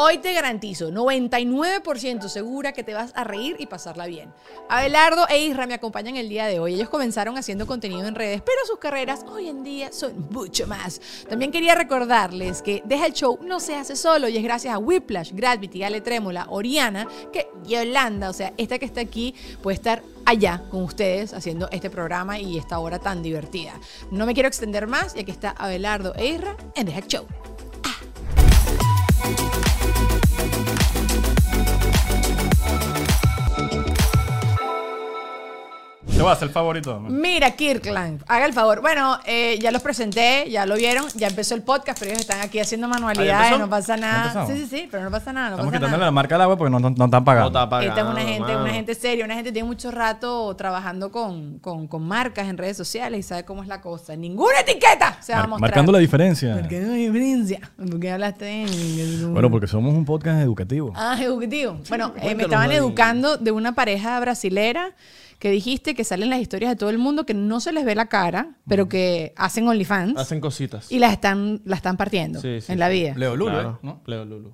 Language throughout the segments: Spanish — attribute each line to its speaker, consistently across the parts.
Speaker 1: Hoy te garantizo 99% segura que te vas a reír y pasarla bien. Abelardo e Isra me acompañan el día de hoy. Ellos comenzaron haciendo contenido en redes, pero sus carreras hoy en día son mucho más. También quería recordarles que Deja el Show no se hace solo y es gracias a Whiplash, Gravity, Ale Trémola, Oriana, que Yolanda, o sea, esta que está aquí, puede estar allá con ustedes haciendo este programa y esta hora tan divertida. No me quiero extender más y aquí está Abelardo e Isra en The Hack Show.
Speaker 2: Te voy a hacer el favorito.
Speaker 1: Mira, Kirkland, haga el favor. Bueno, eh, ya los presenté, ya lo vieron, ya empezó el podcast, pero ellos están aquí haciendo manualidades,
Speaker 2: empezó?
Speaker 1: no pasa nada.
Speaker 2: empezamos?
Speaker 1: Sí, sí, sí, pero no pasa nada, no
Speaker 2: Estamos
Speaker 1: pasa
Speaker 2: quitándole
Speaker 1: nada.
Speaker 2: la marca al agua porque no, no, no están pagando.
Speaker 3: No está pagando,
Speaker 1: Esta es una gente,
Speaker 3: mano.
Speaker 1: una gente seria, una gente que tiene mucho rato trabajando con, con, con marcas en redes sociales y sabe cómo es la cosa. Ninguna etiqueta se va a
Speaker 2: Mar-
Speaker 1: mostrar.
Speaker 2: marcando la diferencia.
Speaker 1: ¿Por qué no hay diferencia? ¿Por qué hablaste en...
Speaker 2: Bueno, porque somos un podcast educativo.
Speaker 1: Ah, ejecutivo. Bueno, eh, me
Speaker 3: cuéntanos
Speaker 1: estaban
Speaker 3: ahí.
Speaker 1: educando de una pareja brasilera que dijiste que salen las historias de todo el mundo que no se les ve la cara, pero que hacen OnlyFans
Speaker 3: Hacen cositas.
Speaker 1: y las están, la están partiendo
Speaker 3: Sí, sí,
Speaker 1: en la
Speaker 3: sí.
Speaker 1: vida.
Speaker 2: Leo Lulu,
Speaker 3: Claro,
Speaker 2: ¿eh? ¿no?
Speaker 3: Leo Lulu.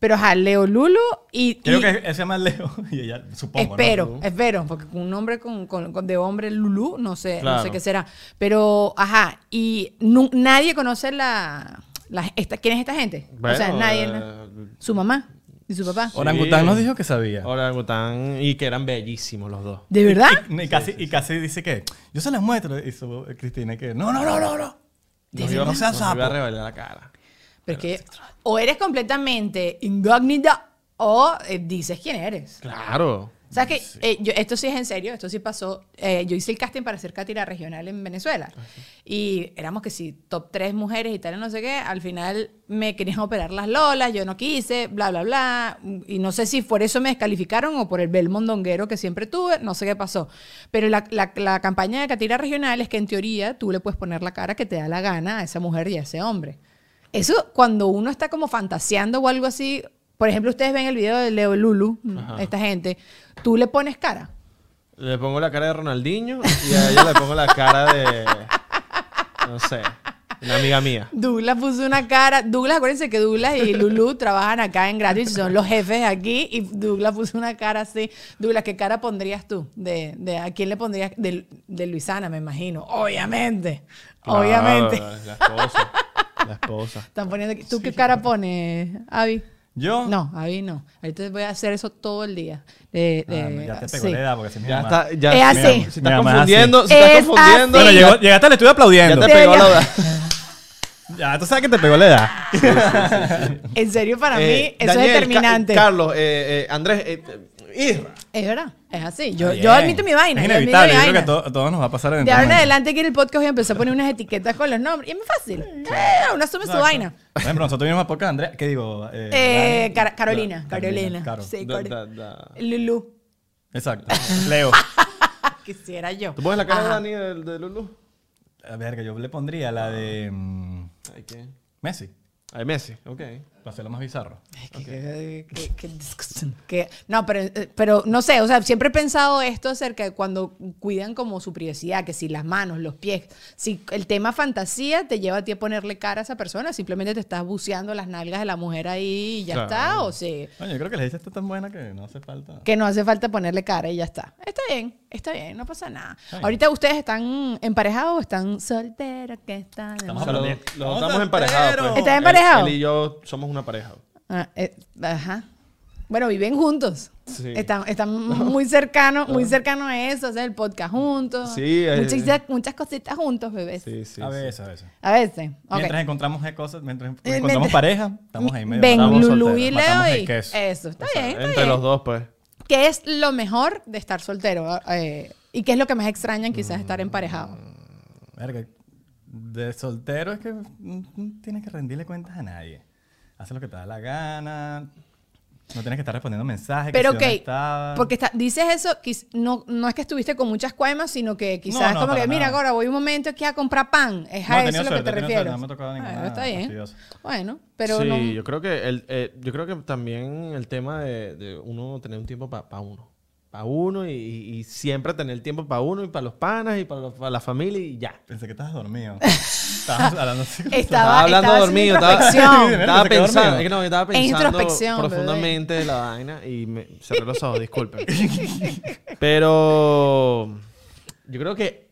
Speaker 1: Pero ajá, Leo Lulo y...
Speaker 2: Creo
Speaker 1: y-
Speaker 2: que se llama Leo y ella, supongo. ¿no?
Speaker 1: Espero, espero, porque un hombre con, con- con- de hombre Lulú, no sé, no sé
Speaker 3: Claro.
Speaker 1: qué será. Pero, ajá, y nu- nadie conoce la, la- esta- quién es esta gente. o sea,
Speaker 3: Bueno,
Speaker 1: nadie.
Speaker 3: eh,
Speaker 1: na- su mamá y su papá.
Speaker 2: Orangután nos dijo que sabía.
Speaker 3: Orangután y que eran bellísimos los dos.
Speaker 1: ¿De verdad?
Speaker 2: Y, y casi, y casi dice que yo se las muestro. Y su- Cristina que no, no, no, no, no.
Speaker 3: Nos
Speaker 2: Dice,
Speaker 3: iba-
Speaker 2: no seas
Speaker 3: nos iba a
Speaker 2: sapo.
Speaker 3: revelar la cara.
Speaker 1: Pero es que o eres completamente incógnita o eh, dices quién eres.
Speaker 3: Claro.
Speaker 1: ¿Sabes que esto sí es en serio, esto sí pasó. Eh, yo hice el casting para ser cátedra regional en Venezuela. Y éramos que sí, top tres mujeres y tal, no sé qué. Al final me querían operar las lolas, yo no quise, bla, bla, bla. Y no sé si por eso me descalificaron o por el belmondonguero que siempre tuve, no sé qué pasó. Pero la, la- la campaña de cátedra regional es que en teoría tú le puedes poner la cara que te da la gana a esa mujer y a ese hombre. Eso cuando uno está como fantaseando o algo así, por ejemplo, ustedes ven el video de Leo Lulu, mm, esta gente, tú le pones cara.
Speaker 3: Le pongo la cara de Ronaldinho y a ella le pongo la cara de. No sé. Una amiga mía.
Speaker 1: Douglas puso una cara. Douglas, acuérdense que Douglas y Lulu trabajan acá en gratis y son los jefes aquí. Y Douglas puso una cara así. Douglas, ¿qué cara pondrías tú? De, de- ¿A quién le pondrías? De, de Luisana, me imagino. Obviamente. Obviamente.
Speaker 3: Claro, La esposa. La esposa.
Speaker 1: Están poniendo aquí- ¿Tú qué cara pones, Avi?
Speaker 2: Yo.
Speaker 1: No, Avi no. Ahorita voy a hacer eso todo el día. De-
Speaker 2: Ah,
Speaker 1: de-
Speaker 2: ya te
Speaker 1: Eh, sí.
Speaker 2: pegó la edad porque se me
Speaker 3: Ya
Speaker 2: llama.
Speaker 3: está. Ya,
Speaker 1: Es así.
Speaker 3: Se está confundiendo. Se
Speaker 1: Es
Speaker 3: está confundiendo.
Speaker 2: Bueno,
Speaker 1: así.
Speaker 2: llegó- llegaste al estudio
Speaker 3: Ya
Speaker 2: aplaudiendo.
Speaker 3: te pegó la.
Speaker 2: Ya, tú sabes que te pegó la edad.
Speaker 1: En serio, para mí,
Speaker 3: Eh,
Speaker 1: eso
Speaker 3: Daniel,
Speaker 1: es
Speaker 3: Ca-
Speaker 1: determinante.
Speaker 3: Carlos, eh, eh, Andrés, eh, eh, Isra.
Speaker 1: Es verdad, es así. Yo,
Speaker 2: Está
Speaker 1: yo
Speaker 2: bien.
Speaker 1: admito mi vaina.
Speaker 2: Es
Speaker 1: yo admito
Speaker 2: inevitable.
Speaker 1: mi
Speaker 2: Yo creo que
Speaker 1: vaina.
Speaker 2: a to- a todos nos va a pasar
Speaker 1: De ahora en
Speaker 2: eventualmente.
Speaker 1: adelante aquí en el podcast voy a empezar a poner unas etiquetas con los nombres. Y es muy fácil. Eh, uno asume su
Speaker 2: Exacto.
Speaker 1: vaina.
Speaker 2: Por ejemplo, nosotros vinimos a podcast, Andrea. ¿Qué digo? Eh,
Speaker 1: Eh,
Speaker 2: Dani.
Speaker 1: Car- Carolina,
Speaker 2: Da-
Speaker 1: Carolina.
Speaker 2: Caro.
Speaker 1: Sí,
Speaker 3: Da-
Speaker 1: Cari-
Speaker 3: da- da.
Speaker 1: Lulú.
Speaker 2: Exacto. Leo.
Speaker 1: Ah, quisiera yo.
Speaker 3: ¿Tú pones la cara
Speaker 1: Ajá.
Speaker 3: de Dani del- de, Lulu?
Speaker 2: A ver, que yo le pondría la de mm,
Speaker 3: Ay, ¿qué?
Speaker 2: Messi.
Speaker 3: Ay, Messi, ok.
Speaker 2: Para hacerlo más bizarro.
Speaker 1: Ay, qué- qué- qué- qué disgusting. Qué- no, pero, eh, pero no sé, o sea, siempre he pensado esto acerca de cuando cuidan como su privacidad, que si las manos, los pies, si el tema fantasía te lleva a ti a ponerle cara a esa persona, simplemente te estás buceando las nalgas de la mujer ahí y ya
Speaker 3: Claro.
Speaker 1: está, o si
Speaker 2: Oye, yo creo que la dicha está tan buena que no hace falta.
Speaker 1: que no hace falta ponerle cara y ya está. Está bien, está bien, no pasa nada.
Speaker 2: bien.
Speaker 1: Ahorita ustedes están emparejados o están solteros, que están... de
Speaker 2: Estamos
Speaker 3: O
Speaker 1: moda?
Speaker 2: Vamos a
Speaker 3: sea, los, los
Speaker 2: ver.
Speaker 3: dos
Speaker 2: Vamos
Speaker 3: estamos
Speaker 2: a
Speaker 3: emparejados.
Speaker 2: soltero.
Speaker 3: Pues.
Speaker 1: ¿Estás
Speaker 3: Él-
Speaker 1: emparejado?
Speaker 3: Él, y yo somos una pareja.
Speaker 1: Ah, eh, ajá. Bueno, viven juntos.
Speaker 3: Sí. Ah.
Speaker 1: Están, están muy cercanos, muy cercanos a eso, hacer el podcast juntos.
Speaker 3: Sí, eh.
Speaker 1: muchas, muchas cositas juntos, bebés.
Speaker 3: Sí, sí.
Speaker 2: a
Speaker 3: sí.
Speaker 2: veces, a veces.
Speaker 1: A veces. ok.
Speaker 2: Mientras encontramos eh, cosas, mientras
Speaker 1: Eh,
Speaker 2: encontramos
Speaker 1: mientras-
Speaker 2: pareja, estamos ahí medio.
Speaker 1: Ven,
Speaker 2: matamos
Speaker 1: Lulú y
Speaker 2: solteros, matamos
Speaker 1: Leo
Speaker 2: el
Speaker 1: y Eh.
Speaker 2: queso.
Speaker 1: eso. Está
Speaker 3: O sea,
Speaker 1: bien, está
Speaker 3: entre
Speaker 1: bien.
Speaker 3: los dos, pues.
Speaker 1: ¿Qué es lo mejor de estar soltero? Eh, ¿Y qué es lo que más extrañan quizás estar emparejado?
Speaker 2: Verga, de soltero es que mm, no tienes que rendirle cuentas a nadie. Haces lo que te da la gana. No tienes que estar respondiendo mensajes.
Speaker 1: Pero
Speaker 2: que
Speaker 1: ok,
Speaker 2: si dónde estabas.
Speaker 1: porque está- dices eso, quiz- no, no es que estuviste con muchas cuemas, sino que
Speaker 2: No,
Speaker 1: quizás
Speaker 2: no,
Speaker 1: como
Speaker 2: para
Speaker 1: que, mira,
Speaker 2: nada.
Speaker 1: ahora voy un momento aquí a comprar pan. Es
Speaker 2: No,
Speaker 1: a
Speaker 2: he
Speaker 1: eso lo
Speaker 2: tenido
Speaker 1: que
Speaker 2: suerte,
Speaker 1: te
Speaker 2: he tenido
Speaker 1: refieres.
Speaker 2: suerte, no me ha tocado
Speaker 1: Bueno,
Speaker 2: ninguna
Speaker 1: está bien.
Speaker 2: fastidiosa.
Speaker 1: Bueno, pero
Speaker 3: sí,
Speaker 1: no-
Speaker 3: yo creo que el, eh, yo creo que también el tema de, de uno tener un tiempo para uno. para uno y, y siempre tener tiempo para uno y para los panas y para los- para la familia y ya.
Speaker 2: Pensé que estabas dormido. Estabas hablando así. como-
Speaker 1: Estaba,
Speaker 3: hablando
Speaker 1: estaba
Speaker 3: dormido,
Speaker 1: haciendo
Speaker 3: estaba,
Speaker 1: introspección.
Speaker 3: estaba
Speaker 2: Pensé que
Speaker 3: pensando,
Speaker 2: dormido.
Speaker 3: es que no, yo estaba
Speaker 1: introspección,
Speaker 3: pensando
Speaker 1: bebé.
Speaker 3: profundamente de la vaina y me cerré los ojos, disculpen. Pero yo creo que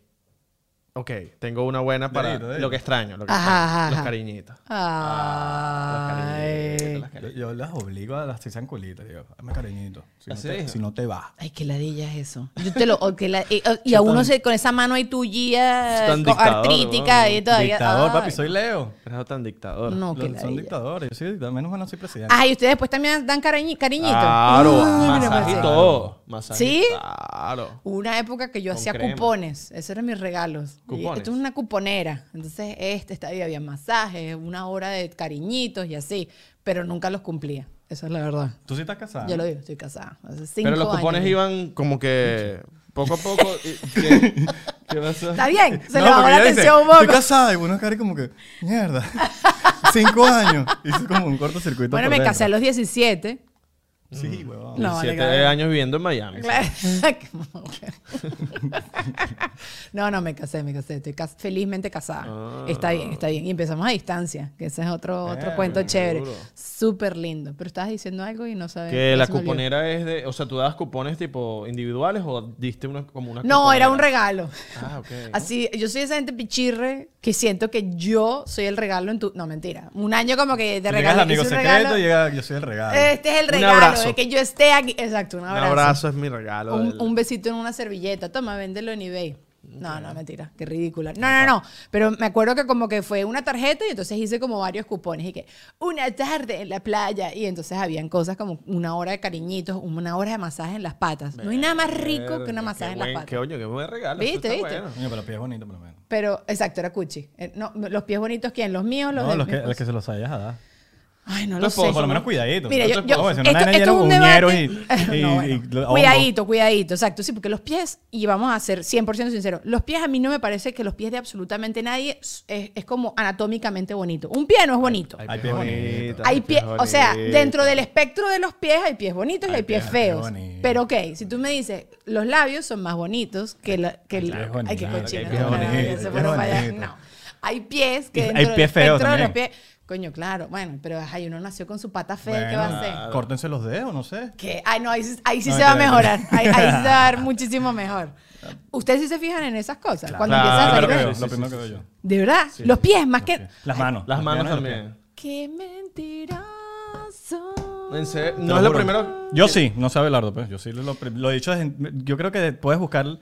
Speaker 3: ok, tengo una buena para
Speaker 2: Dedito, dedito.
Speaker 3: lo que extraño, lo que
Speaker 1: Ajá,
Speaker 3: extraño,
Speaker 1: ajá,
Speaker 3: los
Speaker 1: ajá.
Speaker 3: cariñitos.
Speaker 1: Ay.
Speaker 3: Las
Speaker 2: Yo,
Speaker 3: cariñitas.
Speaker 2: yo las obligo a las que sean culitas, digo, hazme cariñito. Si
Speaker 1: ¿Ah,
Speaker 2: no,
Speaker 3: ¿Así?
Speaker 2: te, si no te vas.
Speaker 1: Ay, qué ladilla es eso. Yo te lo, o que la- y, y a uno se, con esa mano ahí tuya,
Speaker 3: Es tan
Speaker 1: con-
Speaker 3: dictador,
Speaker 1: artrítica,
Speaker 3: weón.
Speaker 1: y todavía.
Speaker 2: Dictador,
Speaker 1: ay.
Speaker 2: papi, soy Leo.
Speaker 3: Eres tan dictador.
Speaker 1: No, qué
Speaker 2: Los- son
Speaker 1: ladilla. Ah.
Speaker 2: dictadores. Yo soy dictador, menos mal no soy presidente.
Speaker 1: Ay, ustedes después también dan cariñi- cariñito.
Speaker 3: Claro,
Speaker 1: Ay, mira, pues
Speaker 3: masaje y
Speaker 1: parece-
Speaker 3: todo. Masaje
Speaker 1: ¿Sí?
Speaker 3: Claro.
Speaker 1: Una época que yo
Speaker 3: Con
Speaker 1: hacía
Speaker 3: crema.
Speaker 1: cupones, esos eran mis regalos. Y
Speaker 3: Cupones.
Speaker 1: Esto es una cuponera. Entonces, este, esta, y había masajes, una hora de cariñitos y así, pero nunca los cumplía. Esa es la verdad.
Speaker 2: Tú sí estás casada.
Speaker 1: Yo lo digo, estoy casada. Hace cinco
Speaker 3: Ah. Pero los cupones
Speaker 1: años.
Speaker 3: iban como que poco a poco. y- ¿Qué, qué pasó?
Speaker 1: Está bien, se
Speaker 2: No,
Speaker 1: le bajó
Speaker 2: porque
Speaker 1: la
Speaker 2: ella dice,
Speaker 1: atención un
Speaker 2: Estoy
Speaker 1: poco.
Speaker 2: casada y uno cara como que, mierda. Cinco años. Hizo como un cortocircuito.
Speaker 1: Bueno,
Speaker 2: por
Speaker 1: me
Speaker 2: dentro.
Speaker 1: casé a los 17. Mm.
Speaker 2: Sí, huevón.
Speaker 1: No,
Speaker 3: 17
Speaker 1: legal.
Speaker 3: años viviendo en Miami.
Speaker 1: Claro. Como que- no, no, me casé, me casé. Estoy cas- felizmente casada.
Speaker 3: Ah.
Speaker 1: Está bien, está bien. Y empezamos a distancia, que ese es otro, otro
Speaker 2: Eh,
Speaker 1: cuento
Speaker 3: qué
Speaker 1: chévere.
Speaker 3: duro.
Speaker 1: Súper lindo. Pero estabas diciendo algo y no sabes.
Speaker 3: Que
Speaker 1: ya
Speaker 3: la
Speaker 1: se me olvidó.
Speaker 3: cuponera es de. O sea, tú dabas cupones tipo individuales o diste una, como una.
Speaker 1: No, era un
Speaker 3: cuponera?
Speaker 1: regalo.
Speaker 3: Ah, ok.
Speaker 1: Así, yo soy esa gente pichirre que siento que yo soy el regalo en tu. No, mentira. Un año como que te
Speaker 2: Tú Llegas al
Speaker 1: regalo.
Speaker 2: amigo
Speaker 1: hice un
Speaker 2: secreto
Speaker 1: regalo.
Speaker 2: y llega, yo soy el regalo.
Speaker 1: Este es el
Speaker 3: Un
Speaker 1: regalo
Speaker 3: abrazo.
Speaker 1: de que yo esté aquí. Exacto, un
Speaker 3: un
Speaker 1: abrazo.
Speaker 3: abrazo. es mi regalo.
Speaker 1: Un,
Speaker 3: del-
Speaker 1: un besito en una servilleta. Toma, véndelo en eBay. No, no, mentira. Qué ridícula. No, no, no. Pero me acuerdo que como que fue una tarjeta y entonces hice como varios cupones y que una tarde en la playa y entonces habían cosas como una hora de cariñitos, una hora de masaje en las patas. No hay nada más rico que una
Speaker 3: Verga,
Speaker 1: masaje
Speaker 3: qué
Speaker 1: en las
Speaker 3: buen-
Speaker 1: patas.
Speaker 3: Qué oño, qué buen regalo.
Speaker 1: ¿Viste,
Speaker 3: eso está
Speaker 1: viste?
Speaker 3: bueno.
Speaker 2: Coño, pero los pies bonitos por lo menos.
Speaker 1: Pero, exacto, era cuchi. Eh, No, los pies bonitos, ¿quién? ¿Los míos? Los
Speaker 2: No,
Speaker 1: de
Speaker 2: los
Speaker 1: mi
Speaker 2: que,
Speaker 1: esposo?
Speaker 2: los que se los hayas a dar.
Speaker 1: Ay, no
Speaker 3: Tu
Speaker 1: lo sé.
Speaker 3: esposo,
Speaker 2: Por
Speaker 1: yo
Speaker 2: lo menos
Speaker 1: no-
Speaker 2: cuidadito.
Speaker 1: Mira, yo,
Speaker 2: No te
Speaker 1: yo-
Speaker 2: puedo decir, una
Speaker 1: esto,
Speaker 2: nena
Speaker 1: esto es
Speaker 2: llena
Speaker 1: un
Speaker 2: de
Speaker 1: debate.
Speaker 2: uñeros y- y-
Speaker 1: No,
Speaker 2: y-
Speaker 1: bueno.
Speaker 2: y lo- hongo.
Speaker 1: cuidadito, cuidadito, exacto. Sí, porque los pies, y vamos a ser 100% sinceros, los pies a mí no me parece que los pies de absolutamente nadie es, es- es como anatómicamente bonito. Un pie no es bonito. Hay,
Speaker 2: Hay pies bonitos.
Speaker 1: pies, o sea,
Speaker 3: bonitos.
Speaker 1: dentro del espectro de los pies hay pies bonitos y
Speaker 2: Hay
Speaker 1: hay pies,
Speaker 2: pies
Speaker 1: feos.
Speaker 2: bonitos.
Speaker 1: Pero ok, si tú me dices, los labios son más bonitos que la... Que
Speaker 2: Hay
Speaker 1: la-
Speaker 2: pies bonitos,
Speaker 1: ay, qué
Speaker 2: hay
Speaker 1: cochino,
Speaker 2: pies
Speaker 1: no, no, no,
Speaker 2: bonitos,
Speaker 1: se
Speaker 2: hay
Speaker 1: fueron
Speaker 2: pies
Speaker 1: para allá.
Speaker 2: bonitos.
Speaker 1: No. Hay pies que
Speaker 2: Hay
Speaker 1: dentro del
Speaker 2: pies feos
Speaker 1: espectro de los
Speaker 2: también.
Speaker 1: pies... Coño, claro. Bueno, pero ay, uno nació con su pata fea,
Speaker 2: Bueno,
Speaker 1: ¿qué va a hacer?
Speaker 2: Córtense los dedos, no sé.
Speaker 1: Que, ay, no, ahí, sí- ahí sí
Speaker 2: No,
Speaker 1: se va a
Speaker 2: mentira,
Speaker 1: mejorar.
Speaker 2: mentira.
Speaker 1: Ahí, ahí sí se va a ver muchísimo mejor. Ustedes sí se fijan en esas cosas. Cuando
Speaker 3: Claro,
Speaker 1: empiezan a
Speaker 2: Lo
Speaker 1: salir.
Speaker 2: primero que
Speaker 3: sí,
Speaker 2: veo,
Speaker 3: sí,
Speaker 2: lo
Speaker 3: sí,
Speaker 2: primero
Speaker 3: sí,
Speaker 2: que veo
Speaker 3: sí.
Speaker 2: yo.
Speaker 1: De verdad, los pies más que.
Speaker 2: Las manos.
Speaker 3: Las manos
Speaker 2: piernas y los
Speaker 3: también.
Speaker 1: Qué mentiroso.
Speaker 3: En serio,
Speaker 2: pies.
Speaker 3: No
Speaker 2: Te
Speaker 3: es lo
Speaker 2: juro.
Speaker 3: primero.
Speaker 2: Yo sí, no sabe Lardo, pues. Yo sí lo, lo- lo he dicho. desde- Yo creo que puedes buscar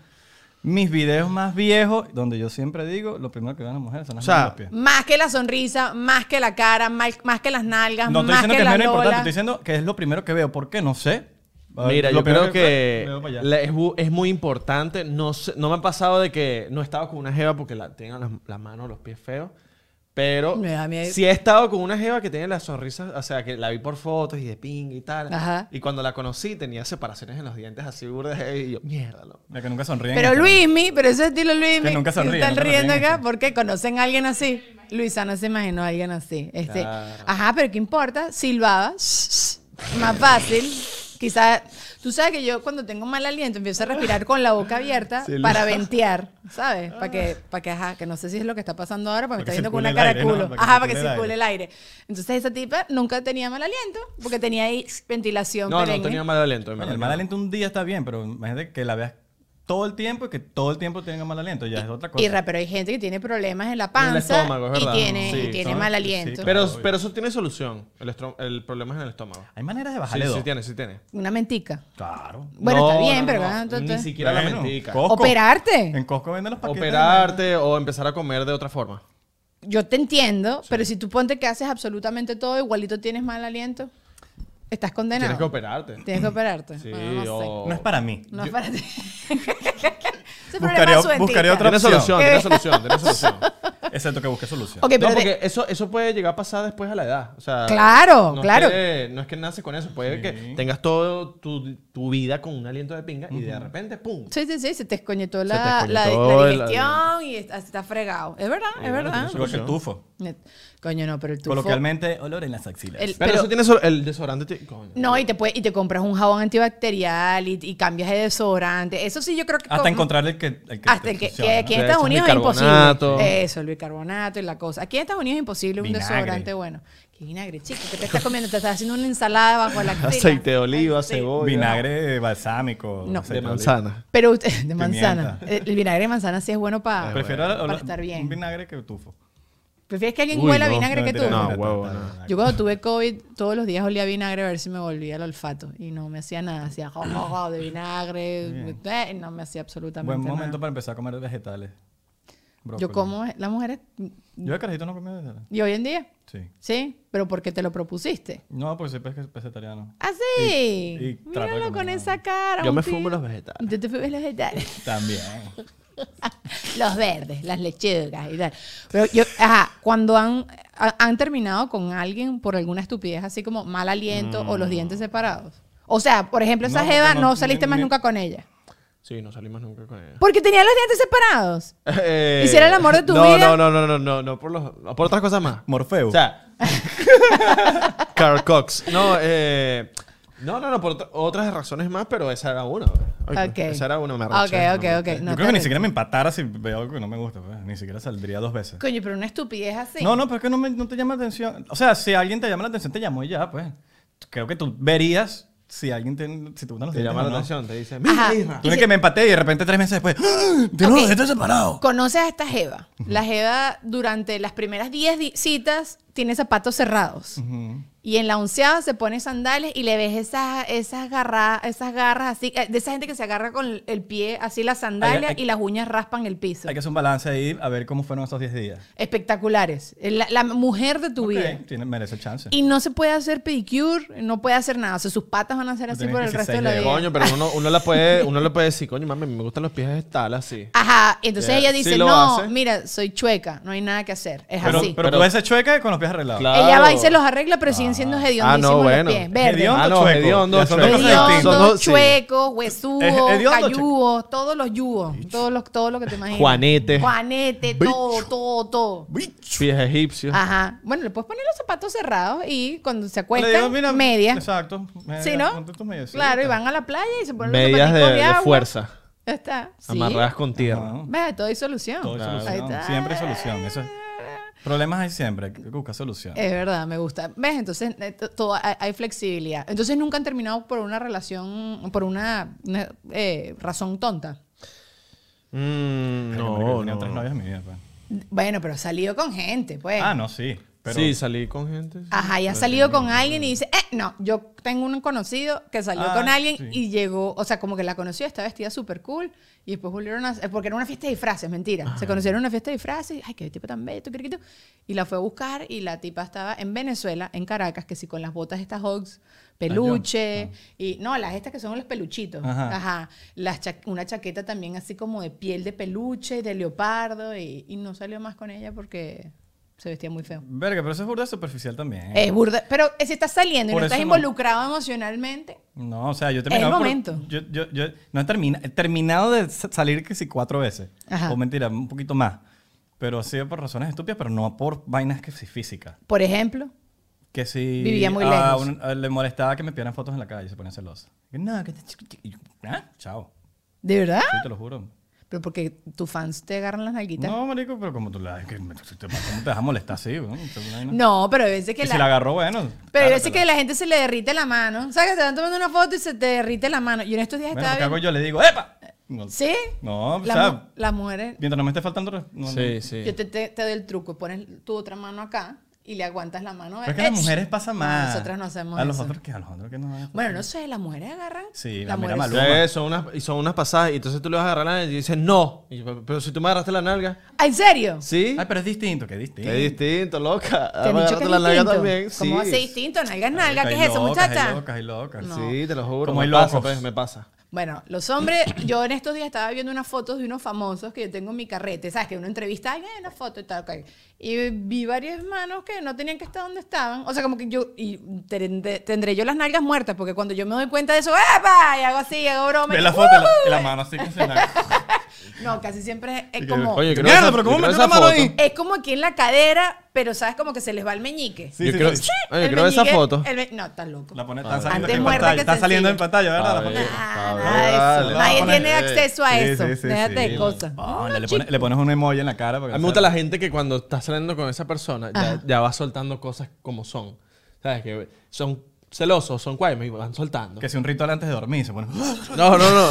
Speaker 2: mis videos más viejos, donde yo siempre digo, lo primero que ven las mujeres son las
Speaker 3: O sea,
Speaker 2: manos y los pies.
Speaker 1: Más que la sonrisa, más que la cara, más, más que las nalgas,
Speaker 2: No estoy
Speaker 1: más
Speaker 2: diciendo
Speaker 1: que,
Speaker 2: que es
Speaker 1: la
Speaker 2: menos importante,
Speaker 1: lola.
Speaker 2: estoy diciendo que es lo primero que veo. ¿Por qué? No sé. A ver,
Speaker 3: Mira,
Speaker 2: lo
Speaker 3: yo
Speaker 2: primero
Speaker 3: creo que
Speaker 2: veo para allá.
Speaker 3: la- es, bu- es muy importante. No, sé- no me ha pasado de que no he estado con una jeva porque la, tenga las, las manos, los pies feos. Pero
Speaker 1: Me da miedo.
Speaker 3: sí he estado con una jeva que tiene las sonrisas, o sea, que la vi por fotos y de ping y tal.
Speaker 1: Ajá.
Speaker 3: Y cuando la conocí tenía separaciones en los dientes así burdas eh, y yo, mierda, loco".
Speaker 2: La que nunca sonríen.
Speaker 1: Pero Luismi, pero ese estilo Luismi.
Speaker 2: Que nunca
Speaker 1: se
Speaker 2: sonríe,
Speaker 1: Están
Speaker 2: nunca
Speaker 1: riendo
Speaker 2: sonríe.
Speaker 1: acá porque conocen a alguien así. Luisa no se imaginó a alguien así. Este,
Speaker 3: Claro.
Speaker 1: Ajá, pero ¿qué importa? Silbaba. Más fácil. Quizás. Tú sabes que yo cuando tengo mal aliento empiezo a respirar con la boca abierta
Speaker 3: Sí, lo-
Speaker 1: para ventear, ¿sabes? Para que, para que, ajá, que no sé si es lo que está pasando ahora, porque me
Speaker 2: Para
Speaker 1: está viendo
Speaker 2: que
Speaker 1: con una
Speaker 2: circule el
Speaker 1: cara
Speaker 2: aire, ¿no?
Speaker 1: culo.
Speaker 2: Para que
Speaker 1: Ajá, para que
Speaker 2: circule el
Speaker 1: circule
Speaker 2: aire.
Speaker 1: el aire. Entonces esa tipa nunca tenía mal aliento porque tenía ahí ventilación
Speaker 3: No, no
Speaker 1: perenne.
Speaker 3: tenía mal aliento. en
Speaker 2: Bueno,
Speaker 3: verdad
Speaker 2: el
Speaker 3: que
Speaker 2: mal
Speaker 3: no.
Speaker 2: aliento un día está bien, pero imagínate que la veas todo el tiempo y que todo el tiempo tenga mal aliento. Ya es otra cosa.
Speaker 1: Y ra- pero hay gente que tiene problemas en la
Speaker 3: En el
Speaker 1: panza
Speaker 3: estómago, es verdad.
Speaker 1: y tiene, y
Speaker 3: Sí,
Speaker 1: tiene
Speaker 2: son-
Speaker 1: mal
Speaker 2: sí,
Speaker 1: aliento.
Speaker 2: claro.
Speaker 3: Pero,
Speaker 2: obvio.
Speaker 3: pero eso tiene solución. El, estro- el problema es en el estómago.
Speaker 2: Hay maneras de
Speaker 3: Sí,
Speaker 2: bajarle
Speaker 3: sí
Speaker 2: dos.
Speaker 3: tiene, sí tiene.
Speaker 1: Una mentica.
Speaker 2: Claro.
Speaker 1: Bueno,
Speaker 3: No,
Speaker 1: está bien,
Speaker 3: no,
Speaker 1: pero...
Speaker 3: no,
Speaker 1: ah, tú-
Speaker 3: Ni
Speaker 1: tú-
Speaker 3: siquiera la
Speaker 2: Bueno,
Speaker 3: mentica.
Speaker 2: co- Costco.
Speaker 1: ¿Operarte?
Speaker 2: En Costco venden los paquetes. de-
Speaker 3: Operarte o empezar a comer de otra forma.
Speaker 1: Yo te entiendo, pero si tú ponte que haces absolutamente todo, igualito tienes mal aliento, estás condenado.
Speaker 3: Tienes que operarte.
Speaker 1: Tienes que operarte.
Speaker 3: Sí,
Speaker 1: Bueno, no sé.
Speaker 3: o...
Speaker 2: No es para mí.
Speaker 1: No,
Speaker 2: Yo-
Speaker 1: espérate. Ese problema
Speaker 2: Buscaría-
Speaker 1: es su ventica.
Speaker 2: buscaría otra-
Speaker 3: Tiene solución, tiene solución, tiene solución.
Speaker 2: Excepto que busque solución.
Speaker 1: Eh. Ok, pero
Speaker 3: no,
Speaker 1: de-
Speaker 3: porque eso, eso puede llegar a pasar después a la edad. O sea,
Speaker 1: Claro,
Speaker 3: no
Speaker 1: claro.
Speaker 3: Es que, no es que naces con eso. Puede que tengas toda tu, tu vida con un aliento de pinga y de repente, ¡pum!
Speaker 1: Sí, sí, sí, se te escoñetó
Speaker 3: te
Speaker 1: la, la-
Speaker 3: escoñetó
Speaker 1: la
Speaker 3: el-
Speaker 1: digestión y está, está fregado. Es verdad,
Speaker 3: Y
Speaker 1: es
Speaker 3: bueno,
Speaker 1: verdad.
Speaker 3: tienes
Speaker 2: Igual que el tufo.
Speaker 1: Net- Coño, no, pero el tufo...
Speaker 2: Coloquialmente, olor en las axilas.
Speaker 1: El-
Speaker 3: Pero,
Speaker 1: Pero-
Speaker 3: eso tiene so- el desodorante. ti- Coño.
Speaker 1: No, y te, puede- y te compras un jabón antibacterial y, y cambias de desodorante. Eso sí yo creo que...
Speaker 2: Hasta
Speaker 1: como-
Speaker 2: encontrar el que. El que
Speaker 1: Hasta
Speaker 2: te
Speaker 1: el que, que
Speaker 2: funciona,
Speaker 1: aquí
Speaker 2: ¿no?
Speaker 1: en
Speaker 3: Le
Speaker 1: Estados
Speaker 3: echas
Speaker 1: Unidos es
Speaker 3: bicarbonato.
Speaker 1: imposible. Eso, el bicarbonato y la cosa. Aquí en Estados Unidos es imposible un
Speaker 2: Vinagre.
Speaker 1: desodorante bueno. ¿Qué vinagre, chico? ¿Qué te estás comiendo? Te estás haciendo una ensalada bajo la axila.
Speaker 3: Aceite de oliva,
Speaker 1: Sí.
Speaker 3: cebolla.
Speaker 2: Vinagre balsámico.
Speaker 1: No.
Speaker 2: aceite
Speaker 3: De
Speaker 2: oliva.
Speaker 3: manzana.
Speaker 1: Pero usted- de manzana.
Speaker 2: Pimienta.
Speaker 1: El vinagre de manzana sí es bueno para...
Speaker 2: Prefiero
Speaker 1: Para
Speaker 2: olor-
Speaker 1: estar bien.
Speaker 2: un vinagre que tufo.
Speaker 1: ¿Prefieres que alguien
Speaker 3: Uy,
Speaker 1: huela
Speaker 3: no,
Speaker 1: vinagre que tú?
Speaker 2: mentira,
Speaker 3: No,
Speaker 2: mentira,
Speaker 3: huevo,
Speaker 2: mentira,
Speaker 3: no.
Speaker 2: mentira.
Speaker 1: Yo cuando tuve COVID, todos los días olía vinagre a ver si me volvía el olfato. Y no me hacía nada. Hacía jo, jo, jo de vinagre.
Speaker 2: Bien.
Speaker 1: eh, y no me hacía absolutamente
Speaker 2: Mm. Buen momento
Speaker 1: nada.
Speaker 2: para empezar a comer vegetales.
Speaker 1: Yo
Speaker 2: Brócoli.
Speaker 1: como... Las mujeres...
Speaker 2: Yo de carajito no comía vegetales.
Speaker 1: Y hoy en día,
Speaker 2: Sí.
Speaker 1: ¿sí? Pero porque te lo propusiste.
Speaker 2: No, pues siempre es vegetariano.
Speaker 1: ¿Ah,
Speaker 2: Y-
Speaker 1: sí?
Speaker 2: y trato de
Speaker 1: Míralo
Speaker 2: comer
Speaker 1: con
Speaker 2: nada.
Speaker 1: esa cara.
Speaker 3: Yo
Speaker 1: un
Speaker 3: me
Speaker 1: tío.
Speaker 3: fumo los vegetales.
Speaker 1: Yo te fumo los vegetales.
Speaker 2: También.
Speaker 1: los verdes, las lechugas y tal. Pero yo, ajá, cuando han, ha- han terminado con alguien por alguna estupidez, así como mal aliento o los dientes separados. O sea, por ejemplo, esa
Speaker 2: Mm. No,
Speaker 1: Jeva
Speaker 2: no,
Speaker 1: no,
Speaker 2: no,
Speaker 1: saliste
Speaker 2: ni-
Speaker 1: más
Speaker 2: ni-
Speaker 1: nunca con ella.
Speaker 3: Sí, no salimos nunca con ella.
Speaker 1: Porque tenía los dientes separados.
Speaker 3: Eh,
Speaker 1: Pues, ¿Hiciera el amor de tu
Speaker 3: no,
Speaker 1: vida?
Speaker 3: No, no, no, no, no, no, por, los, por otras cosas más.
Speaker 2: Morfeo.
Speaker 3: O sea, Carl Cox. No, eh, no, no, no, por ot- otras razones más, pero esa era una. Ay,
Speaker 2: pues,
Speaker 1: Ok.
Speaker 3: Esa era una, me arreché,
Speaker 1: Ok, ok,
Speaker 3: no.
Speaker 1: ok.
Speaker 2: Yo
Speaker 1: No,
Speaker 2: creo que ni
Speaker 1: te-
Speaker 2: siquiera me empatara si veo algo que no me gusta. pues. Ni siquiera saldría dos veces.
Speaker 1: Coño, pero una estupidez así.
Speaker 2: No, no, pero es que no, me- no te llama la atención. O sea, si alguien te llama la atención, te llamó y ya, pues. Creo que tú verías si alguien te, si te gustan los
Speaker 3: Te llama
Speaker 2: dientes o
Speaker 3: la
Speaker 2: no.
Speaker 3: atención, te dice,
Speaker 1: Ajá.
Speaker 3: mira, Isra".
Speaker 2: Tú
Speaker 1: Y
Speaker 2: eres
Speaker 1: si-
Speaker 2: que me empaté y de repente tres meses después. ¡Ah! Tengo
Speaker 1: Ok.
Speaker 2: los dientes separados.
Speaker 1: Conoces a esta Jeva. La Jeva durante las primeras 10 di- citas tiene zapatos cerrados.
Speaker 2: Ujú.
Speaker 1: Y en la onceava se pone sandales y le ves esas, esas, garra- esas garras así, eh, de esa gente que se agarra con el pie así las sandalias
Speaker 2: Hay- hay-
Speaker 1: y las uñas raspan el piso.
Speaker 2: Hay que hacer un balance ahí a ver cómo fueron esos 10 días.
Speaker 1: Espectaculares. La, la mujer de tu
Speaker 2: Ok,
Speaker 1: vida.
Speaker 2: tiene- merece chance.
Speaker 1: Y no se puede hacer pedicure, no puede hacer nada. O sea, sus patas van a ser
Speaker 2: No
Speaker 1: así
Speaker 2: tiene
Speaker 1: por
Speaker 2: que
Speaker 1: el
Speaker 2: ser
Speaker 1: resto de
Speaker 2: seis
Speaker 1: la
Speaker 2: dedos.
Speaker 1: vida.
Speaker 3: Coño, pero uno, uno, la puede, uno le puede decir, coño, mami, me gustan los pies de tal, así.
Speaker 1: Ajá. Y entonces
Speaker 3: Yeah.
Speaker 1: ella
Speaker 3: Sí
Speaker 1: dice,
Speaker 3: lo
Speaker 1: no,
Speaker 3: hace.
Speaker 1: mira, soy chueca, no hay nada que hacer. Es
Speaker 2: pero,
Speaker 1: así.
Speaker 2: pero,
Speaker 3: Pero-
Speaker 2: tú ves esa chueca y con los pies arreglados.
Speaker 3: Claro.
Speaker 1: Ella va y se los arregla, pero siguen siendo
Speaker 3: Ah,
Speaker 1: hediondos
Speaker 3: no, bueno.
Speaker 1: los pies. Verde.
Speaker 2: Hediondo,
Speaker 3: Ah, no,
Speaker 2: chueco.
Speaker 3: hediondo,
Speaker 2: Ya son
Speaker 3: chueco.
Speaker 2: dos cosas distintas.
Speaker 3: Son
Speaker 1: Hediondo,
Speaker 3: dos- sí.
Speaker 1: chueco, huesudo,
Speaker 2: Eh, hediondo,
Speaker 1: cayugo, todos los yugos, todos los, todo lo que te imaginas.
Speaker 3: Juanete.
Speaker 1: Juanete,
Speaker 3: Bicho.
Speaker 1: todo, todo, todo.
Speaker 3: Pies egipcios.
Speaker 1: Ajá. Bueno, le puedes poner los zapatos cerrados y cuando se
Speaker 2: Le
Speaker 1: acuestan,
Speaker 2: digo, mira,
Speaker 1: media.
Speaker 2: Exacto. media,
Speaker 1: ¿Sí, no?
Speaker 2: ponte tus mediecitas.
Speaker 1: Claro, y van a la playa y se ponen los
Speaker 3: medias de,
Speaker 1: zapaticos
Speaker 3: de
Speaker 1: agua.
Speaker 3: fuerza.
Speaker 1: Ya está. Sí.
Speaker 3: Amarradas con tierra.
Speaker 2: Ajá.
Speaker 1: Ve, todo hay solución.
Speaker 2: Todo hay
Speaker 1: Ahí
Speaker 2: solución.
Speaker 1: está.
Speaker 2: Siempre hay solución. Eso es- Problemas hay siempre. Hay que buscar solución.
Speaker 1: Es verdad, me gusta. ¿Ves? Entonces, eh, to- todo, hay, hay flexibilidad. Entonces, nunca han terminado por una relación, por una, una, eh, razón tonta.
Speaker 3: Mm,
Speaker 2: Ay, marico, yo he tenido
Speaker 3: no,
Speaker 2: tres
Speaker 3: no.
Speaker 2: novias en mi vida, pues.
Speaker 1: Bueno, pero has salido con gente, pues.
Speaker 2: Ah, no, sí. Pero
Speaker 3: Sí, salí con gente. sí.
Speaker 1: Ajá, y has salido con alguien y dice, eh, no, yo tengo un conocido que salió
Speaker 2: Ah,
Speaker 1: con alguien
Speaker 2: sí.
Speaker 1: y llegó, o sea, como que la conoció, está vestida súper cool y después volvieron a, eh, porque era una fiesta de disfraces, mentira. Se conocieron en una fiesta de disfraces, ay, qué tipo tan bello, tú criquito. Y la fue a buscar y la tipa estaba en Venezuela, en Caracas, que sí, con las botas estas hogs, peluche, y no, las estas que son los peluchitos. Ajá.
Speaker 2: Ajá.
Speaker 1: Las cha- una chaqueta también así como de piel de peluche y de leopardo y, y no salió más con ella porque se vestía muy feo.
Speaker 2: Verga, pero eso es burda superficial también.
Speaker 1: Es burda. Pero si estás saliendo y
Speaker 2: Por
Speaker 1: no estás
Speaker 2: eso no.
Speaker 1: involucrado emocionalmente,
Speaker 2: No, o sea, yo he
Speaker 1: el
Speaker 2: terminado. por-
Speaker 1: momento.
Speaker 2: yo, yo, yo no he, termina- he terminado de sa- salir que sí cuatro veces.
Speaker 1: Ajá.
Speaker 2: O mentira, un poquito más. Pero ha sido por razones estúpidas, pero no por vainas que sí físicas.
Speaker 1: por ejemplo,
Speaker 2: Que si.
Speaker 1: Vivía muy
Speaker 2: a
Speaker 1: lejos.
Speaker 2: un- a- le molestaba que me pidieran fotos en la calle, se ponía celosa. Y yo, no, que te. y yo, ¿Ah? Chao.
Speaker 1: ¿de verdad?
Speaker 2: Sí, te lo juro.
Speaker 1: Pero porque tus fans te agarran las nalguitas. No,
Speaker 2: No, marico, pero como tú la. que me- ¿Cómo te vas a molestar así, weón? Entonces, una vaina.
Speaker 1: pero a veces que
Speaker 2: Y
Speaker 1: la.
Speaker 2: si la agarró, bueno.
Speaker 1: Pero a veces
Speaker 2: cárratela.
Speaker 1: que la gente se le derrite la mano. ¿Sabes? Que te están tomando una foto y se te derrite la mano. Yo en estos días
Speaker 2: Bueno,
Speaker 1: estaba
Speaker 2: ¿qué hago
Speaker 1: viendo-
Speaker 2: yo? Le digo, ¡epa! No,
Speaker 1: ¿Sí?
Speaker 2: No, o
Speaker 1: Las
Speaker 2: sea-
Speaker 1: mu- las mujeres.
Speaker 2: Mientras no me esté faltando. re- no, no.
Speaker 3: Sí, sí.
Speaker 1: Yo te, te- te doy el truco. Pones tu otra mano acá y le aguantas la mano.
Speaker 2: Pero es que
Speaker 1: Eh,
Speaker 2: las mujeres pasan
Speaker 1: no,
Speaker 2: más.
Speaker 1: Nosotras no hacemos
Speaker 2: A los
Speaker 1: eso.
Speaker 2: otros que a los otros que no. van a-
Speaker 1: Bueno, no sé, las mujeres agarran.
Speaker 2: Sí,
Speaker 1: las
Speaker 2: la mira
Speaker 1: mujeres-
Speaker 2: Maluma.
Speaker 3: Sí, son unas, y son unas pasadas. Y entonces tú le vas a agarrar la nalga y dices, no. Y yo, pero, pero si tú me agarraste la nalga.
Speaker 1: Ah, ¿En serio?
Speaker 3: Sí.
Speaker 2: Ay, pero es distinto, que es distinto.
Speaker 3: Qué distinto, loca.
Speaker 1: ¿Te han
Speaker 3: Ahora
Speaker 1: dicho que
Speaker 3: agarraste
Speaker 1: es
Speaker 3: la nalga
Speaker 1: distinto?
Speaker 3: también.
Speaker 1: ¿Cómo va a
Speaker 3: sí.
Speaker 1: ser distinto? Nalga es nalga.
Speaker 2: Marico,
Speaker 1: ¿Qué
Speaker 2: hay
Speaker 1: es eso,
Speaker 2: locas,
Speaker 1: muchacha?
Speaker 2: Hay locas, hay locas.
Speaker 1: No.
Speaker 3: Sí, te lo juro.
Speaker 2: Como
Speaker 3: me
Speaker 2: hay
Speaker 3: pasa,
Speaker 2: locos.
Speaker 3: pues, me pasa.
Speaker 1: Bueno, los hombres, yo en estos días estaba viendo unas fotos de unos famosos que yo tengo en mi carrete, ¿sabes? Que uno entrevista, ay, hay una foto y tal, ok. Y vi varias manos que no tenían que estar donde estaban. O sea, como que yo, y tendré, tendré yo las nalgas muertas, porque cuando yo me doy cuenta de eso, ¡epa! Y hago así, hago broma.
Speaker 2: Ve
Speaker 1: y-
Speaker 2: la foto, la, la mano así que se la.
Speaker 1: No, casi siempre es
Speaker 2: Y que,
Speaker 1: como.
Speaker 3: Oye, creo
Speaker 2: Mierda,
Speaker 3: esa-
Speaker 2: pero ¿cómo
Speaker 3: yo creo
Speaker 2: metió la
Speaker 3: esa
Speaker 2: mano
Speaker 3: foto.
Speaker 2: ahí?
Speaker 1: Es como aquí en la cadera, pero sabes como que se les va el meñique.
Speaker 2: Sí,
Speaker 3: yo
Speaker 2: sí,
Speaker 3: creo,
Speaker 2: sí.
Speaker 3: Oye,
Speaker 1: El
Speaker 3: creo esa
Speaker 1: meñique-
Speaker 3: foto.
Speaker 1: el me- no, estás loco.
Speaker 2: La pone,
Speaker 3: A
Speaker 2: está
Speaker 3: ver.
Speaker 1: Antes
Speaker 2: saliendo aquí en
Speaker 1: muerta
Speaker 2: pantalla.
Speaker 1: que
Speaker 2: Está saliendo en
Speaker 1: sencilla.
Speaker 2: pantalla, ¿verdad? La
Speaker 3: A
Speaker 2: foto.
Speaker 3: ver.
Speaker 1: Ah,
Speaker 3: Pablo,
Speaker 1: nada de
Speaker 3: dale,
Speaker 1: eso. Nadie
Speaker 2: vamos a
Speaker 1: tiene
Speaker 2: poner-
Speaker 1: acceso a
Speaker 2: Sí,
Speaker 1: eso.
Speaker 2: sí, sí,
Speaker 1: Déjate
Speaker 2: sí.
Speaker 1: de cosas.
Speaker 2: Ponle, le, pone- le pones un emoji en la cara. Porque
Speaker 3: A mí me gusta la gente que cuando está saliendo con esa persona ya, ya va soltando cosas como son. ¿Sabes? Que son celosos, son cuáles, y van soltando.
Speaker 2: Que si un ritual antes de dormir se pone.
Speaker 3: No, no, no.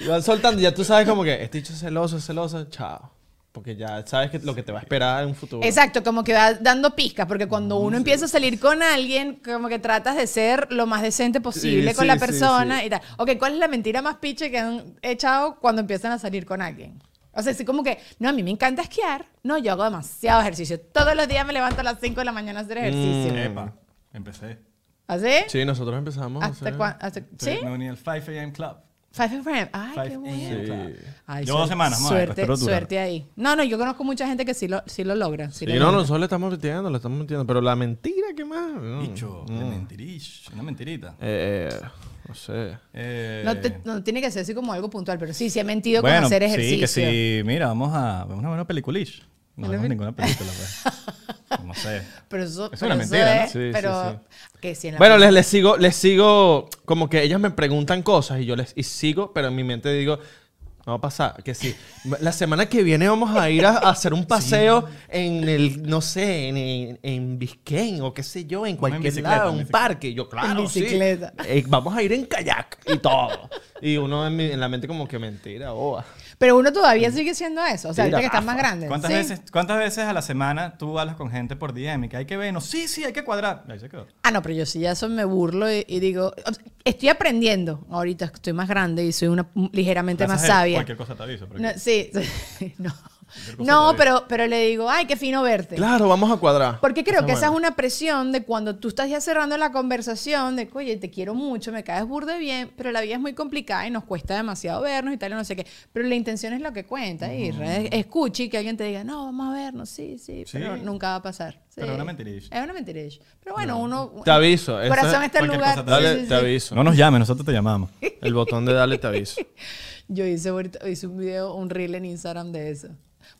Speaker 3: Y van soltando y ya tú sabes como que este dicho es celoso, es celoso, chao. Porque ya sabes que lo que te va a esperar en un futuro.
Speaker 1: Exacto, como que va dando pizcas, porque cuando uno empieza a salir con alguien, como que tratas de ser lo más decente posible
Speaker 2: Sí,
Speaker 1: con
Speaker 2: sí,
Speaker 1: la
Speaker 2: sí,
Speaker 1: persona
Speaker 2: sí.
Speaker 1: y tal. Ok, ¿cuál es la mentira más piche que han echado cuando empiezan a salir con alguien? O sea, así como que, no, a mí me encanta esquiar. No, yo hago demasiado ejercicio. Todos los días me levanto a las 5 de la mañana a hacer ejercicio.
Speaker 2: Epa, empecé.
Speaker 1: ¿Así?
Speaker 3: Sí, nosotros empezamos.
Speaker 1: ¿Hasta
Speaker 3: sí.
Speaker 1: cuán- hasta- ¿Sí?
Speaker 2: Me uní al 5 a.m. club.
Speaker 1: Five and Friends. Ay,
Speaker 2: 5
Speaker 1: qué
Speaker 2: a.m.
Speaker 1: bueno.
Speaker 2: club.
Speaker 3: Sí.
Speaker 1: Ay,
Speaker 2: Llevo dos
Speaker 1: suerte-
Speaker 2: semanas, madre,
Speaker 1: Suerte,
Speaker 2: espero durar.
Speaker 1: suerte ahí. No, no, yo conozco mucha gente que sí lo, sí lo logra. sí
Speaker 3: Sí,
Speaker 1: lo
Speaker 3: no,
Speaker 1: logra.
Speaker 3: nosotros le estamos mintiendo, le estamos mintiendo. Pero la mentira, ¿qué más?
Speaker 1: Mm.
Speaker 3: No.
Speaker 2: Bicho, qué mentirish, una mentirita.
Speaker 3: Eh, eh, no sé.
Speaker 2: Eh,
Speaker 1: No, te- no tiene que ser así como algo puntual, pero sí, sí he mentido
Speaker 2: bueno,
Speaker 1: con hacer
Speaker 2: Sí, que
Speaker 1: ejercicio.
Speaker 2: sí. Mira, vamos a vamos a ver una peliculish. No
Speaker 1: Una
Speaker 2: vemos
Speaker 1: peli-
Speaker 2: ninguna película, pues. No sé.
Speaker 1: Pero eso,
Speaker 2: Es
Speaker 1: pero
Speaker 2: una
Speaker 1: eso
Speaker 2: mentira, ¿no?
Speaker 1: es-
Speaker 3: Sí, sí,
Speaker 1: pero
Speaker 3: sí.
Speaker 1: que sí en la
Speaker 3: Bueno, les, les sigo, les sigo, como que ellas me preguntan cosas y yo les y sigo, pero en mi mente digo, no va a pasar, que sí. La semana que viene vamos a ir a, a hacer un paseo en el, no sé, en, en, en Biscayne o qué sé yo, en cualquier
Speaker 2: bicicleta,
Speaker 3: lado,
Speaker 2: en
Speaker 3: un
Speaker 2: bicicleta.
Speaker 3: parque. Yo, claro, sí.
Speaker 1: bicicleta.
Speaker 3: Eh, vamos a ir en kayak y todo. Y uno en, mi- en la mente como que mentira, boba.
Speaker 1: Pero uno todavía sigue siendo eso. O sea,
Speaker 3: Tira
Speaker 1: ahorita que están
Speaker 3: gafa.
Speaker 1: más grandes.
Speaker 2: Mm. ah, ¿Cuántas,
Speaker 1: sí.
Speaker 2: veces, ¿Cuántas veces a la semana tú hablas con gente por DM y que hay que vernos? Sí, sí, hay que cuadrar. Y Ahí se quedó.
Speaker 1: Ah, no, pero yo sí ya eso me burlo y, y digo, o sea, estoy aprendiendo. Ahorita estoy más grande y soy una ligeramente
Speaker 2: Gracias
Speaker 1: más
Speaker 2: a
Speaker 1: sabia.
Speaker 2: Cualquier cosa te aviso. pero
Speaker 1: No,
Speaker 2: que-
Speaker 1: sí, no.
Speaker 2: cosa
Speaker 1: No,
Speaker 2: te
Speaker 1: pero, pero le digo, ay, qué fino verte.
Speaker 3: Claro, vamos a cuadrar.
Speaker 1: Porque creo
Speaker 3: Eso
Speaker 1: que esa es
Speaker 3: bueno.
Speaker 1: una presión de cuando tú estás ya cerrando la conversación, de que, oye, te quiero mucho, me caes burda de bien, pero la vida es muy complicada y nos cuesta demasiado vernos y tal, y no sé qué. Pero la intención es lo que cuenta, y escuche que alguien te diga, no, vamos a vernos, sí, sí,
Speaker 2: Sí.
Speaker 1: pero nunca va a pasar. Sí.
Speaker 2: Pero es una mentirilla.
Speaker 1: Es una mentirilla. Pero bueno, uno...
Speaker 3: Te aviso, esa-
Speaker 1: Corazón está en
Speaker 2: cualquier
Speaker 1: lugar.
Speaker 2: cosa te
Speaker 1: sí,
Speaker 3: Dale,
Speaker 1: sí,
Speaker 3: te
Speaker 1: sí.
Speaker 3: aviso.
Speaker 2: No nos llames, nosotros te llamamos.
Speaker 3: El botón de dale, te aviso.
Speaker 1: Yo hice, ahorita- hice un video, un reel en Instagram de eso.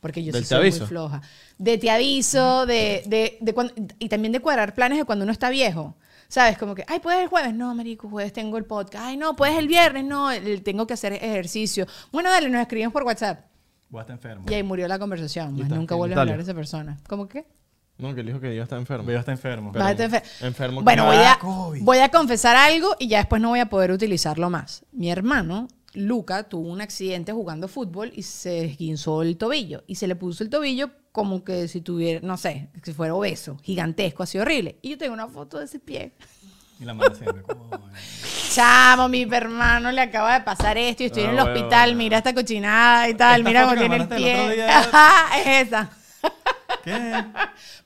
Speaker 1: Porque yo
Speaker 3: ¿Del
Speaker 1: sí
Speaker 3: te
Speaker 1: soy
Speaker 3: aviso?
Speaker 1: muy floja. De te aviso, de, de, de cuan- y también de cuadrar planes de cuando uno está viejo. ¿Sabes? Como que, ay, ¿puedes el jueves? No, marico, jueves tengo el podcast. Ay, no, ¿puedes el viernes? No, el- tengo que hacer ejercicio. Bueno, dale, nos escribimos por WhatsApp.
Speaker 2: Vos estás enfermo.
Speaker 1: Y ahí murió la conversación. Más
Speaker 3: está
Speaker 1: nunca
Speaker 3: en
Speaker 1: vuelve a
Speaker 3: Italia.
Speaker 1: hablar esa persona. ¿Cómo que?
Speaker 3: No, que el hijo que Dios está enfermo.
Speaker 2: Veo está enfermo.
Speaker 3: Pero-
Speaker 1: Vas a estar enfer-
Speaker 3: enfermo que
Speaker 1: Bueno,
Speaker 3: me
Speaker 1: voy
Speaker 3: da
Speaker 1: a,
Speaker 2: COVID.
Speaker 1: voy a confesar algo y ya después no voy a poder utilizarlo más. Mi hermano, Luca, tuvo un accidente jugando fútbol y se esguinzó el tobillo. Y se le puso el tobillo como que si tuviera, no sé, si fuera obeso, gigantesco, así horrible. Y yo tengo una foto de ese pie.
Speaker 2: Y la mano siempre. coño.
Speaker 1: Chamo, mi hermano le acaba de pasar esto y estoy
Speaker 3: Ah,
Speaker 1: en el
Speaker 3: bueno,
Speaker 1: hospital.
Speaker 3: bueno.
Speaker 1: Mira esta cochinada y tal.
Speaker 2: Esta
Speaker 1: Mira
Speaker 2: foto
Speaker 1: cómo
Speaker 2: que me
Speaker 1: tiene el
Speaker 2: mandaste el otro
Speaker 1: pie.
Speaker 2: día.
Speaker 1: Ajá, es esa.
Speaker 2: ¿Qué?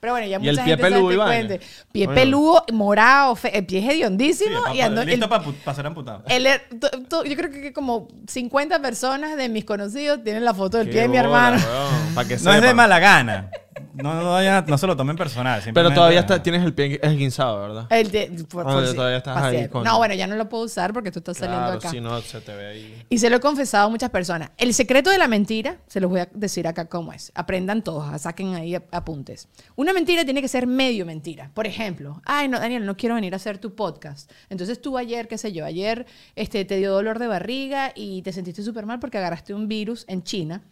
Speaker 1: Pero bueno, ya
Speaker 3: Y el
Speaker 1: mucha
Speaker 3: pie
Speaker 1: gente se
Speaker 3: peludo,
Speaker 1: da
Speaker 3: Iván.
Speaker 1: cuenta. Pie
Speaker 3: Bueno.
Speaker 1: peludo, morado, fe- el pie es hediondísimo. y
Speaker 2: Sí, pa-
Speaker 1: ando- Eh, el-
Speaker 2: listo para ser amputado.
Speaker 1: el- to- to- yo creo que como 50 personas de mis conocidos tienen la foto del
Speaker 3: Qué
Speaker 1: pie de mi
Speaker 3: bola,
Speaker 1: hermano.
Speaker 3: weón, pa' que
Speaker 2: No es de
Speaker 3: sepan.
Speaker 2: mala gana. No, no, vayan a- no se lo tomen personal.
Speaker 3: Pero
Speaker 2: simplemente-
Speaker 3: todavía está- tienes el pie esguinzado, ¿verdad?
Speaker 1: El de- por-
Speaker 3: Ah,
Speaker 1: por
Speaker 3: ya
Speaker 1: si-
Speaker 3: todavía estás
Speaker 1: pa'
Speaker 3: ahí
Speaker 1: siempre.
Speaker 3: con-
Speaker 1: No, bueno, ya no lo puedo usar porque tú estás saliendo acá.
Speaker 3: si no, se te ve ahí.
Speaker 1: Y se lo he confesado a muchas personas. El secreto de la mentira, se los voy a decir acá cómo es. Aprendan todos, saquen ahí ap- apuntes. Una mentira tiene que ser medio mentira. Por ejemplo, ay, no, Daniel, no quiero venir a hacer tu podcast. Entonces tú ayer, qué sé yo, ayer este, te dio dolor de barriga y te sentiste súper mal porque agarraste un virus en China.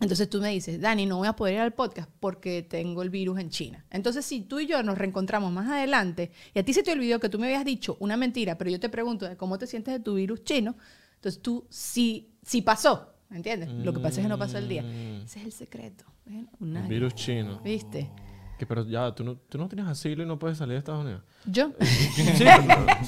Speaker 1: Entonces tú me dices, Dani, no voy a poder ir al podcast porque tengo el virus en China. Entonces, si tú y yo nos reencontramos más adelante y a ti se te olvidó que tú me habías dicho una mentira, pero yo te pregunto de cómo te sientes de tu virus chino, entonces tú sí, sí pasó, ¿me entiendes? Lo que pasa es que no pasó el día. Ese es el secreto. ¿ven? Un año.
Speaker 3: Mm. Virus chino. Oh.
Speaker 1: ¿Viste?
Speaker 3: Que, pero ya, ¿tú no, tú no tienes asilo y no puedes salir de Estados Unidos.
Speaker 1: Yo.
Speaker 3: Sí,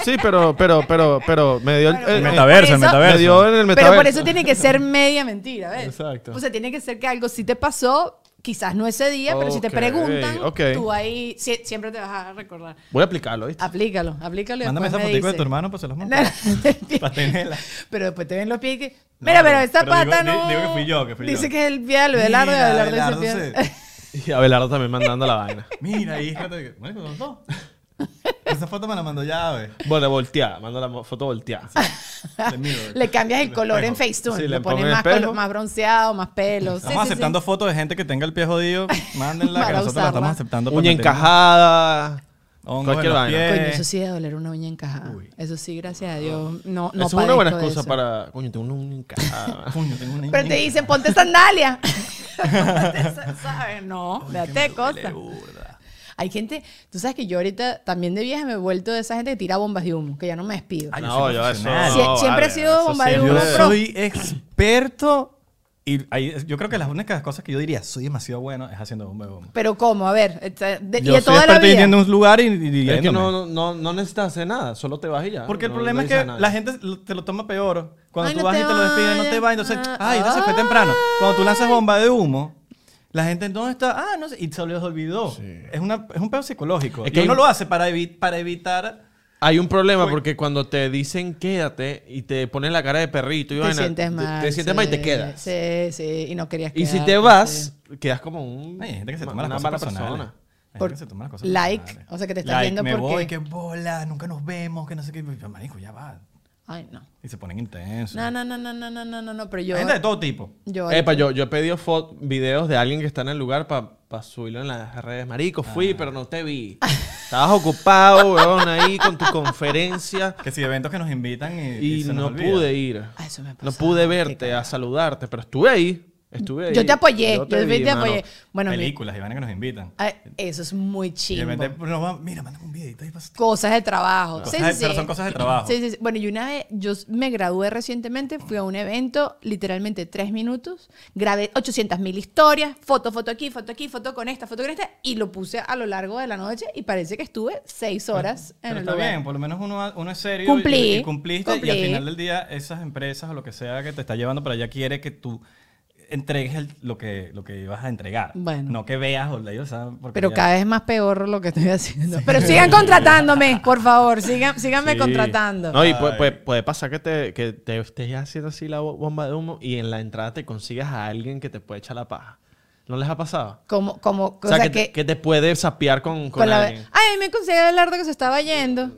Speaker 3: sí pero, pero, pero, pero, me dio el,
Speaker 1: Bueno,
Speaker 3: el-
Speaker 1: pero
Speaker 2: metaverso,
Speaker 1: por
Speaker 2: el metaverso.
Speaker 3: me dio en el metaverso.
Speaker 1: Pero por eso tiene que ser media mentira, ¿ves?
Speaker 3: Exacto.
Speaker 1: O sea, tiene que ser que algo sí te pasó, quizás no ese día, pero si te
Speaker 3: Ok,
Speaker 1: preguntan,
Speaker 3: ok.
Speaker 1: tú ahí sie- siempre te vas a recordar.
Speaker 3: Voy a aplicarlo,
Speaker 1: Ah.
Speaker 3: ¿viste?
Speaker 1: Aplícalo, aplícalo. y
Speaker 2: Mándame esa
Speaker 1: después me
Speaker 2: fotico de
Speaker 1: dices.
Speaker 2: tu hermano para se los monto.
Speaker 1: No,
Speaker 2: Para tenerla.
Speaker 1: pero después te ven los pies y que. Mira,
Speaker 2: pero-
Speaker 1: pero esta
Speaker 2: pero digo-
Speaker 1: pata
Speaker 2: di-
Speaker 1: no.
Speaker 2: digo que fui yo, que fui yo.
Speaker 1: Dice que es el pie de Abelardo y
Speaker 2: Mira,
Speaker 1: Abelardo dice
Speaker 2: Abelardo
Speaker 1: pie-
Speaker 3: Y Abelardo también mandando la vaina.
Speaker 2: Mira, hija. te- Bueno, los dos. Esa foto me la mandó ya, güey.
Speaker 3: Bueno, volteada, mando la mo- foto volteada.
Speaker 2: The mirror.
Speaker 1: Le cambias el color en
Speaker 2: espejo.
Speaker 1: FaceTune.
Speaker 3: Sí,
Speaker 1: le,
Speaker 3: le
Speaker 1: pones
Speaker 3: pongo el
Speaker 1: más,
Speaker 3: espejo.
Speaker 1: color- más bronceado, más pelos. Sí,
Speaker 2: Estamos
Speaker 1: sí, sí.
Speaker 2: aceptando fotos de gente que tenga el pie jodido. Mándenla, que
Speaker 1: Para
Speaker 2: nosotros la
Speaker 1: usarla.
Speaker 2: estamos aceptando. para
Speaker 3: Uña
Speaker 2: meter
Speaker 3: encajada.
Speaker 2: hongos
Speaker 3: Cualquier
Speaker 2: en los
Speaker 3: vaina.
Speaker 2: pies.
Speaker 1: Coño, eso sí debe doler una uña encajada. Eso sí, gracias a Dios. No, no
Speaker 3: Eso es una buena
Speaker 1: padezco de
Speaker 3: excusa
Speaker 1: eso.
Speaker 3: para. Coño, tengo una uña encajada.
Speaker 2: Coño, tengo una
Speaker 1: Pero te
Speaker 2: uña.
Speaker 1: dicen, ponte sandalia. ¿Sabes? No, date cosa. Hay gente, tú sabes que yo ahorita también de vieja me he vuelto de esa gente que tira bombas de humo, que ya no me despido.
Speaker 2: Ay, yo
Speaker 3: No,
Speaker 2: soy
Speaker 3: yo eso.
Speaker 2: profesional.
Speaker 1: Sie- siempre he sido
Speaker 3: eso
Speaker 1: bombardeo
Speaker 2: Yo
Speaker 1: uno
Speaker 3: siempre-
Speaker 1: pro.
Speaker 2: soy experto y ahí- yo creo que las únicas cosas que yo diría soy demasiado bueno es haciendo bomba de bomba.
Speaker 1: Pero ¿cómo? A ver, esta- de, y
Speaker 2: Yo
Speaker 1: de
Speaker 2: soy
Speaker 1: toda la
Speaker 2: experto
Speaker 1: vida.
Speaker 2: yendo a un lugar y, y- y-
Speaker 3: Es que
Speaker 2: yéndome.
Speaker 3: no, no, no, no necesitas hacer nada, solo te vas y ya.
Speaker 2: Porque el
Speaker 3: No-
Speaker 2: problema
Speaker 3: no
Speaker 2: es que
Speaker 3: dices nada.
Speaker 2: la gente lo- te lo toma peor. Cuando
Speaker 1: Ay,
Speaker 2: tú
Speaker 1: no
Speaker 2: vas
Speaker 1: te
Speaker 2: y te lo despiden, no te va. Entonces,
Speaker 1: vayas. Ah.
Speaker 2: ay, entonces fue temprano. Cuando tú lanzas bomba de humo, la gente no está, ah, no sé, y se les olvidó. Es, una, es un pedo psicológico.
Speaker 3: Es
Speaker 2: Es
Speaker 3: que
Speaker 2: que
Speaker 3: hay-
Speaker 2: uno lo hace para, evi- para evitar.
Speaker 3: Hay un problema porque cuando te dicen quédate y te ponen la cara de perrito y
Speaker 1: Te
Speaker 3: vaina,
Speaker 1: sientes mal.
Speaker 3: Te, sientes mal y te
Speaker 1: sí,
Speaker 3: quedas.
Speaker 1: Sí, sí, y no querías
Speaker 3: Y si
Speaker 1: quedarte,
Speaker 3: te
Speaker 1: sí.
Speaker 3: vas, quedas como un,
Speaker 2: Hay gente que se
Speaker 3: ma-
Speaker 2: toma las
Speaker 3: una
Speaker 2: cosas
Speaker 3: mala
Speaker 2: personales.
Speaker 3: persona.
Speaker 2: Hay gente
Speaker 1: Por
Speaker 2: que se toma las cosas
Speaker 1: like,
Speaker 2: personales.
Speaker 1: o sea, que te estás
Speaker 2: Like,
Speaker 1: viendo
Speaker 2: me
Speaker 1: porque-
Speaker 2: voy, que bola, nunca nos vemos, que no sé qué. Yo, Marico, ya va.
Speaker 1: Ay, no.
Speaker 2: Y se ponen intensos.
Speaker 1: No, no, no, no, no, no, no, no, no, pero yo.
Speaker 2: Hay gente de todo tipo.
Speaker 1: yo
Speaker 3: Epa, yo, yo he pedido fo- videos de alguien que está en el lugar para subirlo en las redes. Marico, fui,
Speaker 2: Ah.
Speaker 3: pero no te vi. Estabas ocupado, weón, ahí con tu conferencia
Speaker 2: Que si eventos que nos invitan y, y
Speaker 3: y
Speaker 2: se
Speaker 3: no
Speaker 2: nos olvida.
Speaker 3: pude ir.
Speaker 1: Ah, eso me ha
Speaker 3: no
Speaker 1: pasado,
Speaker 3: pude
Speaker 1: qué
Speaker 3: verte a
Speaker 1: cagada.
Speaker 3: saludarte, pero estuve ahí. Estuve ahí.
Speaker 1: Yo te apoyé, yo te,
Speaker 3: vi, mano.
Speaker 1: apoyé. Bueno, mi-
Speaker 2: películas, y van que nos invitan.
Speaker 1: ay, eso es muy
Speaker 2: Y de
Speaker 1: chido.
Speaker 2: repente pues, nos van, mira, mándame un videito ahí para
Speaker 1: Cosas de trabajo.
Speaker 2: Cosas
Speaker 1: Sí,
Speaker 2: de-
Speaker 1: sí,
Speaker 2: pero
Speaker 1: sí.
Speaker 2: son cosas de trabajo.
Speaker 1: Sí, sí, sí. Bueno, y una vez yo me gradué recientemente, fui a un evento, literalmente tres minutos, grabé 800 mil historias, foto, foto aquí, foto aquí, foto con esta, foto con esta, y lo puse a lo largo de la noche y parece que estuve seis horas en
Speaker 2: Pero
Speaker 1: el
Speaker 2: está
Speaker 1: lugar.
Speaker 2: bien,
Speaker 3: pues,
Speaker 2: por lo menos uno, uno es serio
Speaker 1: Cumplí,
Speaker 2: y, y cumpliste y al
Speaker 1: cumplí.
Speaker 2: final del día esas empresas o lo que sea que te está llevando para allá quiere que tú entregues el- lo, que, lo que ibas a entregar.
Speaker 1: Bueno.
Speaker 2: No que veas o leas, o sea, porque
Speaker 1: Pero
Speaker 2: ya-
Speaker 1: cada vez más peor lo que estoy haciendo. Pero sigan contratándome, por favor, sigan, síganme
Speaker 3: Sí.
Speaker 1: contratando.
Speaker 3: No, y pues, puede, puede- puede pasar que te, que te estés haciendo así la bo- bomba de humo y en la entrada te consigas a alguien que te puede echar la paja. ¿No les ha pasado?
Speaker 1: Como, como,
Speaker 3: O sea, que, te- que te puede sapear con, con,
Speaker 1: con la-
Speaker 3: alguien.
Speaker 1: Ay, a mí me conseguí el Abelardo que se estaba yendo.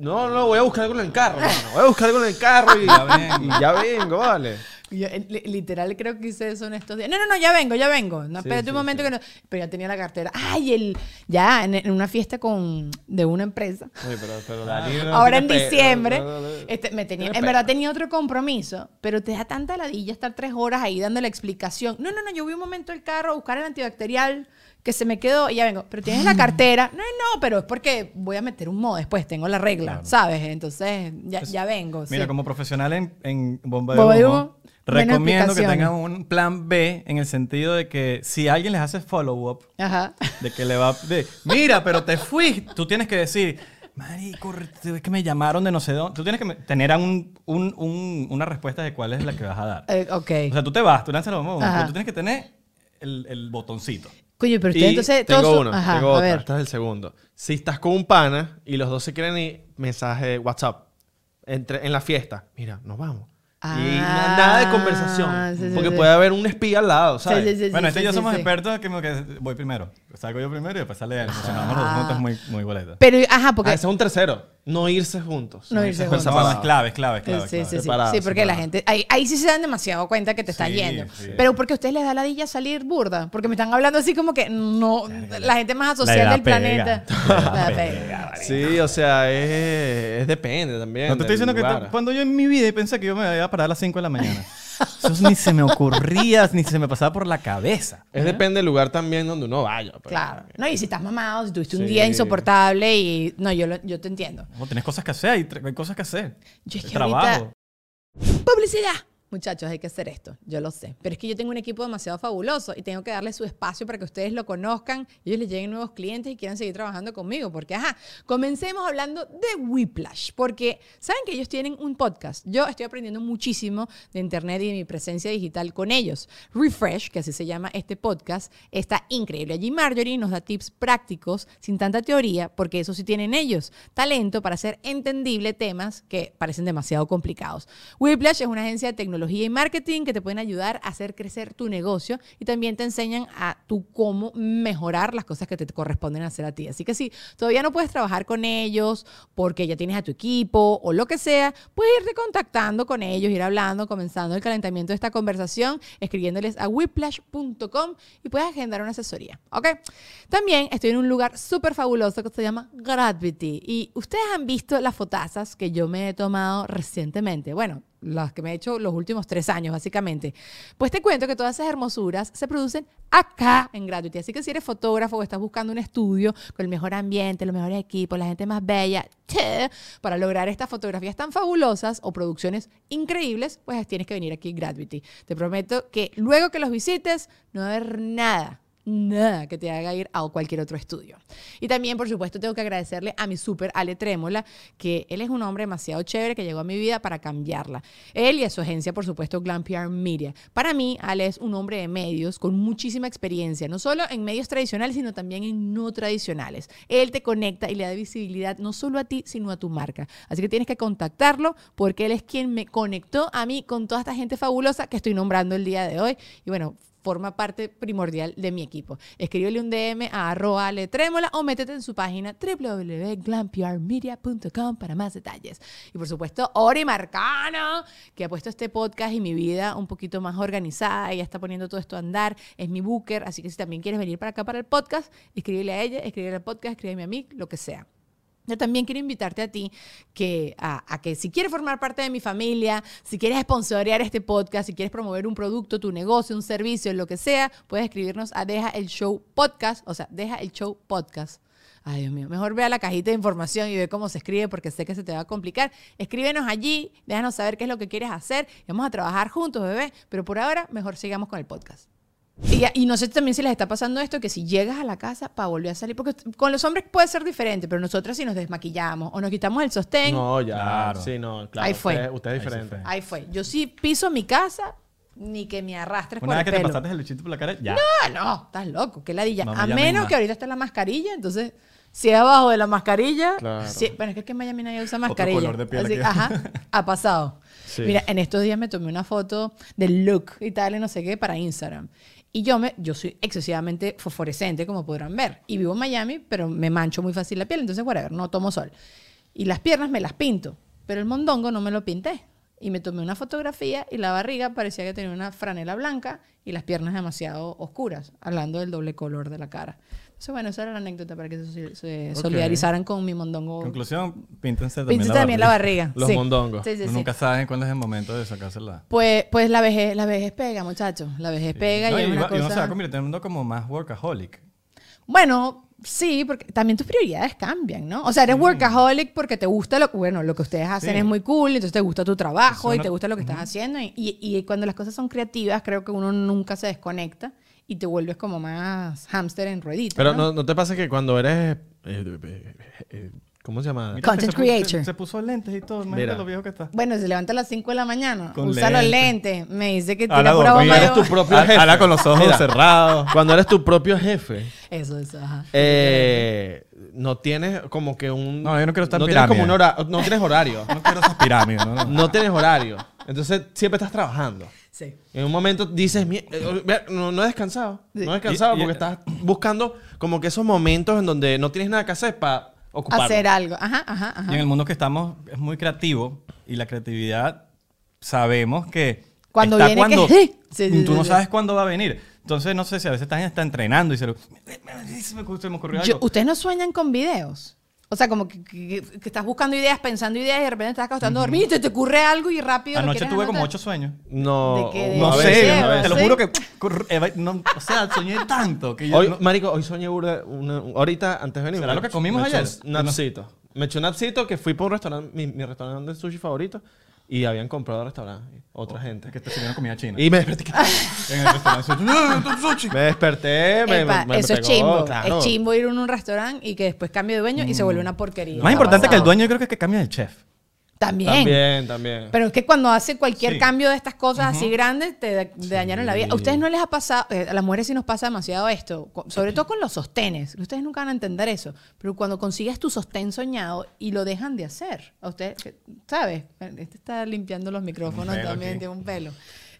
Speaker 3: No, no, voy a buscar algo en el carro, mano. Voy a buscar algo en el carro y
Speaker 2: Ya vengo.
Speaker 3: y ya vengo, vale.
Speaker 1: Yo, eh, li- literal creo que hice eso en estos días. No, no, no, ya vengo, ya vengo. No,
Speaker 3: Sí,
Speaker 1: espérate
Speaker 3: sí,
Speaker 1: un momento
Speaker 3: sí.
Speaker 1: que no. Pero ya tenía la cartera. Ay, el ya en, en una fiesta con de una empresa.
Speaker 3: Oye, pero, pero
Speaker 1: Ah. Ahora en diciembre,
Speaker 3: Este
Speaker 1: este, me tenía,
Speaker 3: Tiene
Speaker 1: en verdad tenía otro compromiso, pero te da tanta ladilla estar tres horas ahí dando la explicación. No, no, no, yo voy un momento al carro a buscar el antibacterial que se me quedó y ya vengo. Pero tienes
Speaker 3: Ah.
Speaker 1: la cartera. No, no, pero es porque voy a meter un modo después, tengo la regla,
Speaker 2: Claro.
Speaker 1: ¿sabes? Entonces, ya,
Speaker 3: Pues,
Speaker 1: ya vengo.
Speaker 2: Mira,
Speaker 1: sí.
Speaker 2: como profesional en, en bomba de
Speaker 1: Bomba de
Speaker 2: humo,
Speaker 1: humo, menos
Speaker 2: recomiendo que
Speaker 1: explicaciones.
Speaker 2: tengan un plan B en el sentido de que si alguien les hace follow-up,
Speaker 1: Ajá.
Speaker 2: De que le va. de, Mira, pero te fuiste. Tú tienes que decir, Marico, es que me llamaron de no sé dónde. Tú tienes que me- tener a un, un- un- una respuesta de cuál es la que vas a dar.
Speaker 1: Eh, ok.
Speaker 2: O sea, tú te vas, tú lanzas la bomba,
Speaker 1: Ajá.
Speaker 2: pero tú tienes que tener el, el botoncito.
Speaker 1: Coño, pero usted entonces...
Speaker 3: tengo
Speaker 1: todos su-
Speaker 3: uno,
Speaker 1: Ajá,
Speaker 3: tengo
Speaker 1: a
Speaker 3: otro.
Speaker 1: ver.
Speaker 3: Este es el segundo. Si estás con un pana y los dos se quieren ir, mensaje de WhatsApp entre, en la fiesta. Mira, nos vamos. y
Speaker 1: Ah,
Speaker 3: na- nada de conversación.
Speaker 1: sí, sí,
Speaker 3: porque
Speaker 1: sí.
Speaker 3: puede haber un espía al lado, ¿sabes?
Speaker 1: Sí, sí, sí,
Speaker 2: bueno,
Speaker 1: sí,
Speaker 2: este
Speaker 1: sí,
Speaker 2: y yo
Speaker 1: sí,
Speaker 2: somos
Speaker 1: sí.
Speaker 2: expertos que, me- que voy primero. Salgo yo primero y después sale él. Entonces, nos vamos los dos juntos muy, muy boletos.
Speaker 1: Pero, ajá,
Speaker 3: Ah,
Speaker 1: porque...
Speaker 3: ese es un tercero. No irse juntos.
Speaker 1: No irse
Speaker 2: No,
Speaker 1: juntos.
Speaker 2: no, es clave, es clave, es
Speaker 1: Sí,
Speaker 2: clave.
Speaker 1: sí,
Speaker 2: es clave.
Speaker 1: sí, sí,
Speaker 3: Separado,
Speaker 1: Sí, porque la
Speaker 3: separado.
Speaker 1: gente... Ahí, ahí sí se dan demasiado cuenta que te estás
Speaker 2: Sí,
Speaker 1: yendo.
Speaker 2: sí.
Speaker 1: Pero porque a ustedes les da ladilla salir burda. Porque me están hablando así como que no... La gente más
Speaker 2: La
Speaker 1: asociada
Speaker 2: edad
Speaker 1: del
Speaker 2: pega.
Speaker 1: planeta.
Speaker 2: La edad
Speaker 1: La
Speaker 2: pega,
Speaker 1: pega.
Speaker 3: Sí, o sea, es, es depende también.
Speaker 2: No te estoy
Speaker 3: del
Speaker 2: diciendo que
Speaker 3: lugar.
Speaker 2: te- cuando yo en mi vida pensé que yo me iba a parar a las 5 de la mañana. Eso ni se me ocurría, ni se me pasaba por la cabeza.
Speaker 3: Es depende del lugar también donde uno vaya. pues.
Speaker 1: Claro. No, y si estás mamado, si tuviste un
Speaker 3: Sí.
Speaker 1: día insoportable y... No, yo, lo- yo te entiendo.
Speaker 2: No, tienes cosas que hacer, hay, tra- hay cosas que hacer.
Speaker 1: Yo es
Speaker 2: Hay
Speaker 1: que ahorita-
Speaker 2: trabajo.
Speaker 1: publicidad. Muchachos, hay que hacer esto, yo lo sé. Pero es que yo tengo un equipo demasiado fabuloso y tengo que darle su espacio para que ustedes lo conozcan, ellos les lleguen nuevos clientes y quieran seguir trabajando conmigo. Porque, ajá, comencemos hablando de Whiplash, porque saben que ellos tienen un podcast. Yo estoy aprendiendo muchísimo de Internet y de mi presencia digital con ellos. Refresh, que así se llama este podcast, está increíble. Allí Marjorie nos da tips prácticos sin tanta teoría, porque eso sí tienen ellos, talento para hacer entendible temas que parecen demasiado complicados. Whiplash es una agencia de tecnología psicología y marketing que te pueden ayudar a hacer crecer tu negocio y también te enseñan a tú cómo mejorar las cosas que te corresponden hacer a ti. Así que si todavía no puedes trabajar con ellos porque ya tienes a tu equipo o lo que sea, puedes irte contactando con ellos, ir hablando, comenzando el calentamiento de esta conversación, escribiéndoles a whiplash.com y puedes agendar una asesoría. ¿Ok? También estoy en un lugar súper fabuloso que se llama Gravity y ustedes han visto las fotazas que yo me he tomado recientemente. Bueno, las que me he hecho los últimos tres años, básicamente. Pues te cuento que todas esas hermosuras se producen acá en Gratuity. Así que si eres fotógrafo o estás buscando un estudio con el mejor ambiente, los mejores equipos, la gente más bella, che, para lograr estas fotografías tan fabulosas o producciones increíbles, pues tienes que venir aquí a Gratuity. Te prometo que luego que los visites, no va a haber nada nada que te haga ir a cualquier otro estudio. Y también, por supuesto, tengo que agradecerle a mi super Ale Trémola, que él es un hombre demasiado chévere que llegó a mi vida para cambiarla. Él y a su agencia, por supuesto, Glam PR Media. Para mí, Ale es un hombre de medios con muchísima experiencia, no solo en medios tradicionales, sino también en no tradicionales. Él te conecta y le da visibilidad no solo a ti, sino a tu marca. Así que tienes que contactarlo porque él es quien me conectó a mí con toda esta gente fabulosa que estoy nombrando el día de hoy. Y bueno, forma parte primordial de mi equipo. Escríbele un DM a arroba letrémola o métete en su página www.glamprmedia.com para más detalles. Y por supuesto, Ori Marcano, que ha puesto este podcast y mi vida un poquito más organizada, ella está poniendo todo esto a andar, es mi booker, así que si también quieres venir para acá para el podcast, escríbele a ella, escríbele al podcast, escríbeme a mí, lo que sea. Yo también quiero invitarte a ti que, a, a que si quieres formar parte de mi familia, si quieres sponsorear este podcast, si quieres promover un producto, tu negocio, un servicio, lo que sea, puedes escribirnos a Deja el Show Podcast, o sea, Deja el Show Podcast. Ay, Dios mío, mejor ve a la cajita de información y ve cómo se escribe porque sé que se te va a complicar. Escríbenos allí, déjanos saber qué es lo que quieres hacer y vamos a trabajar juntos, bebé. Pero por ahora, mejor sigamos con el podcast. Y, y no sé también si les está pasando esto, que si llegas a la casa para volver a salir, porque con los hombres puede ser diferente, pero nosotras si nos desmaquillamos o nos quitamos el sostén,
Speaker 3: No, ya.
Speaker 2: Claro.
Speaker 3: Sí, no, claro.
Speaker 1: Ahí fue.
Speaker 3: Usted, usted es
Speaker 2: Ahí se
Speaker 3: diferente.
Speaker 2: fue.
Speaker 1: ahí fue. Yo sí piso mi casa, ni que me arrastres
Speaker 2: Una
Speaker 1: por
Speaker 2: vez que
Speaker 1: el
Speaker 2: te
Speaker 1: pelo.
Speaker 2: pasaste el luchito por la cara, ya.
Speaker 1: Ah, no, estás loco, qué ladilla.
Speaker 2: No,
Speaker 1: a
Speaker 2: Miami
Speaker 1: menos
Speaker 2: no.
Speaker 1: que ahorita esté la mascarilla, entonces si es abajo de la mascarilla,
Speaker 3: Claro.
Speaker 1: sí, bueno, es que aquí en Miami nadie usa mascarilla.
Speaker 2: color de piel
Speaker 1: Así-
Speaker 2: aquí.
Speaker 1: ajá, ha pasado.
Speaker 3: Sí.
Speaker 1: Mira, en estos días me tomé una foto del look y tal, y no sé qué, para Instagram. Y yo, me, yo soy excesivamente fosforescente, como podrán ver. Y vivo en Miami, pero me mancho muy fácil la piel, entonces, whatever, no tomo sol. Y las piernas me las pinto, pero el mondongo no me lo pinté. Y me tomé una fotografía y la barriga parecía que tenía una franela blanca y las piernas demasiado oscuras, hablando del doble color de la cara. Entonces, bueno, esa era la anécdota para que se, se
Speaker 2: Ok.
Speaker 1: solidarizaran con mi mondongo.
Speaker 2: Conclusión, píntense también,
Speaker 1: Pinté
Speaker 2: la,
Speaker 1: también la
Speaker 2: barriga.
Speaker 1: barriga.
Speaker 3: Los
Speaker 1: sí.
Speaker 3: mondongos.
Speaker 1: Sí, sí,
Speaker 2: Uno
Speaker 1: sí.
Speaker 2: Nunca saben cuándo es el momento de sacársela.
Speaker 1: Pues, pues la vejez, la vejez pega, muchachos. La vejez pega
Speaker 2: No,
Speaker 1: y, es una
Speaker 2: va- uno se va
Speaker 1: cosa-
Speaker 2: convirtiendo como más workaholic.
Speaker 1: Bueno, sí, porque también tus prioridades cambian, ¿no? O sea, eres workaholic porque te gusta lo que, bueno, lo que ustedes hacen
Speaker 2: Sí.
Speaker 1: es muy cool, entonces te gusta tu trabajo
Speaker 2: Es
Speaker 1: y
Speaker 2: una-
Speaker 1: te gusta lo que estás haciendo. Y, y- y cuando las cosas son creativas, creo que uno nunca se desconecta y te vuelves como más hámster en ruedita.
Speaker 3: Pero
Speaker 1: ¿no?
Speaker 3: no, no te pasa que cuando eres. eh, eh, eh, ¿Cómo se llama?
Speaker 2: Mira,
Speaker 1: Content
Speaker 2: se puso- se-
Speaker 1: creator.
Speaker 2: Se, puso lentes y todo, imagínate
Speaker 3: Mira.
Speaker 2: lo viejo que está.
Speaker 1: Bueno, se levanta a las 5 de la mañana,
Speaker 2: Con
Speaker 1: usa los
Speaker 2: lentes.
Speaker 1: lentes, me dice que
Speaker 2: Habla
Speaker 1: tira pura
Speaker 2: dormido.
Speaker 1: bomba de
Speaker 3: Eres tu
Speaker 1: humo.
Speaker 3: propio jefe.
Speaker 2: Habla con los ojos
Speaker 3: Mira.
Speaker 2: cerrados.
Speaker 3: Cuando eres tu propio jefe,
Speaker 1: Eso, eso, ajá.
Speaker 3: eh, no tienes como que un.
Speaker 2: No, yo no quiero estar en
Speaker 3: tienes como un
Speaker 2: pirámide.
Speaker 3: hora- No tienes horario.
Speaker 2: No quiero esas pirámides, ¿no? no.
Speaker 3: no tienes horario. Entonces siempre estás trabajando.
Speaker 1: Sí.
Speaker 3: En un momento dices, "Mie- eh, ver, no, no he descansado. No he descansado
Speaker 2: Y- eh, y-
Speaker 3: porque estás buscando como que esos momentos en donde no tienes nada que hacer para ocuparlo.
Speaker 1: Hacer algo. Ajá, ajá, ajá.
Speaker 2: Y en el mundo que estamos es muy creativo y la creatividad sabemos que
Speaker 1: Cuando
Speaker 2: está
Speaker 1: viene
Speaker 2: cuando
Speaker 1: que- Sí, sí,
Speaker 2: tú
Speaker 1: sí,
Speaker 2: no
Speaker 1: sí.
Speaker 2: sabes cuándo va a venir. Entonces, no sé si a veces están hasta entrenando y se, lo, se me se me ocurrió
Speaker 1: Yo-
Speaker 2: algo.
Speaker 1: ¿Ustedes no sueñan con videos? O sea, como que, que- que estás buscando ideas, pensando ideas y de repente estás acostando a dormir y te, te ocurre algo y rápido. lo
Speaker 2: Anoche
Speaker 1: quieres
Speaker 2: tuve como
Speaker 1: anotar.
Speaker 2: ocho sueños.
Speaker 3: No,
Speaker 1: ¿De qué?
Speaker 3: o
Speaker 2: No
Speaker 3: a
Speaker 2: sé,
Speaker 3: veces,
Speaker 1: sí,
Speaker 3: a
Speaker 2: te lo
Speaker 1: sí.
Speaker 3: veces.
Speaker 2: juro que... eh, no, o sea, soñé tanto que yo...
Speaker 3: Hoy,
Speaker 2: no-
Speaker 3: marico, hoy soñé burda una- ahorita antes de venir.
Speaker 2: ¿Será
Speaker 3: me
Speaker 2: lo que
Speaker 3: eché-
Speaker 2: comimos
Speaker 3: me eché
Speaker 2: ayer?
Speaker 3: Un napsito. Me eché un napsito que fui por un restaurante, mi, mi restaurante de sushi favorito, y habían comprado el restaurante, otra gente.
Speaker 2: que te sirvieron comida china.
Speaker 3: Y me desperté.
Speaker 2: En el restaurante. ¡Ah, tu sushi!
Speaker 3: me desperté, me,
Speaker 1: Epa,
Speaker 3: me
Speaker 1: eso es
Speaker 3: pegó,
Speaker 1: chimbo.
Speaker 3: claro.
Speaker 1: Es chimbo ir a un- un restaurante y que después cambie de dueño y se vuelve una porquería.
Speaker 2: Mm. Más importante que el
Speaker 1: Pasado.
Speaker 2: dueño, yo creo que es que cambia el chef.
Speaker 1: También.
Speaker 3: También, también.
Speaker 1: Pero es que cuando hace cualquier
Speaker 2: Sí.
Speaker 1: cambio de estas cosas así grandes, te da- te dañaron la vida. A ustedes no les ha pasado, eh, a las mujeres sí nos pasa demasiado esto, co- sobre todo con los sostenes. Ustedes nunca van a entender eso. Pero cuando consigues tu sostén soñado y lo dejan de hacer, a ustedes, que- ¿sabes? Este está limpiando los micrófonos
Speaker 2: Un pelo
Speaker 1: también,
Speaker 2: aquí.
Speaker 1: tiene un pelo.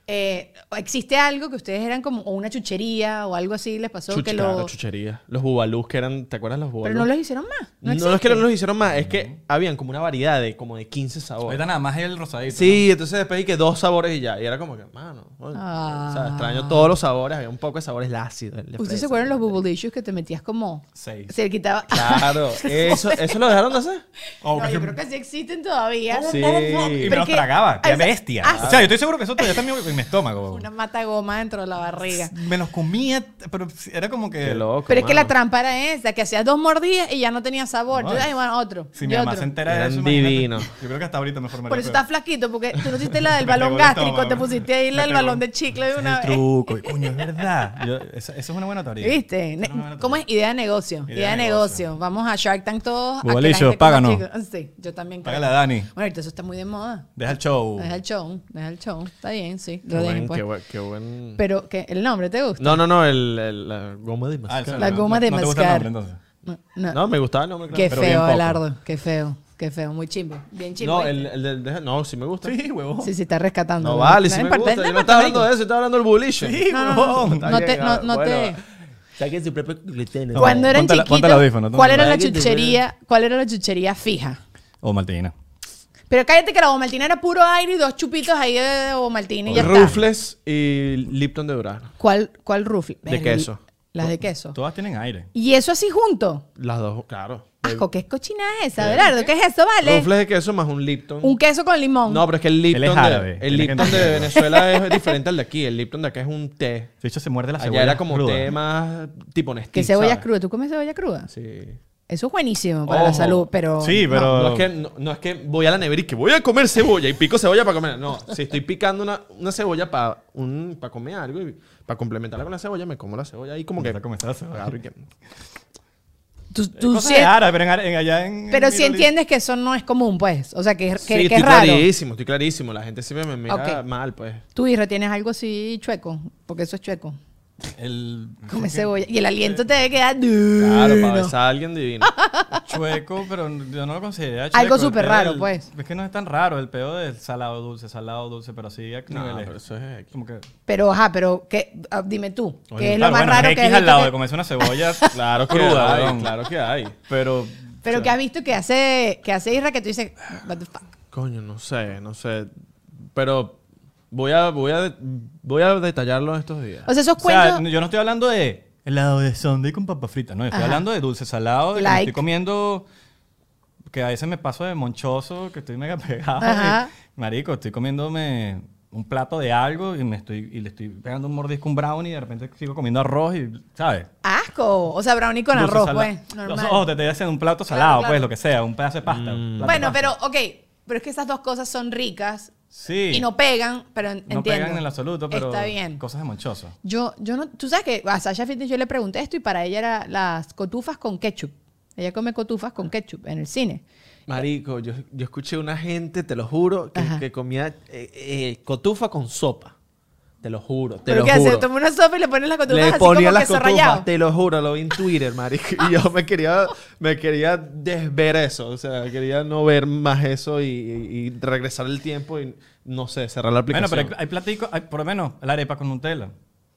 Speaker 1: Eh, ¿Existe algo que ustedes eran como o una chuchería o algo así les pasó
Speaker 3: Chuch-
Speaker 1: que
Speaker 3: claro,
Speaker 1: lo...
Speaker 3: chuchería. Los bubalús que eran, ¿te acuerdas los bubalús?
Speaker 1: Pero no los hicieron más.
Speaker 3: No, es que no los hicieron más, es que habían como una variedad de como de 15 sabores.
Speaker 2: Ahorita nada más el rosadito.
Speaker 3: Sí, entonces después dije dos sabores y ya. Y era como que, mano, oye,
Speaker 1: Ah.
Speaker 3: o sea, extraño todos los sabores. Había un poco de sabores ácidos. el de
Speaker 1: ¿Ustedes se
Speaker 3: fresa,
Speaker 1: acuerdan
Speaker 3: el
Speaker 1: los
Speaker 3: de-
Speaker 1: bubble issues que te metías como...
Speaker 2: Seis.
Speaker 1: Se le quitaba...
Speaker 3: Claro, eso, eso lo dejaron de hacer.
Speaker 2: Oh,
Speaker 1: No,
Speaker 2: que-
Speaker 1: yo creo que sí existen todavía.
Speaker 3: Sí.
Speaker 2: Y me
Speaker 1: Pero
Speaker 2: los
Speaker 1: que-
Speaker 2: tragaba.
Speaker 1: Ah,
Speaker 2: Qué
Speaker 1: o sea,
Speaker 2: bestia.
Speaker 1: ah,
Speaker 2: O sea, yo estoy seguro que eso todavía está en mi, en mi estómago.
Speaker 1: Una mata goma dentro de la barriga.
Speaker 2: Me los comía, pero era como que.
Speaker 3: Qué loco.
Speaker 1: Pero es que la
Speaker 3: mano.
Speaker 1: trampa era esa, que hacías dos mordidas y ya no tenía sabor.
Speaker 2: No,
Speaker 1: Yo, ay,
Speaker 2: es-
Speaker 1: bueno, otro.
Speaker 2: Si
Speaker 1: y
Speaker 2: mi mamá
Speaker 1: otro.
Speaker 2: se entera de
Speaker 3: Eran
Speaker 2: eso, imagínate.
Speaker 3: divinos.
Speaker 2: Yo creo que hasta ahorita me formaría.
Speaker 1: Por eso estás flaquito, porque tú no hiciste la del
Speaker 2: Me pegó
Speaker 1: balón
Speaker 2: el
Speaker 1: gástrico,
Speaker 2: estómago.
Speaker 1: te pusiste ahí la
Speaker 2: Me
Speaker 1: del
Speaker 2: pegó.
Speaker 1: balón de chicle de una
Speaker 2: el
Speaker 1: vez.
Speaker 2: truco. y, Coño, es verdad. Yo- eso, eso es una buena teoría.
Speaker 1: ¿Viste?
Speaker 2: Eso es una buena
Speaker 1: ¿Cómo es?
Speaker 2: teoría.
Speaker 1: Idea de negocio. Idea, de negocio. Vamos a Shark Tank todos. a que la
Speaker 2: Bubalillos,
Speaker 1: gente coma
Speaker 2: páganos.
Speaker 1: chicle. Sí, yo también creo.
Speaker 2: Págala, Uh. Dani.
Speaker 1: Bueno, ahorita eso está muy de moda.
Speaker 2: Deja el show.
Speaker 1: Deja el show, deja el show. Está bien, sí.
Speaker 3: Qué
Speaker 1: Lo dejen,
Speaker 3: buen,
Speaker 1: pues.
Speaker 3: qué buen, qué buen-
Speaker 1: Pero, ¿qué? ¿El nombre te gusta?
Speaker 3: No, no, no, el, el- la goma de
Speaker 2: Ah, eso
Speaker 3: mascar.
Speaker 1: La
Speaker 2: no-
Speaker 1: goma de
Speaker 2: no, No te gusta
Speaker 1: mascar.
Speaker 2: el nombre, entonces.
Speaker 1: No, no.
Speaker 3: No, me gustaba el nombre. claro.
Speaker 1: Qué
Speaker 2: pero bien
Speaker 1: feo,
Speaker 2: poco.
Speaker 1: Alardo. Qué feo, qué feo. Muy chimbo. Bien chimbo. ¿eh?
Speaker 3: No, el, el del- deja- no, sí me gusta.
Speaker 2: Sí, huevón.
Speaker 1: Sí, sí, está rescatando.
Speaker 3: No vale, sí me
Speaker 1: importa,
Speaker 3: gusta. Yo
Speaker 1: no
Speaker 3: no
Speaker 1: importa,
Speaker 3: estaba hablando
Speaker 1: marico.
Speaker 3: de eso, estaba hablando del bullish.
Speaker 2: Sí,
Speaker 1: No, no, no,
Speaker 2: huevón.
Speaker 1: no, no te... No, no te...
Speaker 3: ah, Bueno, Saquen su propio gluten.
Speaker 2: No,
Speaker 1: Cuando eran
Speaker 2: ponte la- ponte
Speaker 1: chiquitos,
Speaker 2: el audífono,
Speaker 1: ¿cuál
Speaker 2: ponte
Speaker 1: era
Speaker 3: el
Speaker 1: la
Speaker 3: audífono.
Speaker 1: chuchería? ¿Cuál era la chuchería fija?
Speaker 3: Oh,
Speaker 2: O Martina.
Speaker 1: Pero cállate que la bomaltina era puro aire y dos chupitos ahí de bomaltina y ya está.
Speaker 3: Rufles y Lipton de Durazno.
Speaker 1: ¿Cuál, cuál rufle?
Speaker 3: De queso.
Speaker 1: Las de queso.
Speaker 2: Todas tienen aire.
Speaker 1: Y eso así junto.
Speaker 3: Las dos, claro.
Speaker 1: Asco, qué cochina es esa, Abelardo. ¿Qué es eso, vale?
Speaker 3: Rufles de queso más un Lipton.
Speaker 1: Un queso con limón.
Speaker 3: No, pero es que el
Speaker 2: Él
Speaker 3: Lipton,
Speaker 2: es árabe,
Speaker 3: de,
Speaker 2: tienes
Speaker 3: el
Speaker 2: que
Speaker 3: Lipton de
Speaker 2: entenderlo.
Speaker 3: Venezuela es diferente al de aquí. El Lipton de acá es un té.
Speaker 2: De hecho, Ah, se muerde la cebolla.
Speaker 3: Allá era como
Speaker 2: cruda.
Speaker 3: té más tipo Nestlé.
Speaker 1: que cebolla
Speaker 3: ¿sabes?
Speaker 1: cruda. ¿Tú comes cebolla cruda?
Speaker 3: Sí.
Speaker 1: Eso es buenísimo para la
Speaker 3: Ojo.
Speaker 1: salud, pero...
Speaker 2: Sí,
Speaker 1: no.
Speaker 2: pero.
Speaker 3: No, es que, no, no es que voy a la nevera y que voy a comer cebolla y pico cebolla para comer. No, si estoy picando una, una cebolla para un, para comer algo y para complementarla con la cebolla, me como la cebolla ahí como que.
Speaker 2: Está comenzando a cebolla.
Speaker 3: Agarro y que-
Speaker 1: Tú, tú
Speaker 2: Cosas
Speaker 1: sí-
Speaker 2: de árabe, pero en, ara- en allá en.
Speaker 1: Pero
Speaker 2: en
Speaker 1: si
Speaker 2: Middle East.
Speaker 1: entiendes que eso no es común, pues. O sea, que, que,
Speaker 3: sí,
Speaker 1: que
Speaker 3: estoy
Speaker 1: es raro.
Speaker 3: clarísimo, estoy clarísimo. La gente siempre me mira
Speaker 1: Ok.
Speaker 3: mal, pues.
Speaker 1: Tú, Isra, tienes algo así chueco, porque eso es chueco.
Speaker 2: El
Speaker 1: Come cebolla. Y el aliento te debe quedar duro.
Speaker 3: Claro, para besar a alguien divino.
Speaker 2: chueco, pero yo no lo consideré chueco.
Speaker 1: Algo
Speaker 2: el
Speaker 1: súper
Speaker 2: pedo
Speaker 1: raro,
Speaker 2: del-
Speaker 1: pues.
Speaker 2: Es que no es tan raro el pedo del salado dulce, salado dulce, pero así a
Speaker 3: No,
Speaker 2: niveles.
Speaker 3: pero eso es.
Speaker 2: Como que.
Speaker 1: Pero, ajá, pero ¿qué? Ah, dime tú, ¿qué
Speaker 2: Oye,
Speaker 1: es lo
Speaker 2: claro,
Speaker 1: más
Speaker 2: bueno,
Speaker 1: raro
Speaker 2: X
Speaker 1: que has visto?
Speaker 2: al lado de
Speaker 1: que-
Speaker 2: comerse una cebolla.
Speaker 3: Claro que
Speaker 2: Cruda,
Speaker 3: hay,
Speaker 2: weón.
Speaker 3: claro que hay.
Speaker 2: pero.
Speaker 1: Pero que has visto que hace, que hace Isra que tú dices, what the fuck.
Speaker 3: Coño, no sé, no sé. Pero voy a, voy a, voy a detallarlo estos días.
Speaker 1: O sea, esos
Speaker 2: O sea,
Speaker 1: cuentos...
Speaker 2: yo no estoy hablando de helado de sundae con papa frita, no, estoy
Speaker 1: Ajá.
Speaker 2: hablando de dulce salado, de que me
Speaker 1: Like.
Speaker 2: estoy comiendo que a veces me paso de monchoso, que estoy mega pegado.
Speaker 1: Ajá.
Speaker 2: y, marico, estoy comiéndome un plato de algo y me estoy y le estoy pegando un mordisco a un brownie y de repente sigo comiendo arroz y, ¿sabes?
Speaker 1: Asco. O sea, brownie con
Speaker 2: Dulce
Speaker 1: arroz,
Speaker 2: salado.
Speaker 1: pues.
Speaker 2: Los
Speaker 1: Normal.
Speaker 2: ojos te estoy haciendo un plato salado,
Speaker 1: claro.
Speaker 2: pues lo que sea, un pedazo de pasta. un plato de
Speaker 1: Bueno,
Speaker 2: pasta.
Speaker 1: pero, ok. Pero es que esas dos cosas son ricas
Speaker 2: sí.
Speaker 1: y no pegan, pero en-
Speaker 2: No
Speaker 1: entiendo.
Speaker 2: pegan en el absoluto, pero
Speaker 1: Está bien.
Speaker 2: cosas de monchoso.
Speaker 1: Yo, yo no, tú sabes que a Sasha Fitness yo le pregunté esto y para ella era las cotufas con ketchup. Ella come cotufas con ketchup en el cine.
Speaker 3: Marico, yo, yo escuché una gente, te lo juro, que,
Speaker 1: Ajá.
Speaker 3: que comía eh, eh, cotufa con sopa. Te lo juro, te
Speaker 1: ¿Pero
Speaker 3: lo
Speaker 1: qué
Speaker 3: juro.
Speaker 1: hace? Toma una sopa y le pone las cotufas
Speaker 3: Le
Speaker 1: así
Speaker 3: ponía
Speaker 1: como
Speaker 3: las
Speaker 1: queso
Speaker 3: cotufas,
Speaker 1: rallado.
Speaker 3: te lo juro, lo vi en Twitter, marico. Y yo me quería, me quería desver eso. O sea, quería no ver más eso y, y- y regresar el tiempo y, no sé, cerrar la
Speaker 2: Bueno,
Speaker 3: aplicación.
Speaker 2: pero hay, hay platicos, hay- por lo menos la arepa con Nutella.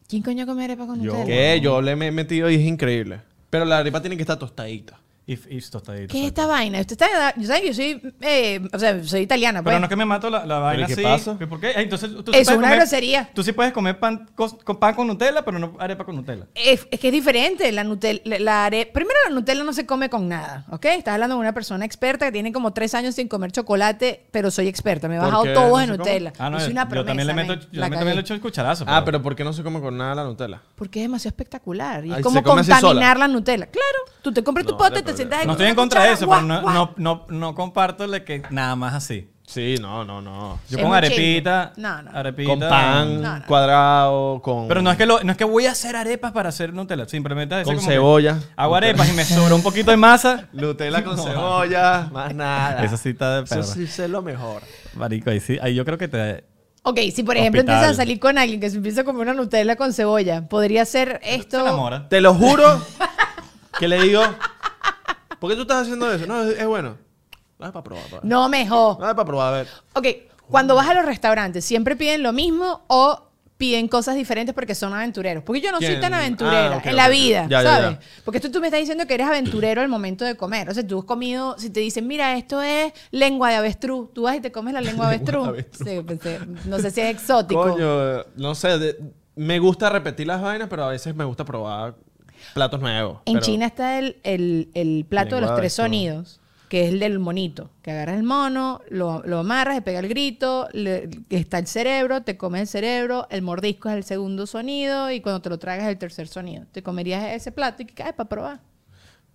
Speaker 1: ¿Quién coño come arepa con
Speaker 2: Yo.
Speaker 1: Nutella?
Speaker 2: ¿Qué?
Speaker 3: Que yo le me he metido y es increíble. Pero la arepa tiene que estar tostadita.
Speaker 2: Y, y tostaditos.
Speaker 1: ¿Qué es esta vaina? Usted está, yo sabes que yo soy, eh, o sea, soy italiana,
Speaker 2: Pero
Speaker 1: pues.
Speaker 2: no es que me mato la, la vaina
Speaker 3: qué
Speaker 2: así.
Speaker 3: pasa?
Speaker 2: ¿Pero ¿Por qué? Ay, Entonces,
Speaker 1: Eso
Speaker 2: tú sí
Speaker 1: es
Speaker 2: puedes
Speaker 1: una
Speaker 2: comer-
Speaker 1: grosería.
Speaker 2: Tú sí puedes comer pan cos- con, pan con Nutella, pero no arepa con Nutella.
Speaker 1: Es, es que es diferente. La Nutella, la, la are- Primero, la Nutella no se come con nada, ¿ok? Estás hablando de una persona experta que tiene como tres años sin comer chocolate, pero soy experta. Me he
Speaker 3: ¿Por
Speaker 1: bajado
Speaker 3: qué
Speaker 1: todos
Speaker 3: no
Speaker 1: de
Speaker 3: se come?
Speaker 1: Nutella. es una
Speaker 2: Ah, yo
Speaker 1: promesa,
Speaker 2: también le meto,
Speaker 1: men.
Speaker 2: yo
Speaker 1: La
Speaker 2: también le
Speaker 1: cagué.
Speaker 2: echo el cucharazo.
Speaker 3: Ah, pero ¿por qué no se come con nada la Nutella?
Speaker 1: Porque es demasiado espectacular. Y es
Speaker 3: Ay,
Speaker 1: como
Speaker 3: se come así
Speaker 1: contaminar
Speaker 3: sola.
Speaker 1: la Nutella. Claro, tú te compras tu
Speaker 3: No,
Speaker 1: pote,
Speaker 3: no
Speaker 1: te
Speaker 3: hay problema.
Speaker 1: sientas ahí
Speaker 2: No
Speaker 1: con
Speaker 2: estoy
Speaker 1: una
Speaker 2: en contra
Speaker 1: cuchara,
Speaker 2: de eso,
Speaker 1: guau,
Speaker 2: pero no,
Speaker 1: guau.
Speaker 2: no, no, no comparto la que nada más así.
Speaker 3: Sí, no, no, no.
Speaker 1: Es
Speaker 2: Yo con
Speaker 1: muy
Speaker 2: arepita.
Speaker 1: chingo. No, no.
Speaker 2: Arepita. eh,
Speaker 3: Con pan
Speaker 1: No, no.
Speaker 3: cuadrado, con,
Speaker 2: Pero no es, que lo- no es que voy a hacer arepas para hacer Nutella. Simplemente es
Speaker 3: con
Speaker 2: como que
Speaker 3: cebolla.
Speaker 2: Hago arepas y me sobró un poquito de masa.
Speaker 3: Nutella con
Speaker 2: No.
Speaker 3: cebolla, más nada.
Speaker 2: Eso sí está de
Speaker 3: Eso
Speaker 2: perro.
Speaker 3: sí es lo mejor.
Speaker 2: Marico, ahí sí. Ahí yo creo que te.
Speaker 1: Ok, si por ejemplo
Speaker 2: Hospital.
Speaker 1: empiezas a salir con alguien que se empieza a comer una Nutella con cebolla, podría ser
Speaker 2: Te
Speaker 1: esto.
Speaker 2: enamora.
Speaker 3: Te lo juro que le digo, ¿por qué tú estás haciendo eso? No, es, es bueno. Dame para probar. pues. pa'.
Speaker 1: No mejor.
Speaker 3: Dame para probar, a ver.
Speaker 1: Ok, cuando vas a los restaurantes, ¿siempre piden lo mismo o piden cosas diferentes porque son aventureros? Porque yo no soy
Speaker 3: ¿Quién?
Speaker 1: tan aventurera
Speaker 3: Ah, ok,
Speaker 1: en la
Speaker 3: ok, ok.
Speaker 1: vida,
Speaker 3: Ya, ya,
Speaker 1: ¿sabes?
Speaker 3: ya.
Speaker 1: Porque tú, tú me estás diciendo que eres aventurero al momento de comer. O sea, tú has comido, si te dicen, mira, esto es lengua de avestruz, tú vas y te comes la lengua de avestruz. Sí, pensé, no sé si es exótico.
Speaker 3: Coño, no sé, de- me gusta repetir las vainas, pero a veces me gusta probar platos nuevos.
Speaker 1: En
Speaker 3: pero-
Speaker 1: China está el, el- el plato de los
Speaker 3: Lenguaje,
Speaker 1: tres
Speaker 3: todo.
Speaker 1: sonidos, que es el del monito. Que agarras el mono, lo, lo amarras, le pega el grito, le- está el cerebro, te comes el cerebro, el mordisco es el segundo sonido y cuando te lo tragas es el tercer sonido. Te comerías ese plato y que cae para probar.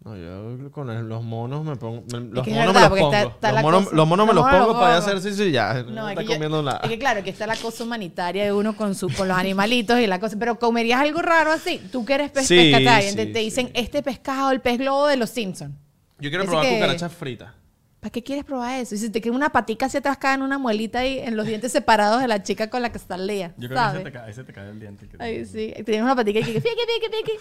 Speaker 3: No, yo con el- los monos me pongo. me- los
Speaker 1: que es
Speaker 3: monos
Speaker 1: verdad,
Speaker 3: me
Speaker 1: porque
Speaker 3: los pongo.
Speaker 1: está- está la
Speaker 3: los, monos,
Speaker 1: cosa-
Speaker 3: los monos me
Speaker 1: los
Speaker 3: los
Speaker 1: monos
Speaker 3: pongo
Speaker 1: los
Speaker 3: para
Speaker 1: pongo.
Speaker 3: hacer ejercicio y ya. No,
Speaker 1: es
Speaker 3: está
Speaker 1: que yo-
Speaker 3: comiendo nada.
Speaker 1: es que claro, que está la cosa humanitaria de uno con, su, con los animalitos y la cosa. Pero comerías algo raro así. Tú que eres pes-
Speaker 3: Sí,
Speaker 1: pescataria,
Speaker 3: sí,
Speaker 1: te, te
Speaker 3: sí.
Speaker 1: dicen este pescado, el pez globo de los Simpsons.
Speaker 3: Yo quiero
Speaker 1: Así
Speaker 3: probar
Speaker 1: que-
Speaker 3: cucarachas fritas.
Speaker 1: ¿Para qué quieres probar eso? Y si te queda una patica así atascada en una muelita ahí, en los dientes separados de la chica con la que estás lea.
Speaker 2: Yo creo que
Speaker 1: ¿sabes?
Speaker 2: ahí se te cae, ahí se te cae el diente. que-
Speaker 1: Ay, sí. Tienes una patica y que pique, pique, pique.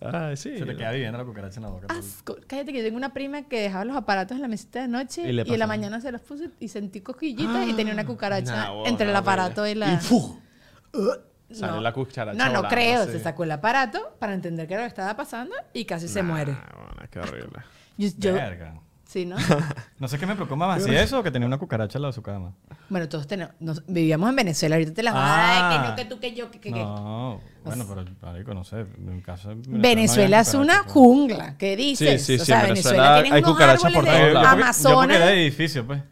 Speaker 3: Ay, Ah, sí.
Speaker 2: Se te queda viviendo la cucaracha en la boca.
Speaker 1: Asco. Cállate que yo tengo una prima que dejaba los aparatos en la mesita de noche
Speaker 3: Y
Speaker 1: y,
Speaker 3: le
Speaker 1: en la
Speaker 3: pasaba.
Speaker 1: mañana se los puso y sentí cosquillitas y tenía
Speaker 2: Ah,
Speaker 1: una cucaracha
Speaker 3: Nah,
Speaker 1: entre el
Speaker 3: bueno,
Speaker 1: aparato y la...
Speaker 3: Y ¡fu!
Speaker 1: No.
Speaker 3: Salió la cucaracha
Speaker 1: No, no
Speaker 3: volando,
Speaker 1: creo.
Speaker 3: sí.
Speaker 1: Se sacó el aparato para entender qué era lo que estaba pasando y casi se muere.
Speaker 3: Ah, bueno, qué horrible.
Speaker 1: Yo, yo-
Speaker 2: Verga.
Speaker 1: sí, ¿no?
Speaker 2: No sé qué me preocupa más, si eso o que tenía una cucaracha al lado de su cama.
Speaker 1: bueno, todos tenemos... nos- vivíamos en Venezuela. Ahorita te las vas a
Speaker 2: Ah.
Speaker 1: dar, que no, que tú, que yo, que... que, que.
Speaker 2: No, bueno, pero marico, no sé. En casa, en
Speaker 1: Venezuela
Speaker 2: no
Speaker 1: es una
Speaker 2: había cucarachas,
Speaker 1: jungla, ¿qué dices?
Speaker 3: Sí, sí,
Speaker 1: o
Speaker 3: sí,
Speaker 1: sea,
Speaker 3: en
Speaker 1: Venezuela,
Speaker 3: Venezuela
Speaker 1: tiene
Speaker 3: hay
Speaker 1: unos
Speaker 3: cucarachas
Speaker 1: árboles
Speaker 3: por
Speaker 2: pues. pero-
Speaker 1: de
Speaker 3: todos
Speaker 2: Yo porque-
Speaker 3: lados.
Speaker 2: Yo porque era
Speaker 1: Amazonas.
Speaker 2: de edificio, pues.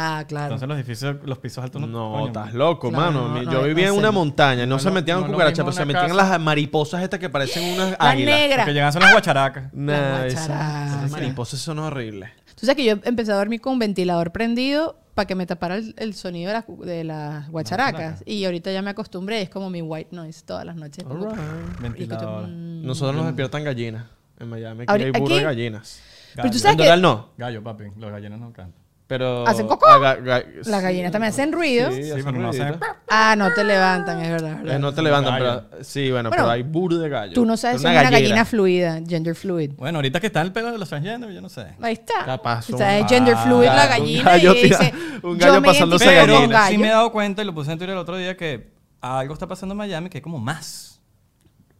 Speaker 1: Ah, claro.
Speaker 2: Entonces los edificios, los pisos altos no.
Speaker 3: No,
Speaker 2: coño,
Speaker 3: estás loco,
Speaker 1: Claro,
Speaker 3: mano.
Speaker 1: no,
Speaker 3: Mi-
Speaker 1: no,
Speaker 3: yo
Speaker 1: no
Speaker 3: vivía en
Speaker 1: sé.
Speaker 3: una montaña, no,
Speaker 2: No
Speaker 3: se
Speaker 2: lo-
Speaker 3: metían
Speaker 2: no lo mismo
Speaker 3: cucarachas, pero se
Speaker 2: una
Speaker 3: metían
Speaker 2: casa.
Speaker 3: las mariposas estas que parecen unas
Speaker 1: La
Speaker 3: águilas.
Speaker 1: negra.
Speaker 2: Porque llegan son las guacharacas.
Speaker 3: Nah,
Speaker 1: Las
Speaker 3: esas-
Speaker 1: guacharacas.
Speaker 3: esas mariposas son horribles.
Speaker 1: Tú sabes que yo empecé a dormir con un ventilador prendido para que me tapara el, el sonido de las, de las guacharacas. Y ahorita ya me acostumbré, es como mi white noise todas las noches. Pongo- y escucho,
Speaker 2: Ventilador.
Speaker 1: mm.
Speaker 3: Nosotros nos despiertan gallinas. En Miami aquí
Speaker 1: Ahorita-
Speaker 3: hay burro de
Speaker 1: aquí-
Speaker 3: gallinas.
Speaker 1: Pero tú
Speaker 2: Gallo.
Speaker 1: sabes
Speaker 3: En
Speaker 1: que
Speaker 3: Doral no.
Speaker 2: Gallo, papi. Los gallinos no cantan.
Speaker 3: Pero.
Speaker 1: ¿Hacen cocó?
Speaker 3: Ah, ga- ga-
Speaker 1: las gallinas también hacen ruido.
Speaker 3: Sí,
Speaker 2: Sí,
Speaker 3: hacen
Speaker 2: pero no
Speaker 3: ruidito.
Speaker 2: hacen-
Speaker 1: Ah, no te levantan, es verdad. es verdad.
Speaker 3: Eh, no te levantan,
Speaker 2: Gallo.
Speaker 3: pero. Sí, bueno,
Speaker 1: Bueno,
Speaker 3: pero hay burro de gallo.
Speaker 1: Tú no sabes si es
Speaker 3: Pero
Speaker 1: una gallina.
Speaker 3: gallera.
Speaker 1: fluida, gender fluid.
Speaker 2: Bueno, ahorita que está el pedo de los transgéneros, yo no sé.
Speaker 1: Ahí está.
Speaker 3: Capaz
Speaker 1: Tú
Speaker 3: un
Speaker 1: sabes
Speaker 3: gallo,
Speaker 1: gender fluid la
Speaker 3: un
Speaker 1: gallina
Speaker 3: gallo
Speaker 1: y
Speaker 3: tira-
Speaker 1: dice,
Speaker 3: un
Speaker 1: yo
Speaker 3: gallo
Speaker 1: me
Speaker 3: pasándose
Speaker 1: identifico
Speaker 2: Pero
Speaker 1: con
Speaker 3: gallina.
Speaker 2: sí
Speaker 1: gallo.
Speaker 2: me he dado cuenta, y lo puse en Twitter el otro día, que algo está pasando en Miami que es como más,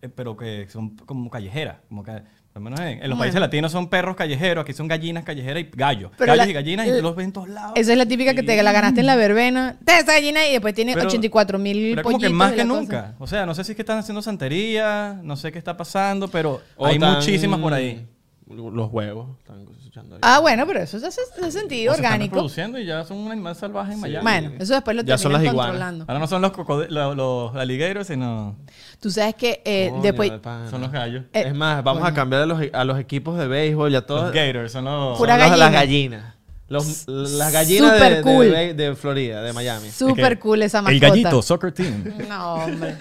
Speaker 2: eh, pero que son como callejeras. Como que, por lo menos en, en los países latinos son perros callejeros, aquí son gallinas callejeras y gallos.
Speaker 1: Mm. Pero
Speaker 2: gallos
Speaker 1: la- eh,
Speaker 2: y gallinas y tú los ves en todos lados.
Speaker 1: Esa es la típica que te la ganaste en la verbena. Te da esa gallina y después tiene
Speaker 2: Pero-
Speaker 1: 84 mil
Speaker 2: Pero
Speaker 1: pollitos.
Speaker 2: es como que más
Speaker 1: y
Speaker 2: que
Speaker 1: la cosa.
Speaker 2: nunca. O sea, no sé si es que están haciendo santería, no sé qué está pasando, pero
Speaker 3: O
Speaker 2: hay
Speaker 3: están-
Speaker 2: muchísimas por ahí.
Speaker 3: Los huevos. Están cosechando ahí.
Speaker 1: Ah, bueno, pero eso se hace se hace sentido
Speaker 2: O se están
Speaker 1: orgánico.
Speaker 2: reproduciendo y ya son un animal salvaje en Miami.
Speaker 1: Bueno, eso después lo
Speaker 3: Ya son
Speaker 1: terminan
Speaker 3: las iguanas.
Speaker 1: controlando.
Speaker 2: Ahora no son los, cocod- los, los alligators, sino
Speaker 1: Tú sabes que eh,
Speaker 3: Coño,
Speaker 1: después...
Speaker 3: de pana.
Speaker 2: son los gallos.
Speaker 1: Eh,
Speaker 3: es más, vamos a cambiar a los, a los equipos de béisbol y a
Speaker 2: Los
Speaker 3: todos.
Speaker 2: gators son los...
Speaker 1: Pura
Speaker 3: son los- las
Speaker 1: gallina.
Speaker 3: gallinas. Los- las gallinas de-
Speaker 1: Súper
Speaker 3: de,
Speaker 1: cool.
Speaker 3: de- de Florida, de Miami.
Speaker 1: Súper
Speaker 2: Es que
Speaker 1: cool esa mascota.
Speaker 2: El gallito, soccer team.
Speaker 1: No, hombre.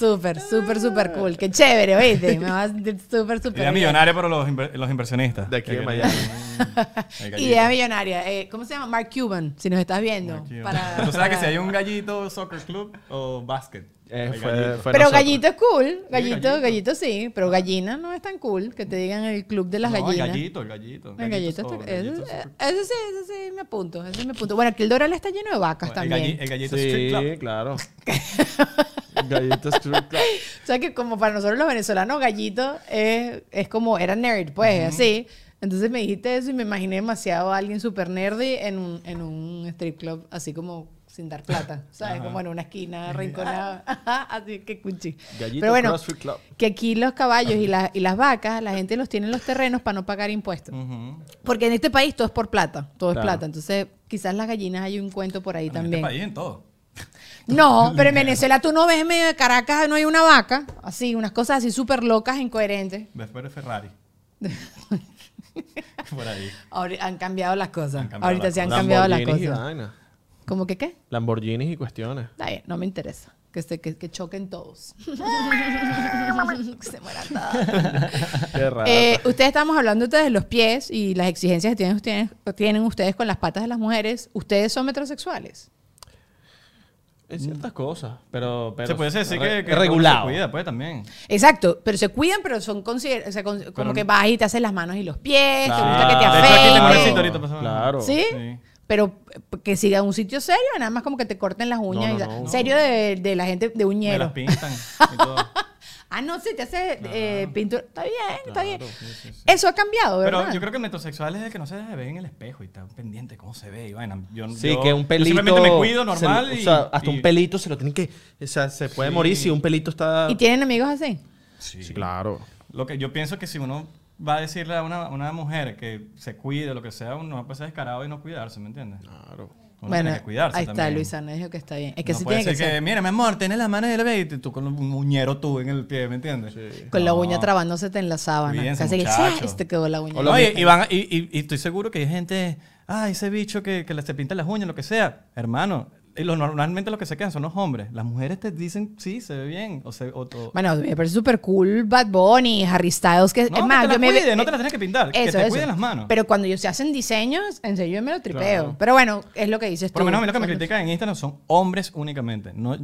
Speaker 1: Súper, súper, súper cool. Qué chévere, oíste. Me vas a sentir súper, súper
Speaker 2: Era
Speaker 1: bien.
Speaker 2: millonario para los, inver- los inversionistas.
Speaker 3: De aquí
Speaker 2: Que
Speaker 3: de
Speaker 2: querían-
Speaker 3: Miami.
Speaker 2: el gallito.
Speaker 1: Idea millonaria. Eh, ¿Cómo se llama? Mark Cuban, si nos estás viendo.
Speaker 2: Aquí.
Speaker 1: Para-
Speaker 2: Tú sabes que
Speaker 1: para-
Speaker 2: si hay un gallito soccer club o basket.
Speaker 3: Eh,
Speaker 2: el
Speaker 3: fue-
Speaker 2: gallito.
Speaker 3: fue
Speaker 1: pero
Speaker 3: nosotros.
Speaker 1: gallito es cool, gallito,
Speaker 2: gallito.
Speaker 1: gallito, sí, pero gallina no es tan cool que te digan el club de las
Speaker 2: No,
Speaker 1: gallinas.
Speaker 2: El gallito, el gallito.
Speaker 1: El gallito está- eh,
Speaker 2: o
Speaker 1: eso,
Speaker 2: gallito soccer-
Speaker 1: eso sí, eso sí me apunto, eso sí me apunto. Bueno, aquí el Doral está lleno de vacas
Speaker 2: el
Speaker 1: también.
Speaker 2: galli- El gallito
Speaker 3: Sí,
Speaker 2: street club.
Speaker 3: claro. Gallito Street Club.
Speaker 1: O sea que como para nosotros los venezolanos, gallito es, es como, era nerd, pues, así. Entonces me dijiste eso y me imaginé demasiado a alguien super nerdy en un, en un strip club, así como sin dar plata, ¿sabes? Como en una esquina rinconada, Ajá, así que cuchi.
Speaker 3: Gallito
Speaker 1: Pero bueno,
Speaker 3: Cross Street Club.
Speaker 1: que aquí los caballos y, las- y las vacas, la gente los tiene en los terrenos para no pagar
Speaker 2: Mm.
Speaker 1: impuestos.
Speaker 2: Ujú.
Speaker 1: Porque en este país todo es por plata, todo es
Speaker 3: Claro.
Speaker 1: plata. Entonces quizás las gallinas hay un cuento por ahí
Speaker 2: En
Speaker 1: también.
Speaker 2: este país, en todo.
Speaker 1: No, pero en Venezuela tú no ves en medio de Caracas, no hay una vaca, así, unas cosas así súper locas, incoherentes.
Speaker 2: Después de Ferrari. Por ahí.
Speaker 1: Ahori- han cambiado las cosas.
Speaker 2: Han cambiado
Speaker 1: Ahorita
Speaker 2: las
Speaker 1: se han
Speaker 2: cosas.
Speaker 1: cambiado las
Speaker 3: Lamborghinis y
Speaker 1: cosas.
Speaker 3: vainas.
Speaker 1: ¿Cómo que qué?
Speaker 3: Lamborghinis y cuestiones.
Speaker 1: Está bien, no me interesa. Que, se, que, que choquen todos. que se mueran todos.
Speaker 3: Qué raro.
Speaker 1: Eh, ustedes estamos hablando ustedes de los pies y las exigencias que tienen ustedes, tienen ustedes con las patas de las mujeres. ¿Ustedes son metrosexuales?
Speaker 3: En ciertas cosas, pero... pero
Speaker 2: se puede decir
Speaker 3: re-
Speaker 2: que, que
Speaker 3: regulado.
Speaker 2: se cuida, pues también.
Speaker 1: Exacto, pero se cuidan, pero son consider- o sea, con- como
Speaker 2: Pero-
Speaker 1: que vas y te haces las manos y los pies, te gusta que te
Speaker 2: Claro. De hecho, aquí tengo una
Speaker 1: afeiten.
Speaker 2: cita ahorita, pásame.
Speaker 3: Claro.
Speaker 1: ¿Sí?
Speaker 2: Sí.
Speaker 1: Pero eh, que siga un sitio serio, nada más como que te corten las uñas.
Speaker 3: no,
Speaker 1: y la-
Speaker 3: no.
Speaker 1: Serio de, de la gente de
Speaker 2: Me las
Speaker 1: uñero.
Speaker 2: pintan y todo.
Speaker 1: Ah, no, sí, te hace eh, pintura. Está bien, está bien.
Speaker 2: sí, sí.
Speaker 1: Eso ha cambiado, ¿verdad?
Speaker 2: Pero yo creo que el metrosexual es el que no se ve en el espejo y está pendiente cómo se ve. Y vaina. Yo,
Speaker 3: Sí,
Speaker 2: yo-
Speaker 3: que un
Speaker 2: yo
Speaker 3: pelito...
Speaker 2: simplemente me cuido
Speaker 3: se-
Speaker 2: normal.
Speaker 3: o
Speaker 2: y-
Speaker 3: sea, hasta
Speaker 2: y-
Speaker 3: un pelito se lo tienen que... O sea, se puede
Speaker 2: Sí.
Speaker 3: morir si un pelito está...
Speaker 1: ¿Y tienen amigos así?
Speaker 2: Sí.
Speaker 3: Sí, claro.
Speaker 2: Lo que yo pienso que si uno va a decirle a una, una mujer que se cuide, lo que sea, uno no puede ser descarado y no cuidarse, ¿me entiendes?
Speaker 3: Claro.
Speaker 2: Uno
Speaker 1: bueno,
Speaker 2: tiene que cuidarse
Speaker 1: ahí está
Speaker 2: también.
Speaker 1: Luisana, dijo que está bien. Es que
Speaker 2: no
Speaker 1: sí
Speaker 2: puede
Speaker 1: tiene que
Speaker 2: ser que,
Speaker 1: ser.
Speaker 2: mira, mi amor, tienes las manos del baby y tú con un muñero tú en el pie, ¿me entiendes?
Speaker 1: Con la
Speaker 2: No.
Speaker 1: uña trabándose en la sábana.
Speaker 2: Cuídense,
Speaker 1: Casi que
Speaker 2: muchachos.
Speaker 1: ¡zas! te quedó la uña.
Speaker 2: No, y, y van a- y- y- y estoy seguro que hay gente, ah, ese bicho que, que le- se pinta las uñas, lo que sea. Hermano, y lo- normalmente los que se quedan son los hombres. Las mujeres te dicen, sí, se ve bien. O se, o- o-
Speaker 1: Bueno, me parece súper cool Bad Bunny, Harry Styles, que
Speaker 2: No,
Speaker 1: es
Speaker 2: que
Speaker 1: más,
Speaker 2: te las
Speaker 1: yo me
Speaker 2: cuide, no te las tienes que pintar, que te cuiden las manos.
Speaker 1: Pero cuando ellos se hacen diseños, en serio yo me lo tripeo. Pero bueno, es lo que dices
Speaker 2: por
Speaker 1: tú.
Speaker 2: lo menos a mí lo que me
Speaker 1: Son-
Speaker 2: critican en Instagram son hombres únicamente. No,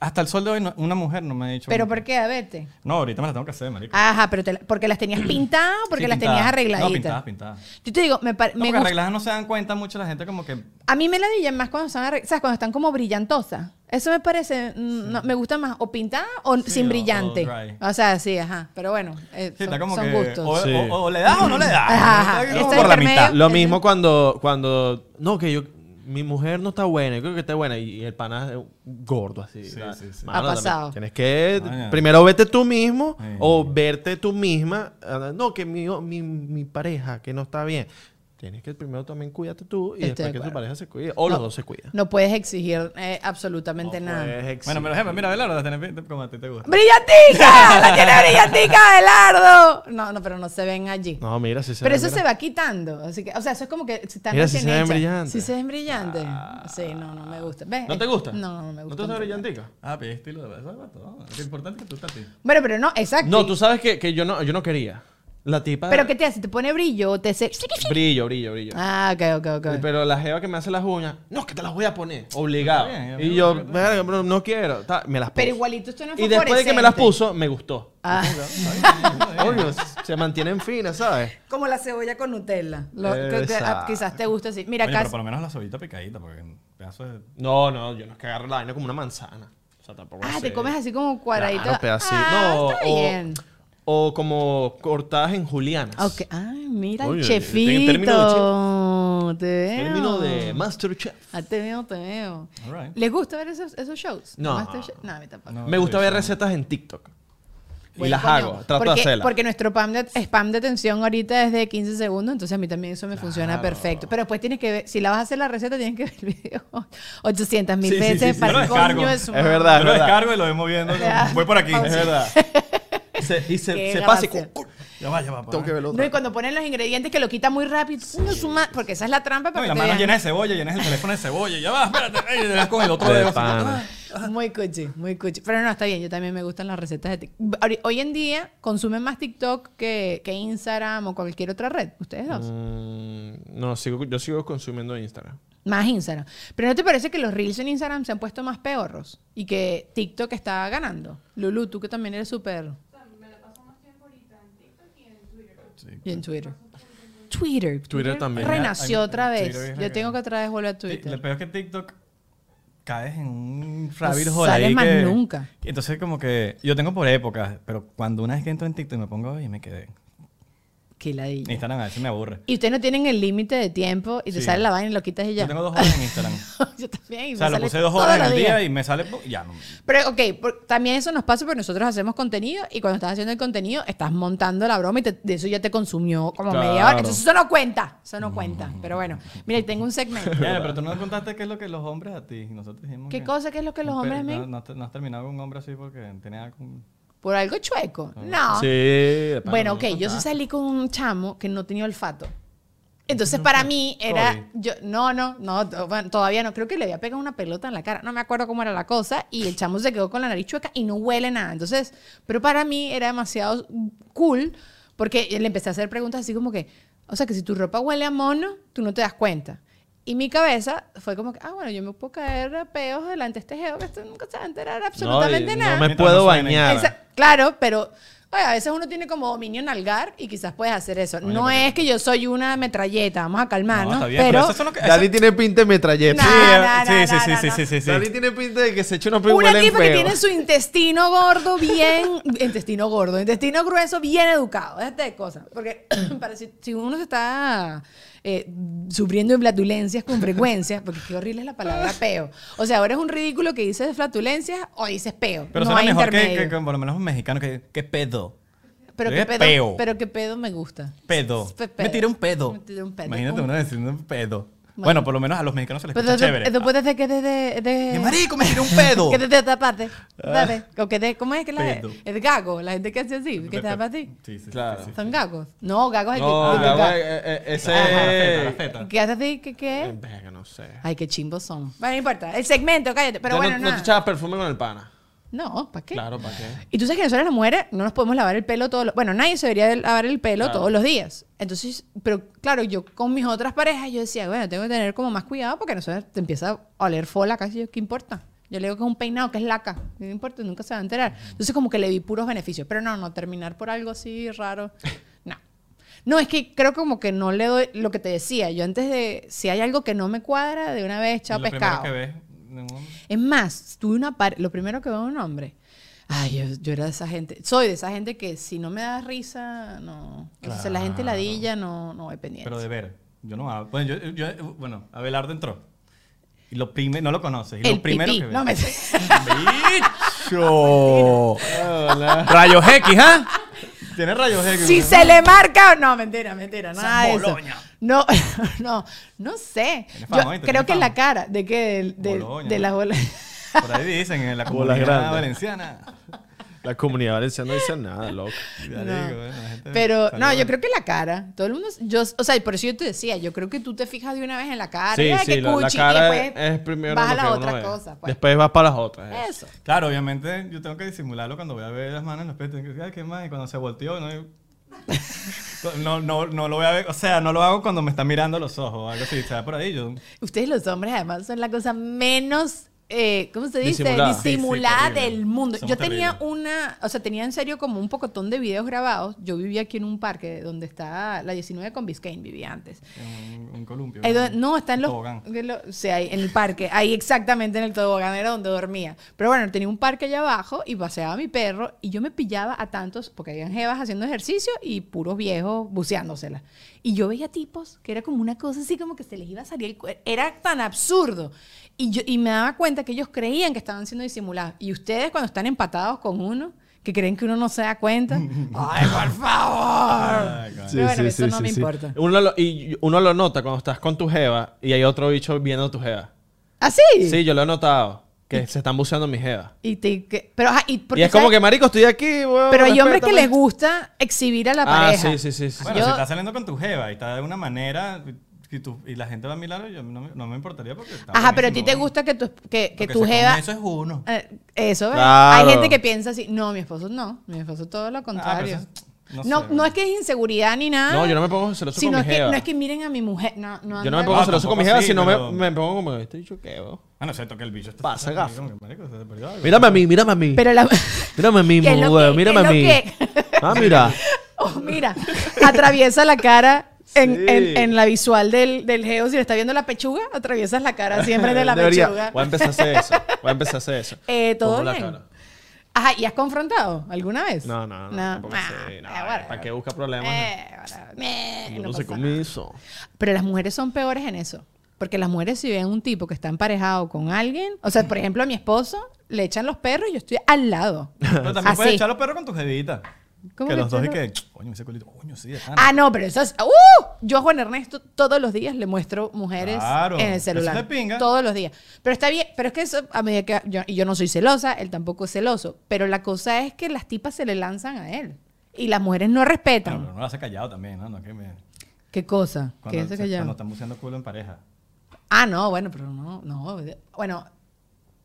Speaker 2: hasta el sol de hoy no- una mujer no me ha dicho.
Speaker 1: Pero ¿por qué? A verte.
Speaker 2: No, ahorita me la tengo que hacer, marico.
Speaker 1: Ajá, pero te la- porque las tenías pintadas, o porque
Speaker 2: Sí,
Speaker 1: las tenías
Speaker 2: pintada. No, pintadas,
Speaker 1: arregladitas.
Speaker 2: pintadas.
Speaker 1: yo te digo, me, pa-
Speaker 2: No,
Speaker 1: me
Speaker 2: porque
Speaker 1: gusta-
Speaker 2: arregladas no se dan cuenta mucho la gente como que...
Speaker 1: A mí me la dillan más cuando están, arre- ¿sabes? cuando están como brillantosas. Eso me parece, mm, no, me gusta más o pintada o sin
Speaker 2: o- o
Speaker 1: brillante.
Speaker 2: dry.
Speaker 1: O, sea, sí, ajá. Pero bueno, eh,
Speaker 2: Sí, está
Speaker 1: son,
Speaker 2: como
Speaker 1: son
Speaker 2: que...
Speaker 1: gustos.
Speaker 2: O,
Speaker 3: Sí.
Speaker 2: o- o le das o no le das.
Speaker 1: Ajá, ajá.
Speaker 2: Está como
Speaker 1: Está
Speaker 2: por la
Speaker 1: intermedio.
Speaker 2: mitad.
Speaker 3: Lo
Speaker 1: Ese-
Speaker 3: mismo cuando, cuando, no, que yo, mi mujer no está buena, yo creo que está buena, y, y el pana es gordo así.
Speaker 2: Sí,
Speaker 3: ¿verdad?
Speaker 2: sí, sí. Ah,
Speaker 1: Ha
Speaker 3: también
Speaker 1: pasado.
Speaker 3: Tienes que,
Speaker 2: Maña.
Speaker 3: primero vete tú mismo,
Speaker 2: Sí.
Speaker 3: o verte tú misma, ah, no, que mi, mi, mi pareja, que no está bien. Tienes que primero también cuídate tú, y
Speaker 1: Estoy de
Speaker 3: después que tu
Speaker 1: acuerdo.
Speaker 3: pareja se cuide, o los dos se cuidan.
Speaker 1: No puedes exigir eh, absolutamente
Speaker 3: No
Speaker 1: nada.
Speaker 3: puedes exigir.
Speaker 2: Bueno, pero ejemplo, mira, Belardo, las tenés como a ti te gusta.
Speaker 1: ¡Brillantica! ¡La tiene brillantica, Belardo! No, no, pero no se ven allí.
Speaker 3: No, mira, si se
Speaker 1: pero
Speaker 3: ve,
Speaker 1: eso
Speaker 3: mira.
Speaker 1: se va quitando. Así que, o sea, eso es como que si están
Speaker 3: Mira, si
Speaker 1: recién
Speaker 3: se ven
Speaker 1: hechas.
Speaker 3: brillantes.
Speaker 1: Si
Speaker 3: Ah.
Speaker 1: se ven brillantes. Sí, no, no me gusta. ¿Ves?
Speaker 3: ¿No te gusta?
Speaker 1: No, no me gusta.
Speaker 3: ¿No te gusta brillantica?
Speaker 2: Ah, pero estilo de eso es todo. Lo importante es que tú estás ti.
Speaker 1: Bueno, pero no, exacto.
Speaker 3: No, tú sabes que, que yo, no, yo no quería. La tipa...
Speaker 1: Pero ¿qué te hace? ¿Te pone brillo o te hace...
Speaker 3: Brillo, brillo, brillo.
Speaker 1: Ah, ok, ok, ok.
Speaker 3: Pero la jeva que me hace las uñas, no, que te las voy a poner. Obligado.
Speaker 2: Está bien, ya
Speaker 3: y
Speaker 2: me
Speaker 3: yo,
Speaker 2: voy a
Speaker 3: verga, bro, no quiero. Ta, me las puso.
Speaker 1: Pero igualito esto no es
Speaker 3: y después de que me las puso, me gustó.
Speaker 1: Ah,
Speaker 3: Obvio, se- se mantienen finas, ¿sabes?
Speaker 1: como la cebolla con Nutella. Lo- que- que- ah,
Speaker 3: Exacto.
Speaker 1: quizás te gusta así. Mira,
Speaker 2: Oye,
Speaker 1: acá...
Speaker 2: pero por lo menos la cebollita picadita, porque un pedazo de...
Speaker 3: No, no, yo no es que agarro la vaina como una manzana. O sea, tampoco
Speaker 1: Ah,
Speaker 3: así.
Speaker 1: te comes así como cuadradito.
Speaker 3: Claro, pedacito.
Speaker 1: Ah,
Speaker 3: no,
Speaker 1: está
Speaker 3: o,
Speaker 1: bien.
Speaker 3: o como cortadas en julianas.
Speaker 1: Ok. Ay, mira
Speaker 3: Oye,
Speaker 1: el
Speaker 3: en
Speaker 1: chefito. te veo.
Speaker 3: Término de Masterchef.
Speaker 1: Ah, te veo, te veo.
Speaker 2: All right.
Speaker 1: ¿Les gusta ver esos, esos shows?
Speaker 3: No.
Speaker 1: Masterchef? No, a mí tampoco.
Speaker 2: No,
Speaker 3: me gusta
Speaker 2: sí,
Speaker 3: ver
Speaker 2: sí.
Speaker 3: recetas en TikTok.
Speaker 1: Bueno,
Speaker 3: y las
Speaker 1: coño,
Speaker 3: hago, trato de
Speaker 1: porque,
Speaker 3: hacerlas.
Speaker 1: Porque nuestro spam de, spam de atención ahorita es de 15 segundos, entonces a mí también eso me funciona perfecto. Pero después tienes que ver, si la vas a hacer la receta, tienes que ver el video 800 mil
Speaker 3: Sí, sí,
Speaker 1: veces
Speaker 3: sí, sí.
Speaker 1: para
Speaker 2: Yo lo
Speaker 1: el coño
Speaker 2: descargo.
Speaker 1: de su
Speaker 3: Es
Speaker 1: madre.
Speaker 3: verdad. Ah,
Speaker 2: Yo lo
Speaker 3: es
Speaker 2: descargo y lo voy moviendo.
Speaker 1: Ya.
Speaker 2: Voy por aquí.
Speaker 1: Pausa.
Speaker 3: Es verdad. Y se, y se,
Speaker 1: Qué
Speaker 3: se pasa y
Speaker 1: gracia.
Speaker 3: cu- cu-
Speaker 2: Ya va, ya va. pa.
Speaker 3: Tengo que verlo otra
Speaker 1: No, y
Speaker 3: vez.
Speaker 1: cuando ponen los ingredientes que lo quita muy rápido, coño, su madre, porque esa es la trampa
Speaker 2: No,
Speaker 1: para
Speaker 2: y
Speaker 1: que
Speaker 2: la
Speaker 1: te
Speaker 2: mano
Speaker 1: vean.
Speaker 2: llena de cebolla, llenas el teléfono de cebolla. Ya va, espérate. ey, le das con el otro
Speaker 3: De
Speaker 2: dedo. así,
Speaker 3: pana.
Speaker 2: ah.
Speaker 1: Muy cuchi, muy cuchi. Pero no, está bien, yo también me gustan las recetas de TikTok. Ahori- Hoy en día consumen más TikTok que, que Instagram o cualquier otra red, ustedes dos.
Speaker 3: Mm, no, sigo, yo sigo consumiendo Instagram.
Speaker 1: Más Instagram. Pero ¿no te parece que los reels en Instagram se han puesto más peorros y que TikTok está ganando? Lulu, tú que también eres súper...
Speaker 2: Sí.
Speaker 1: Y en Twitter. Twitter.
Speaker 3: también.
Speaker 1: Renació
Speaker 2: Ay, ay,
Speaker 1: otra vez.
Speaker 2: Twitter es
Speaker 1: Yo tengo
Speaker 2: renació.
Speaker 1: que otra vez volver a
Speaker 2: Lo
Speaker 1: Twitter.
Speaker 2: peor es que TikTok caes en un rabbit
Speaker 1: No
Speaker 2: hole
Speaker 1: sales
Speaker 2: ahí
Speaker 1: más
Speaker 2: que-
Speaker 1: nunca.
Speaker 2: Entonces como que yo tengo por épocas, pero cuando una vez que entro en TikTok me pongo y me quedé.
Speaker 1: Qué ladilla.
Speaker 2: Instagram a veces me aburre.
Speaker 1: Y ustedes no tienen el límite de tiempo y te
Speaker 2: Sí.
Speaker 1: sale la vaina y lo quitas y ya.
Speaker 2: Yo tengo dos horas en Instagram.
Speaker 1: Yo también. y
Speaker 2: o
Speaker 1: me
Speaker 2: sea, lo
Speaker 1: sale
Speaker 2: puse dos
Speaker 1: todos
Speaker 2: horas en
Speaker 1: los
Speaker 2: el
Speaker 1: días.
Speaker 2: día y me sale... po- Ya, no.
Speaker 1: Pero, ok, por- también eso nos pasa porque nosotros hacemos contenido y cuando estás haciendo el contenido estás montando la broma y te- de eso ya te consumió como
Speaker 3: Claro.
Speaker 1: media hora. Entonces, eso no cuenta. Eso no cuenta. Pero bueno, mira, y tengo un segmento.
Speaker 2: Ya, pero tú no contaste qué es lo que los hombres a ti. Nosotros dijimos
Speaker 1: ¿Qué
Speaker 2: que-
Speaker 1: cosa que es lo que los
Speaker 2: Pero
Speaker 1: hombres a
Speaker 2: No,
Speaker 1: mí?
Speaker 2: no has- no has terminado con un hombre así porque tenía algún...
Speaker 1: por algo chueco. No.
Speaker 3: Sí. de pana,
Speaker 1: Bueno,
Speaker 3: no
Speaker 1: ok,
Speaker 3: me
Speaker 1: yo sí
Speaker 3: contaste.
Speaker 1: salí con un chamo que no tenía olfato. Entonces, para mí era. Yo, no, no, no, to- bueno, todavía no. Creo que le había pegado una pelota en la cara. No me acuerdo cómo era la cosa. Y el chamo se quedó con la nariz chueca y no huele nada. Entonces, pero para mí era demasiado cool porque le empecé a hacer preguntas así como que. O sea, que si tu ropa huele a mono, tú no te das cuenta. Y mi cabeza fue como que, ah, bueno, yo me puedo caer a peos delante de este geo que esto nunca se va a enterar absolutamente
Speaker 3: no, y
Speaker 1: nada.
Speaker 3: No me
Speaker 2: Mientras
Speaker 3: puedo
Speaker 2: no suene.
Speaker 3: bañar.
Speaker 1: Esa- claro, pero oye, a veces uno tiene como dominio en algar y quizás puedes hacer eso.
Speaker 2: Coño,
Speaker 1: no
Speaker 2: pero-
Speaker 1: es que yo soy una metralleta, vamos a calmarnos.
Speaker 2: está bien,
Speaker 1: ah, pero
Speaker 2: esos son los que-
Speaker 3: Dani tiene pinta de
Speaker 1: No,
Speaker 3: metralleta.
Speaker 1: no, no,
Speaker 2: Sí, sí, sí,
Speaker 1: no,
Speaker 2: sí,
Speaker 1: no.
Speaker 2: sí, sí, sí.
Speaker 3: Dani tiene pinta de que se echa unos
Speaker 1: una
Speaker 3: huelen
Speaker 1: tipa que
Speaker 3: feo.
Speaker 1: tiene su intestino gordo bien, intestino gordo, intestino grueso bien educado, este de cosas. Porque para si, si uno se está eh, sufriendo de flatulencias con frecuencia, porque qué horrible es la palabra peo. O sea, ahora es un ridículo que dices flatulencias o dices peo.
Speaker 2: Pero
Speaker 1: no
Speaker 2: suena
Speaker 1: hay
Speaker 2: mejor que,
Speaker 1: intermedio.
Speaker 2: que, que por lo menos un mexicano que, que pedo.
Speaker 1: pero
Speaker 2: Yo
Speaker 1: qué
Speaker 2: diría
Speaker 1: pedo,
Speaker 2: peo.
Speaker 1: pero qué pedo me gusta.
Speaker 2: Pedo.
Speaker 1: Pe-
Speaker 2: Me
Speaker 1: pedo.
Speaker 2: tiré un pedo.
Speaker 1: Me tiré un pedo.
Speaker 2: Imagínate
Speaker 1: Un-
Speaker 2: uno diciendo un pedo. Bueno,
Speaker 1: Bueno.
Speaker 2: por lo menos a los mexicanos se les
Speaker 1: Pero eh,
Speaker 2: escucha
Speaker 1: desde-
Speaker 2: chévere.
Speaker 1: después desde que desde...
Speaker 2: Ah,
Speaker 1: De,
Speaker 2: ¡Mi marico, me tiré un pedo!
Speaker 1: que te, te tapaste. Dale. O que te, ¿Cómo es que la
Speaker 2: Pedo.
Speaker 1: El gago, la gente que hace así, que te tapaste.
Speaker 2: Sí, sí, sí,
Speaker 3: Claro.
Speaker 2: sí, sí.
Speaker 1: ¿Son gagos? No, gagos es el
Speaker 3: No,
Speaker 1: que... el
Speaker 3: la
Speaker 1: que-
Speaker 3: verdad, eh, eh, ese Eh.
Speaker 2: Ah, la feta, la feta.
Speaker 1: ¿Qué haces así? ¿Qué qué?
Speaker 3: Verga, no sé.
Speaker 1: Ay, qué chimbos son. Bueno, no importa. El segmento, cállate. Pero
Speaker 3: Ya
Speaker 1: bueno,
Speaker 3: no,
Speaker 1: no.
Speaker 3: no te echabas perfume con el pana.
Speaker 1: No, ¿para qué?
Speaker 3: Claro, ¿para qué?
Speaker 1: Y tú sabes que nosotros las mujeres no nos podemos lavar el pelo todos los... Bueno, nadie se debería de lavar el pelo
Speaker 3: Claro.
Speaker 1: todos los días. Entonces, pero claro, yo con mis otras parejas, yo decía, bueno, tengo que tener como más cuidado porque nosotros te empieza a oler fola casi. Yo, ¿qué importa? Yo le digo que es un peinado, que es laca. No importa, nunca se va a enterar. Entonces, como que le vi puros beneficios. Pero no, no terminar por algo así raro. No. No, es que creo como que no le doy lo que te decía. Yo antes de, si hay algo que no me cuadra, de una vez, chao
Speaker 2: Lo primero
Speaker 1: pescado.
Speaker 2: que ves, ningún-
Speaker 1: Es más, tuve una par lo primero que veo un hombre. Ay, yo, yo era de esa gente. Soy de esa gente que si no me da risa, no. O sea, la gente
Speaker 2: Claro.
Speaker 1: ladilla no, no voy pendiente.
Speaker 2: Pero de ver. Yo no hablo. Bueno, yo, yo- bueno Abelardo entró. Y lo primero, no lo conoces. Y
Speaker 1: El
Speaker 2: lo primero
Speaker 1: pipí.
Speaker 2: que ves.
Speaker 1: No, me...
Speaker 2: ¡Bicho! ¡Rayos X, ¿ah? Tienes rayos X.
Speaker 1: si
Speaker 2: ¿no?
Speaker 1: se le marca. No, mentira, mentira. Nada de eso.
Speaker 2: Boloña.
Speaker 1: No, no, no sé.
Speaker 2: Tienes
Speaker 1: Yo
Speaker 2: fama, ¿viste?
Speaker 1: creo
Speaker 2: Tienes
Speaker 1: que en la
Speaker 2: fama.
Speaker 1: cara de que de, de-
Speaker 2: Boloña.
Speaker 1: de las bolas.
Speaker 2: Por ahí dicen en la
Speaker 3: Bolas
Speaker 2: comunidad
Speaker 3: grandes.
Speaker 2: valenciana.
Speaker 3: La comunidad valenciana no dice nada, loco.
Speaker 2: Ya
Speaker 1: No.
Speaker 2: digo, bueno, la gente
Speaker 1: Pero
Speaker 2: salió
Speaker 1: no, yo
Speaker 2: con-
Speaker 1: creo que la cara. Todo el mundo, yo, o sea, y por eso yo te decía, yo creo que tú te fijas de una vez en la cara.
Speaker 3: Sí,
Speaker 1: y, ay,
Speaker 3: sí,
Speaker 1: qué
Speaker 3: la, la
Speaker 1: cuchi, y
Speaker 3: cara es,
Speaker 1: después
Speaker 3: es primero
Speaker 1: vas a
Speaker 3: lo
Speaker 1: la
Speaker 3: que uno
Speaker 1: otra
Speaker 3: ve.
Speaker 1: cosa. pues.
Speaker 3: Después vas para las otras. eh.
Speaker 1: Eso.
Speaker 2: Claro, obviamente yo tengo que disimularlo cuando voy a ver las manos en los pechos. Tengo que decir, "Ay, ¿Qué más? Y cuando se volteó, no, no, no, no lo voy a ver. O sea, no lo hago cuando me están mirando los ojos o algo así. Está por ahí yo.
Speaker 1: Ustedes los hombres además son la cosa menos, eh, ¿cómo se dice?
Speaker 3: Disimulada.
Speaker 1: Disimulada,
Speaker 2: Sí, sí, terrible.
Speaker 1: del mundo.
Speaker 2: Somos
Speaker 1: yo tenía
Speaker 2: terribles.
Speaker 1: una, o sea, tenía en serio como un pocotón de videos grabados. Yo vivía aquí en un parque donde está la 19 con Biscayne, vivía antes.
Speaker 2: En un, un columpio.
Speaker 1: Ahí donde- no, está en los.
Speaker 2: Tobogán.
Speaker 1: en lo- o sea, ahí en el parque. Ahí exactamente en el tobogán era donde dormía. Pero bueno, tenía un parque allá abajo y paseaba a mi perro y yo me pillaba a tantos, porque habían jevas haciendo ejercicio y puros viejos buceándosela. Y yo veía tipos que era como una cosa así como que se les iba a salir el cuerpo. Era tan absurdo. Y, yo, y me daba cuenta que ellos creían que estaban siendo disimulados. Y ustedes, cuando están empatados con uno, que creen que uno no se da cuenta. ¡Ay, por favor!
Speaker 2: Ay, coño.
Speaker 1: Pero bueno, eso no me importa.
Speaker 3: Uno lo, y uno lo nota cuando estás con tu jeva y hay otro bicho viendo tu jeva.
Speaker 2: ¿Ah,
Speaker 1: ¿Así?
Speaker 3: Sí, yo lo he notado. Que se están buceando mi jeva.
Speaker 1: Y te, que- pero, ajá, y porque,
Speaker 3: Y es como
Speaker 1: ¿sabes?
Speaker 3: que, marico, estoy aquí, weón.
Speaker 1: Pero hay hombres que
Speaker 3: respétame".
Speaker 1: les gusta exhibir a la
Speaker 3: Ah,
Speaker 1: pareja.
Speaker 3: sí, sí, sí, sí.
Speaker 2: Bueno,
Speaker 1: Yo-
Speaker 2: si estás saliendo con tu jeva y está de una manera y, tú- y la gente va a mirarlo, yo no, me- no me importaría porque. está
Speaker 1: Ajá, pero a ti
Speaker 2: buenísimo,
Speaker 1: te
Speaker 2: ¿no?
Speaker 1: gusta que tu, que, que
Speaker 2: Lo
Speaker 1: tu
Speaker 2: se come,
Speaker 1: jeva...
Speaker 2: Eso es uno. Ah,
Speaker 1: Eh, Eso, ¿verdad?
Speaker 3: Claro.
Speaker 1: Hay gente que piensa así. No, mi esposo no. Mi esposo todo lo contrario.
Speaker 2: Ah, pero eso es- no
Speaker 1: no,
Speaker 2: sé.
Speaker 1: no, es que es inseguridad ni nada.
Speaker 3: No, yo no me pongo celoso
Speaker 1: sino
Speaker 3: con
Speaker 1: es
Speaker 3: mi
Speaker 1: que,
Speaker 3: jeva.
Speaker 1: Ah. No es que miren a mi mujer. No, no
Speaker 3: Yo no
Speaker 1: anda-
Speaker 3: me pongo
Speaker 2: No,
Speaker 3: celoso con mi
Speaker 2: tampoco
Speaker 3: jeva,
Speaker 2: así,
Speaker 3: sino
Speaker 2: pero-
Speaker 3: me, me pongo como, este bicho qué, weón.
Speaker 2: Ah, no sé, toca el bicho. Esto-
Speaker 3: Pasa,
Speaker 2: esto-
Speaker 3: gafo.
Speaker 2: como que, marico, se te perdió algo.
Speaker 3: Mírame a mí, mírame a mí.
Speaker 1: Pero la...
Speaker 3: Mírame a mí,
Speaker 1: ¿Qué es lo
Speaker 3: weón,
Speaker 1: que-
Speaker 3: mírame a mí.
Speaker 1: qué es lo que?
Speaker 3: Ah, mira.
Speaker 1: Oh, mira, atraviesa la cara en,
Speaker 3: Sí.
Speaker 1: en- en la visual del, del geo. Si le está viendo la pechuga, atraviesas la cara siempre de la
Speaker 3: Debería-
Speaker 1: pechuga.
Speaker 3: Voy a empezar a hacer eso. Voy a empezar a hacer eso.
Speaker 1: Eh, todo
Speaker 3: Pongo la
Speaker 1: bien.
Speaker 3: cara.
Speaker 1: Ajá, ¿y has confrontado alguna vez?
Speaker 3: No, no, no. tampoco
Speaker 1: Ah,
Speaker 3: sé, no,
Speaker 1: eh, bueno.
Speaker 3: ¿Para qué busca problemas?
Speaker 1: Eh, bueno, meh,
Speaker 3: Yo
Speaker 1: no
Speaker 3: no sé
Speaker 1: pasa
Speaker 3: cómo
Speaker 1: nada.
Speaker 3: hizo.
Speaker 1: Pero las mujeres son peores en eso. Porque las mujeres, si ven un tipo que está emparejado con alguien, o sea, por ejemplo, a mi esposo le echan los perros y yo estoy al lado.
Speaker 2: Pero también puedes
Speaker 1: Así.
Speaker 2: echar los perros con tu jevita.
Speaker 1: Ah, ¿Cómo
Speaker 2: que los
Speaker 1: tú
Speaker 2: dos y
Speaker 1: no?
Speaker 2: que, coño, ese culito, coño, sí, de pana.
Speaker 1: Ah, no, pero eso es. ¡Uh! Yo a Juan Ernesto todos los días le muestro mujeres
Speaker 2: Claro,
Speaker 1: en el
Speaker 2: eso
Speaker 1: celular.
Speaker 2: es de pinga.
Speaker 1: Todos los días. Pero está bien, pero es que eso, a medida que. yo- y yo no soy celosa, él tampoco es celoso. Pero la cosa es que las tipas se le lanzan a él. Y las mujeres no
Speaker 2: Claro,
Speaker 1: respetan.
Speaker 2: pero no lo hace callado también, ¿no? no que me-
Speaker 1: ¿Qué cosa? ¿Qué
Speaker 2: cuando,
Speaker 1: es eso
Speaker 2: se-
Speaker 1: que llama?
Speaker 2: cuando están buceando culo en pareja.
Speaker 1: Ah, no, bueno, pero no, no. Bueno,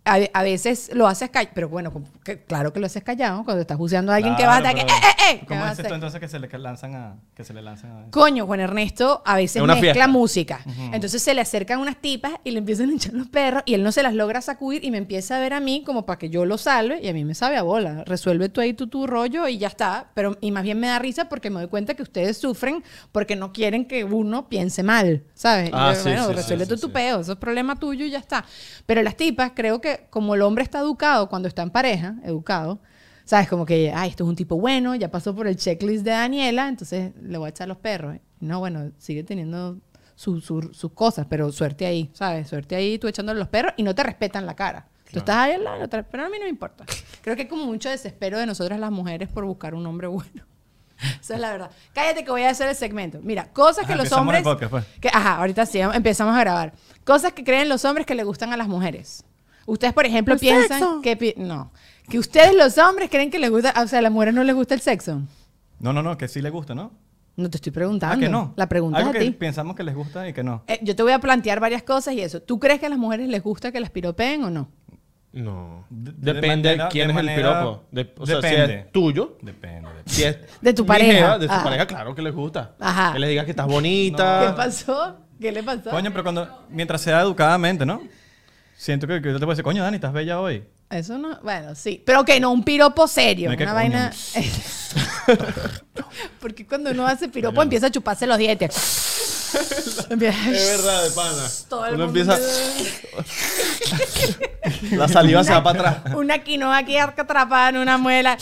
Speaker 1: a, a veces lo haces callado, pero bueno, como que- claro que lo haces callado cuando estás juzgando a alguien que vas a
Speaker 2: Claro,
Speaker 1: que, ¡eh,
Speaker 2: pero-
Speaker 1: eh, eh! ¿Qué
Speaker 2: ¿Cómo
Speaker 1: vas a
Speaker 2: es esto
Speaker 1: hacer?
Speaker 2: entonces que se le que lanzan a... Que se le lanzan a...
Speaker 1: Coño, Juan Ernesto a veces
Speaker 3: Es una
Speaker 1: mezcla
Speaker 3: fiesta.
Speaker 1: música. Entonces se le acercan unas tipas y le empiezan a hinchar los perros y él no se las logra sacudir y me empieza a ver a mí como para que yo lo salve y a mí me sabe a bola. Resuelve tú ahí tu, tu rollo y ya está. Pero, y más bien me da risa porque me doy cuenta que ustedes sufren porque no quieren que uno piense mal, ¿sabes?
Speaker 3: Ah,
Speaker 1: Y yo,
Speaker 3: sí,
Speaker 1: bueno,
Speaker 3: sí, sí,
Speaker 1: resuelve
Speaker 3: sí,
Speaker 1: tú
Speaker 3: sí.
Speaker 1: tu peo, eso es problema tuyo y ya está. Pero las tipas, creo que como el hombre está educado cuando está en pareja, educado, ¿sabes? Como que, ay, esto es un tipo bueno, ya pasó por el checklist de Daniela, entonces le voy a echar los perros. No, bueno, sigue teniendo su- su- sus cosas, pero suerte ahí, ¿sabes? Suerte ahí tú echándole los perros y no te respetan la cara. Tú estás ahí al lado, te- pero a mí no me importa. Creo que hay como mucho desespero de nosotras las mujeres por buscar un hombre bueno. Esa es la verdad. Cállate que voy a hacer el segmento. Mira, cosas que
Speaker 2: Ajá,
Speaker 1: los
Speaker 2: empezamos
Speaker 1: hombres.
Speaker 2: el podcast, pues.
Speaker 1: que- ajá, ahorita sí, em, empezamos a grabar. Cosas que creen los hombres que le gustan a las mujeres. Ustedes, por ejemplo,
Speaker 3: El
Speaker 1: piensan
Speaker 3: sexo.
Speaker 1: que. pi- no. Que ustedes, los hombres, creen que les gusta. O sea, a las mujeres no les gusta el sexo.
Speaker 2: No, no, no, que sí le gusta, ¿no?
Speaker 1: No te estoy
Speaker 2: Ah,
Speaker 1: preguntando.
Speaker 2: que no.
Speaker 1: La pregunta es
Speaker 2: Algo
Speaker 1: a
Speaker 2: que
Speaker 1: ti.
Speaker 2: pensamos que les gusta y que no.
Speaker 1: Eh, yo te voy a plantear varias cosas y eso. ¿Tú crees que a las mujeres les gusta que las piropeen o no?
Speaker 3: No.
Speaker 2: De- de
Speaker 3: Depende de
Speaker 2: manera-
Speaker 3: quién
Speaker 2: de
Speaker 3: es el
Speaker 2: manera-
Speaker 3: piropo. De- o sea, si
Speaker 2: depende.
Speaker 3: es tuyo,
Speaker 2: Depende. depende.
Speaker 3: si es
Speaker 1: De tu
Speaker 3: mi
Speaker 1: pareja.
Speaker 3: jeva, de tu
Speaker 1: Ajá.
Speaker 3: pareja, claro que les gusta.
Speaker 1: Ajá.
Speaker 3: Que les digas que estás bonita.
Speaker 1: ¿Qué pasó? ¿Qué le pasó?
Speaker 2: Ah. Coño, pero cuando, mientras sea educadamente, ¿no? Siento que, que yo te puedo decir, coño, Dani, estás bella hoy.
Speaker 1: Eso no, bueno, sí. Pero que no, un piropo serio.
Speaker 2: No hay que
Speaker 1: una
Speaker 2: coño.
Speaker 1: vaina. Porque cuando uno hace piropo empieza a chuparse los dientes. Empieza-
Speaker 3: Es verdad, de pana.
Speaker 1: Todo el
Speaker 3: Uno
Speaker 1: mundo
Speaker 3: empieza, la saliva se va para atrás.
Speaker 1: Una quinoa aquí atrapada en una muela.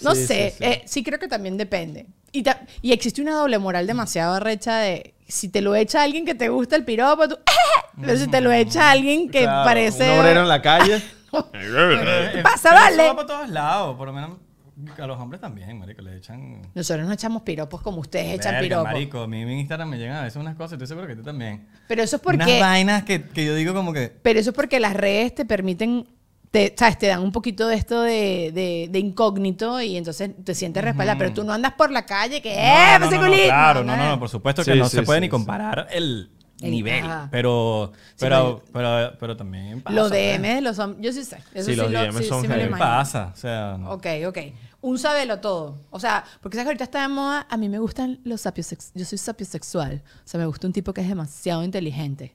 Speaker 1: No
Speaker 3: Sí,
Speaker 1: sé, eh,
Speaker 3: sí,
Speaker 1: sí,
Speaker 3: sí.
Speaker 1: creo que también depende. Y, ta- y existe una doble moral demasiado arrecha de si te lo echa alguien que te gusta el piropo, tú. Pero si te lo echa alguien que
Speaker 3: Claro,
Speaker 1: parece.
Speaker 3: Un obrero en la calle.
Speaker 2: ¿Qué
Speaker 1: pasa, vale?
Speaker 2: Eh, Eso va para todos lados, por lo menos a los hombres también, marico, le echan...
Speaker 1: Nosotros no echamos piropos como ustedes echan
Speaker 2: Verga,
Speaker 1: piropos.
Speaker 2: marico, a mí en Instagram me llegan a veces unas cosas, estoy seguro que tú también.
Speaker 1: Pero eso es
Speaker 2: Unas
Speaker 1: porque.
Speaker 2: vainas que, que yo digo como que...
Speaker 1: Pero eso es porque las redes te permiten, te, ¿sabes? Te dan un poquito de esto de, de- de incógnito y entonces te sientes respaldada. Pero tú no andas por la calle que, ¡eh,
Speaker 2: no,
Speaker 1: ese
Speaker 2: no, no,
Speaker 1: culito!
Speaker 2: claro, no, no, no, por supuesto que
Speaker 3: Sí,
Speaker 2: no
Speaker 3: sí,
Speaker 2: se puede
Speaker 3: sí,
Speaker 2: ni
Speaker 3: sí.
Speaker 2: comparar el
Speaker 1: El-
Speaker 2: nivel,
Speaker 1: ajá.
Speaker 2: pero,
Speaker 1: Sí,
Speaker 2: pero, pero, pero también pasa.
Speaker 1: Los
Speaker 2: pues.
Speaker 1: DMs de los hombres, yo sí sé. Eso
Speaker 3: Sí,
Speaker 1: sí,
Speaker 3: los
Speaker 1: lo-
Speaker 3: DMs
Speaker 1: sí-
Speaker 3: son
Speaker 1: sí me lo
Speaker 3: heavy.
Speaker 1: imagino.
Speaker 2: pasa, o sea... no.
Speaker 1: Ok, ok. Un sabelo todo. O sea, porque sabes que ahorita está de moda, a mí me gustan los sapiosex Yo soy sapiosexual. O sea, me gusta un tipo que es demasiado inteligente.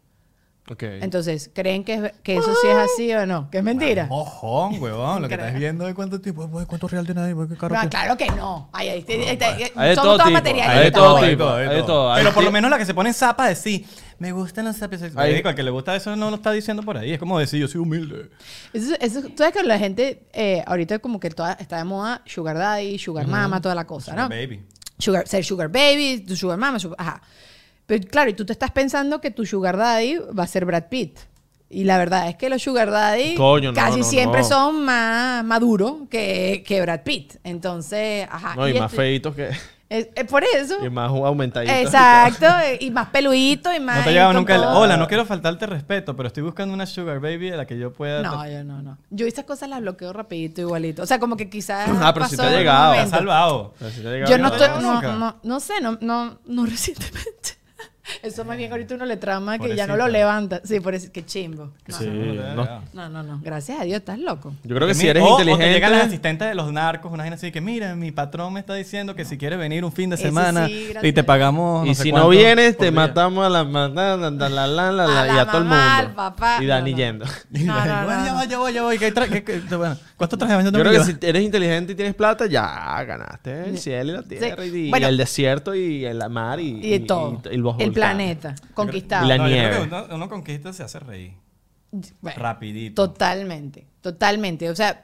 Speaker 3: Ok.
Speaker 1: Entonces, ¿creen que, es- que eso sí es así o no? Que es mentira.
Speaker 2: Mojón, huevón, lo que
Speaker 1: Creo.
Speaker 2: estás viendo de cuánto tiempo, güey, cuánto real de nadie, güey, qué caro.
Speaker 1: No,
Speaker 2: que-
Speaker 1: claro que no. Ay, este, ay, te- te- te-
Speaker 3: Hay
Speaker 1: somos
Speaker 3: de todo
Speaker 1: todos
Speaker 3: tipo,
Speaker 1: materialistas.
Speaker 3: hay de todo
Speaker 2: Hay
Speaker 3: tipo,
Speaker 2: hay
Speaker 3: hay de todo.
Speaker 2: Pero
Speaker 3: Hay
Speaker 2: por
Speaker 3: ti-
Speaker 2: lo menos la que se pone zapa de sí, me gustan los sapiosexuales.
Speaker 3: Hay-
Speaker 2: Marico, al que le gusta eso no lo está diciendo por ahí, es como decir, yo soy humilde.
Speaker 1: Eso, eso, tú sabes que la gente eh, ahorita como que toda, está de moda sugar daddy, sugar mama, toda la cosa, ¿no?
Speaker 2: Baby.
Speaker 1: Sugar- ser sugar baby, tu sugar mama, su- ajá. Pero claro, y tú te estás pensando que tu sugar daddy va a ser Brad Pitt. Y la verdad es que los sugar daddy
Speaker 3: Coño, no,
Speaker 1: casi
Speaker 3: no,
Speaker 1: siempre
Speaker 3: no.
Speaker 1: son más maduros que, que Brad Pitt. Entonces, ajá.
Speaker 3: no, y, más
Speaker 1: este-
Speaker 3: feitos que.
Speaker 1: es- es por eso.
Speaker 3: Y más aumentaditos.
Speaker 1: Exacto. y más peludito y más...
Speaker 2: No te ha llegado nunca el,
Speaker 1: con todo.
Speaker 2: hola, no quiero faltarte respeto, pero estoy buscando una sugar baby a la que yo pueda...
Speaker 1: No, yo no, no. Yo esas cosas las bloqueo rapidito igualito. O sea, como que quizás.
Speaker 3: Ah, pero si te
Speaker 1: pasó
Speaker 3: ha
Speaker 1: en un
Speaker 3: llegado.
Speaker 2: Te has
Speaker 1: momento.
Speaker 2: salvado.
Speaker 3: Pero si te ha llegado,
Speaker 1: Yo
Speaker 2: ¿no
Speaker 1: no
Speaker 2: te
Speaker 1: estoy.
Speaker 2: ha llegado
Speaker 1: No,
Speaker 2: nunca?
Speaker 1: no, no sé, no, no, no recientemente. Eso más bien ahorita uno le trama que ya no
Speaker 2: Pobrecita.
Speaker 1: lo levanta. Sí, por eso, qué chimbo. No,
Speaker 3: Sí, no.
Speaker 1: no, no, no. Gracias a Dios, estás loco.
Speaker 3: Yo creo que si
Speaker 2: mi-
Speaker 3: eres
Speaker 2: o- O te llegan las
Speaker 3: inteligente.
Speaker 2: asistentes de los narcos, una gente así que, mira, mi patrón me está diciendo que si quieres venir un fin de
Speaker 1: Ese
Speaker 2: semana
Speaker 1: sí, gracias
Speaker 2: y te
Speaker 1: a-
Speaker 2: pagamos.
Speaker 3: y
Speaker 2: sé
Speaker 3: si no
Speaker 2: cuánto
Speaker 3: vienes,
Speaker 2: por
Speaker 3: te
Speaker 2: día".
Speaker 3: matamos a la, ma- la, la, la, la, la, la-
Speaker 1: A la
Speaker 3: y a todo el
Speaker 1: mamá,
Speaker 3: mundo.
Speaker 1: al papá.
Speaker 3: Y Dani
Speaker 1: No, no.
Speaker 3: yendo.
Speaker 2: Y
Speaker 1: No,
Speaker 2: la-
Speaker 1: no, no,
Speaker 2: bueno, ya
Speaker 1: no.
Speaker 2: voy, ya voy, ya voy. ¿qué tra- qué- qué- bueno, ¿Cuántos trajes de baño
Speaker 3: Yo
Speaker 2: tengo
Speaker 3: creo que
Speaker 2: llevar?
Speaker 3: si eres inteligente y tienes plata, ya ganaste el cielo y la tierra y- y,
Speaker 1: Bueno.
Speaker 3: el desierto y la mar y,
Speaker 1: Y de todo.
Speaker 3: y- y los
Speaker 1: el
Speaker 3: volcanes.
Speaker 1: planeta. Conquistado.
Speaker 3: Y la-
Speaker 2: No, yo creo
Speaker 3: nieve.
Speaker 2: que uno, uno conquista se hace reír.
Speaker 1: Bueno,
Speaker 2: Rapidito.
Speaker 1: Totalmente, totalmente. O sea,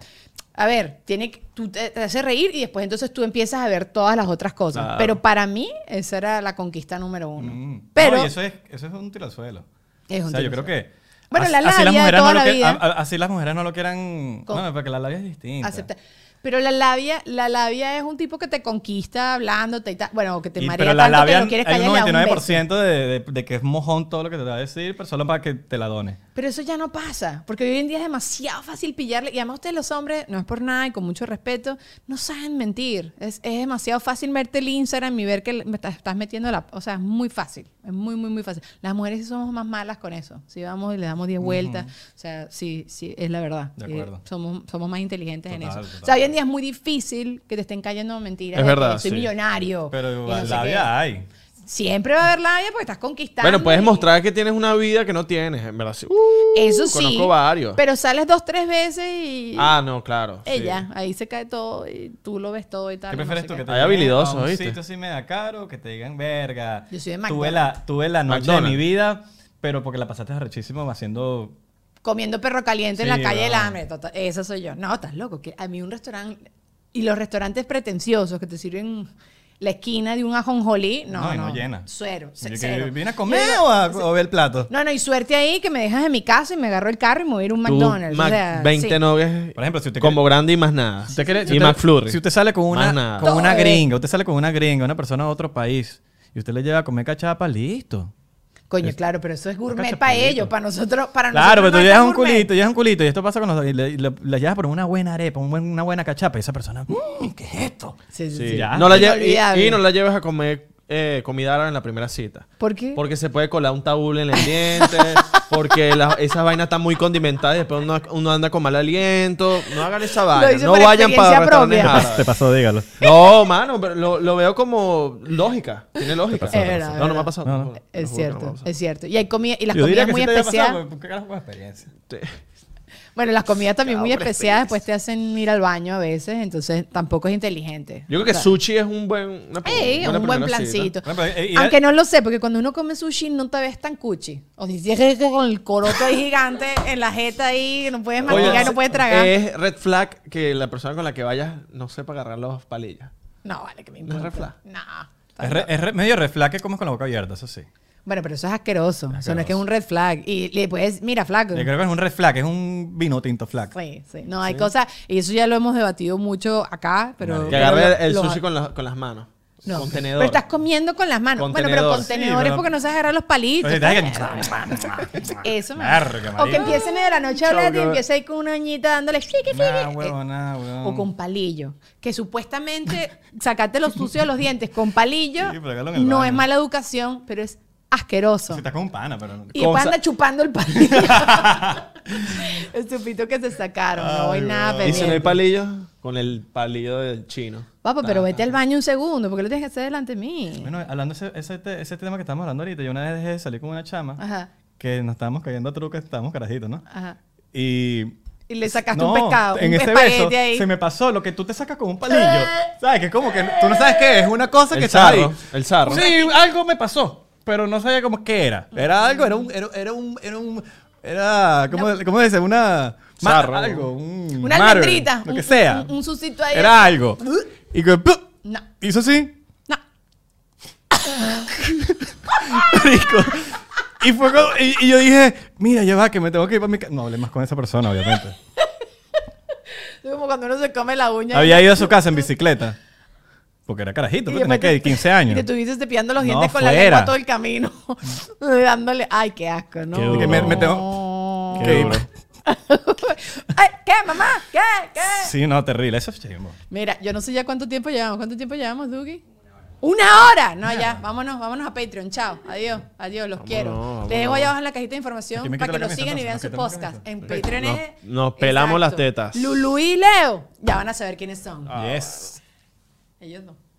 Speaker 1: a ver, tiene que, tú te, te haces reír y después entonces tú empiezas a ver todas las otras cosas.
Speaker 3: Claro.
Speaker 1: Pero para mí, esa era la conquista número uno.
Speaker 2: Mm.
Speaker 1: Pero
Speaker 2: No, y eso es, eso es un tiro al suelo.
Speaker 1: Es un
Speaker 2: o sea, yo
Speaker 1: tiro al
Speaker 2: creo que.
Speaker 1: Bueno,
Speaker 2: as-
Speaker 1: la
Speaker 2: así las
Speaker 1: labia de
Speaker 2: mujeres
Speaker 1: toda
Speaker 2: no
Speaker 1: la
Speaker 2: lo que-
Speaker 1: vida.
Speaker 2: a- a- así las mujeres no lo quieran.
Speaker 1: Con-
Speaker 2: No, porque la labia es distinta.
Speaker 1: acepta- Pero la labia, la labia es un tipo que te conquista hablándote y tal. Bueno, o que te
Speaker 2: Y-
Speaker 1: marea
Speaker 2: pero la
Speaker 1: tanto
Speaker 2: labia,
Speaker 1: que no quieres
Speaker 2: hay un
Speaker 1: callarle a un beso.
Speaker 2: 99% de, de- de que es mojón todo lo que te va a decir, pero solo para que te la done.
Speaker 1: Pero eso ya no pasa, porque hoy en día es demasiado fácil pillarle. Y además ustedes los hombres, no es por nada y con mucho respeto, no saben mentir. Es, es demasiado fácil verte el Instagram y ver que le- me estás, estás metiendo la... O sea, es muy fácil. Es muy, muy, muy fácil. Las mujeres sí somos más malas con eso. Si vamos y le damos 10 vueltas. O sea, sí, sí, es la verdad.
Speaker 2: De
Speaker 1: Sí,
Speaker 2: acuerdo.
Speaker 1: somos, somos más inteligentes en eso.
Speaker 2: Total,
Speaker 1: O sea,
Speaker 2: total.
Speaker 1: hoy en día es muy difícil que te estén cayendo mentiras.
Speaker 3: Es
Speaker 1: de que
Speaker 3: verdad,
Speaker 1: Soy
Speaker 3: sí.
Speaker 1: millonario. y
Speaker 2: Pero
Speaker 1: no
Speaker 2: la
Speaker 1: sé
Speaker 2: labia
Speaker 1: qué.
Speaker 2: hay.
Speaker 1: Siempre va a haber labia porque estás conquistando.
Speaker 3: Bueno, puedes
Speaker 1: y-
Speaker 3: mostrar que tienes una vida que no tienes, en verdad. sí. Uh,
Speaker 1: Eso sí.
Speaker 3: Conozco varios.
Speaker 1: Pero sales dos, tres veces y.
Speaker 3: Ah, no, claro.
Speaker 1: ella, ahí se cae todo y tú lo ves todo y tal.
Speaker 2: ¿Qué
Speaker 1: no
Speaker 2: prefieres
Speaker 1: sé
Speaker 2: tú? Que te
Speaker 3: Hay
Speaker 2: lleguen
Speaker 3: habilidosos,
Speaker 2: a un
Speaker 3: ¿viste?
Speaker 2: sitio así me da caro, que te digan, verga.
Speaker 1: Yo soy de
Speaker 2: Tuve
Speaker 1: McDonald's.
Speaker 2: la, tuve la noche de
Speaker 3: McDonald's.
Speaker 2: mi vida, pero porque la pasaste arrechísimo haciendo...
Speaker 1: Comiendo perro caliente en
Speaker 2: Sí,
Speaker 1: la calle del
Speaker 2: weón.
Speaker 1: hambre. tota- Esa soy yo. No, estás loco. Que a mí un restaurante. Y los restaurantes pretenciosos que te sirven la esquina de un ajonjolí. No,
Speaker 2: No,
Speaker 1: no,
Speaker 2: y no llena.
Speaker 1: Suero.
Speaker 2: Yo
Speaker 1: ce-
Speaker 2: que
Speaker 1: cero.
Speaker 2: ¿Vine a
Speaker 1: Yo
Speaker 2: comer
Speaker 1: digo,
Speaker 2: o, a, o ver el plato?
Speaker 1: No, no, y suerte ahí que me dejas en mi casa y me agarro el carro y me voy a ir a un
Speaker 3: Tú,
Speaker 1: McDonald's.
Speaker 3: Mac-
Speaker 1: o sea,
Speaker 3: 20
Speaker 1: sí.
Speaker 3: novias.
Speaker 2: Por ejemplo, si usted
Speaker 3: Combo grande y más nada.
Speaker 2: Si usted quiere- si
Speaker 3: y
Speaker 2: usted-
Speaker 3: McFlurry.
Speaker 2: Si usted sale con
Speaker 3: Más nada.
Speaker 2: una, con una
Speaker 1: Todo es.
Speaker 2: gringa, usted sale con una gringa, una persona de otro país, y usted le lleva a comer cachapa, listo.
Speaker 1: Coño, claro, pero eso es gourmet
Speaker 2: cachas
Speaker 1: para
Speaker 2: culito.
Speaker 1: ellos, para nosotros, para
Speaker 2: Claro,
Speaker 1: nosotros.
Speaker 2: pero
Speaker 1: Ah, no
Speaker 2: tú
Speaker 1: es
Speaker 2: llevas
Speaker 1: tan
Speaker 2: un
Speaker 1: gourmet.
Speaker 2: culito, llevas un culito, y esto pasa con los... Y le, y le- la llevas por una buena arepa, un buen- una buena cachapa, y esa persona, "Mm, ¿qué es esto?
Speaker 1: Sí, sí,
Speaker 2: Sí,
Speaker 1: sí.
Speaker 2: ya.
Speaker 3: No la lle-
Speaker 1: Inolvidable.
Speaker 3: y, y no la lleves a comer eh, comida árabe en la primera cita.
Speaker 1: ¿Por qué?
Speaker 3: Porque se puede colar un tabú en el diente, porque la- esas vainas están muy condimentadas y después uno, uno anda con mal aliento. No hagan esa vaina.
Speaker 1: hice
Speaker 3: No
Speaker 1: por
Speaker 3: vayan
Speaker 1: experiencia
Speaker 3: para restaurantes
Speaker 1: propia.
Speaker 3: árabes.
Speaker 2: pasó, dígalo.
Speaker 3: No, mano, pero lo, lo veo como lógica. Tiene lógica.
Speaker 1: pasó, te Es pasó. verdad,
Speaker 3: no, no
Speaker 1: verdad.
Speaker 3: me ha pasado.
Speaker 2: No, no.
Speaker 3: No, no, te
Speaker 1: Es
Speaker 3: juro que no me ha
Speaker 1: cierto,
Speaker 3: pasado.
Speaker 1: es cierto. Y hay comida y las
Speaker 2: Yo
Speaker 1: comidas
Speaker 2: diría que
Speaker 1: muy
Speaker 2: sí te había pasado,
Speaker 1: especiales.
Speaker 2: porque- porque carajo con experiencia.
Speaker 3: Te-
Speaker 1: Bueno, las comidas también muy
Speaker 3: Cabrón,
Speaker 1: especiales,
Speaker 3: experiencia.
Speaker 1: después te hacen ir al baño a veces, entonces tampoco es inteligente.
Speaker 3: Yo creo que
Speaker 1: O sea,
Speaker 3: sushi es un buen. una-
Speaker 1: ey,
Speaker 3: buena
Speaker 1: un buen
Speaker 3: primera
Speaker 1: plancito.
Speaker 2: Bueno, pero, eh, y-
Speaker 1: Aunque no lo sé, porque cuando uno come sushi no te ves tan cuchi. O si llegas con el coroto ahí gigante en la jeta ahí, que no puedes
Speaker 3: Oye,
Speaker 1: masticar, no puedes tragar.
Speaker 3: Es red flag que la persona con la que vayas no sepa agarrar las palillas.
Speaker 1: no, vale, que me
Speaker 3: no es
Speaker 1: importa.
Speaker 3: refla.
Speaker 1: No.
Speaker 2: Es, re- es re- medio reflaque como con la boca abierta, eso sí.
Speaker 1: Bueno, pero eso es asqueroso. Eso no es que es un red flag. Y le puedes, mira, flaco.
Speaker 2: Yo creo que es un reflaque, es un vino tinto flaco.
Speaker 1: Sí, sí. No, hay cosas, y eso ya lo hemos debatido mucho acá, pero...
Speaker 3: Que
Speaker 1: pero lo-
Speaker 3: agarre el
Speaker 1: los-
Speaker 3: sushi con, las- con las manos.
Speaker 1: No,
Speaker 3: Contenedor.
Speaker 1: Pero estás comiendo con las manos. Bueno, pero
Speaker 3: Contenedor.
Speaker 1: contenedores
Speaker 2: Sí, pero-
Speaker 1: porque no sabes agarrar los palitos.
Speaker 2: Entonces,
Speaker 1: Claro.
Speaker 2: te-
Speaker 1: Eso me
Speaker 2: Verga,
Speaker 1: O que
Speaker 2: marico.
Speaker 1: empiecen de la noche a hablar y empiece ahí con una uñita dándole fliqui, fliqui.
Speaker 2: Nah,
Speaker 1: Eh,
Speaker 2: huevón, nah, huevón.
Speaker 1: O con palillo. Que supuestamente sacarte los sucios de los dientes con palillo
Speaker 2: Sí, pero hágalo en el
Speaker 1: no
Speaker 2: baño.
Speaker 1: es mala educación, pero es asqueroso.
Speaker 2: Si estás con un pana, pero no.
Speaker 1: Y después
Speaker 3: Cosa-
Speaker 1: anda chupando el palillo. el chupito que se sacaron. no hay
Speaker 2: Ay,
Speaker 1: nada
Speaker 2: wow.
Speaker 3: Y si no hay
Speaker 1: pendiente.
Speaker 3: palillos, con el palillo del chino.
Speaker 1: Papo, pero vete al baño un segundo, porque lo tienes que hacer delante de mí.
Speaker 2: Bueno, hablando de ese, ese, te- ese tema que estamos hablando ahorita, yo una vez dejé de salir con una chama
Speaker 1: Ajá,
Speaker 2: que nos estábamos cayendo a truques, estábamos carajitos, ¿no?
Speaker 1: ajá.
Speaker 2: Y.
Speaker 1: Y le sacaste un
Speaker 2: no,
Speaker 1: pescado,
Speaker 2: en
Speaker 1: un
Speaker 2: ese
Speaker 1: espagueti
Speaker 2: beso
Speaker 1: ahí.
Speaker 2: se me pasó lo que tú te sacas con un palillo. ¿Sabes? Que es como que tú no sabes qué es, una cosa
Speaker 3: El
Speaker 2: que está
Speaker 3: sarro,
Speaker 2: ahí.
Speaker 3: el sarro.
Speaker 2: Sí, algo me pasó, pero no sabía cómo qué era. Era algo, era un era, era un era un era ¿cómo, cómo se dice? Una ma-
Speaker 3: Sarro.
Speaker 2: algo, un
Speaker 1: Una
Speaker 2: marble,
Speaker 1: almendrita.
Speaker 2: lo
Speaker 1: un-
Speaker 2: que sea.
Speaker 1: Un, un sucito ahí.
Speaker 2: Era algo. Y que ¡pup!
Speaker 1: No,
Speaker 2: hizo así.
Speaker 1: no.
Speaker 2: marico. Y, fue como- y, y yo dije, mira, ya va, que me tengo que ir para mi casa. No hablé más con esa persona, obviamente.
Speaker 1: Es como cuando uno se come la uña.
Speaker 2: Había ido a su casa en bicicleta. Porque era carajito,
Speaker 1: y
Speaker 2: pues, tenía
Speaker 1: después te-
Speaker 2: que 15
Speaker 1: Y
Speaker 2: años.
Speaker 1: te estuviste cepillando los
Speaker 2: No,
Speaker 1: dientes con la
Speaker 2: fuera.
Speaker 1: lengua todo el camino. dándole. Ay, qué asco, ¿no?
Speaker 3: Qué
Speaker 2: Y que me- me tengo-
Speaker 1: No.
Speaker 2: que ir.
Speaker 3: duro.
Speaker 1: Ay, ¿Qué, mamá? ¿Qué? ¿Qué?
Speaker 2: Sí, no, terrible. Eso es chismo.
Speaker 1: Mira, yo no sé ya cuánto tiempo llevamos. ¿Cuánto tiempo llevamos, Dugi? Una hora. No, ya. Vámonos, vámonos a Patreon. Chao. Adiós. Adiós. Los quiero.
Speaker 3: vámonos.
Speaker 1: Les dejo allá abajo en la cajita de
Speaker 2: Aquí
Speaker 1: información
Speaker 2: me
Speaker 1: para
Speaker 2: quito
Speaker 1: que
Speaker 2: la
Speaker 1: lo
Speaker 2: camisa,
Speaker 1: sigan y
Speaker 2: entonces,
Speaker 1: vean
Speaker 2: nos
Speaker 1: su
Speaker 2: quitamos la
Speaker 1: podcast.
Speaker 2: camisa.
Speaker 1: En Patreon
Speaker 3: Nos-
Speaker 1: es...
Speaker 3: nos pelamos las tetas. Ah.
Speaker 1: Lulu y Leo. Ya van a saber quiénes son.
Speaker 2: Yes.
Speaker 1: Ellos no.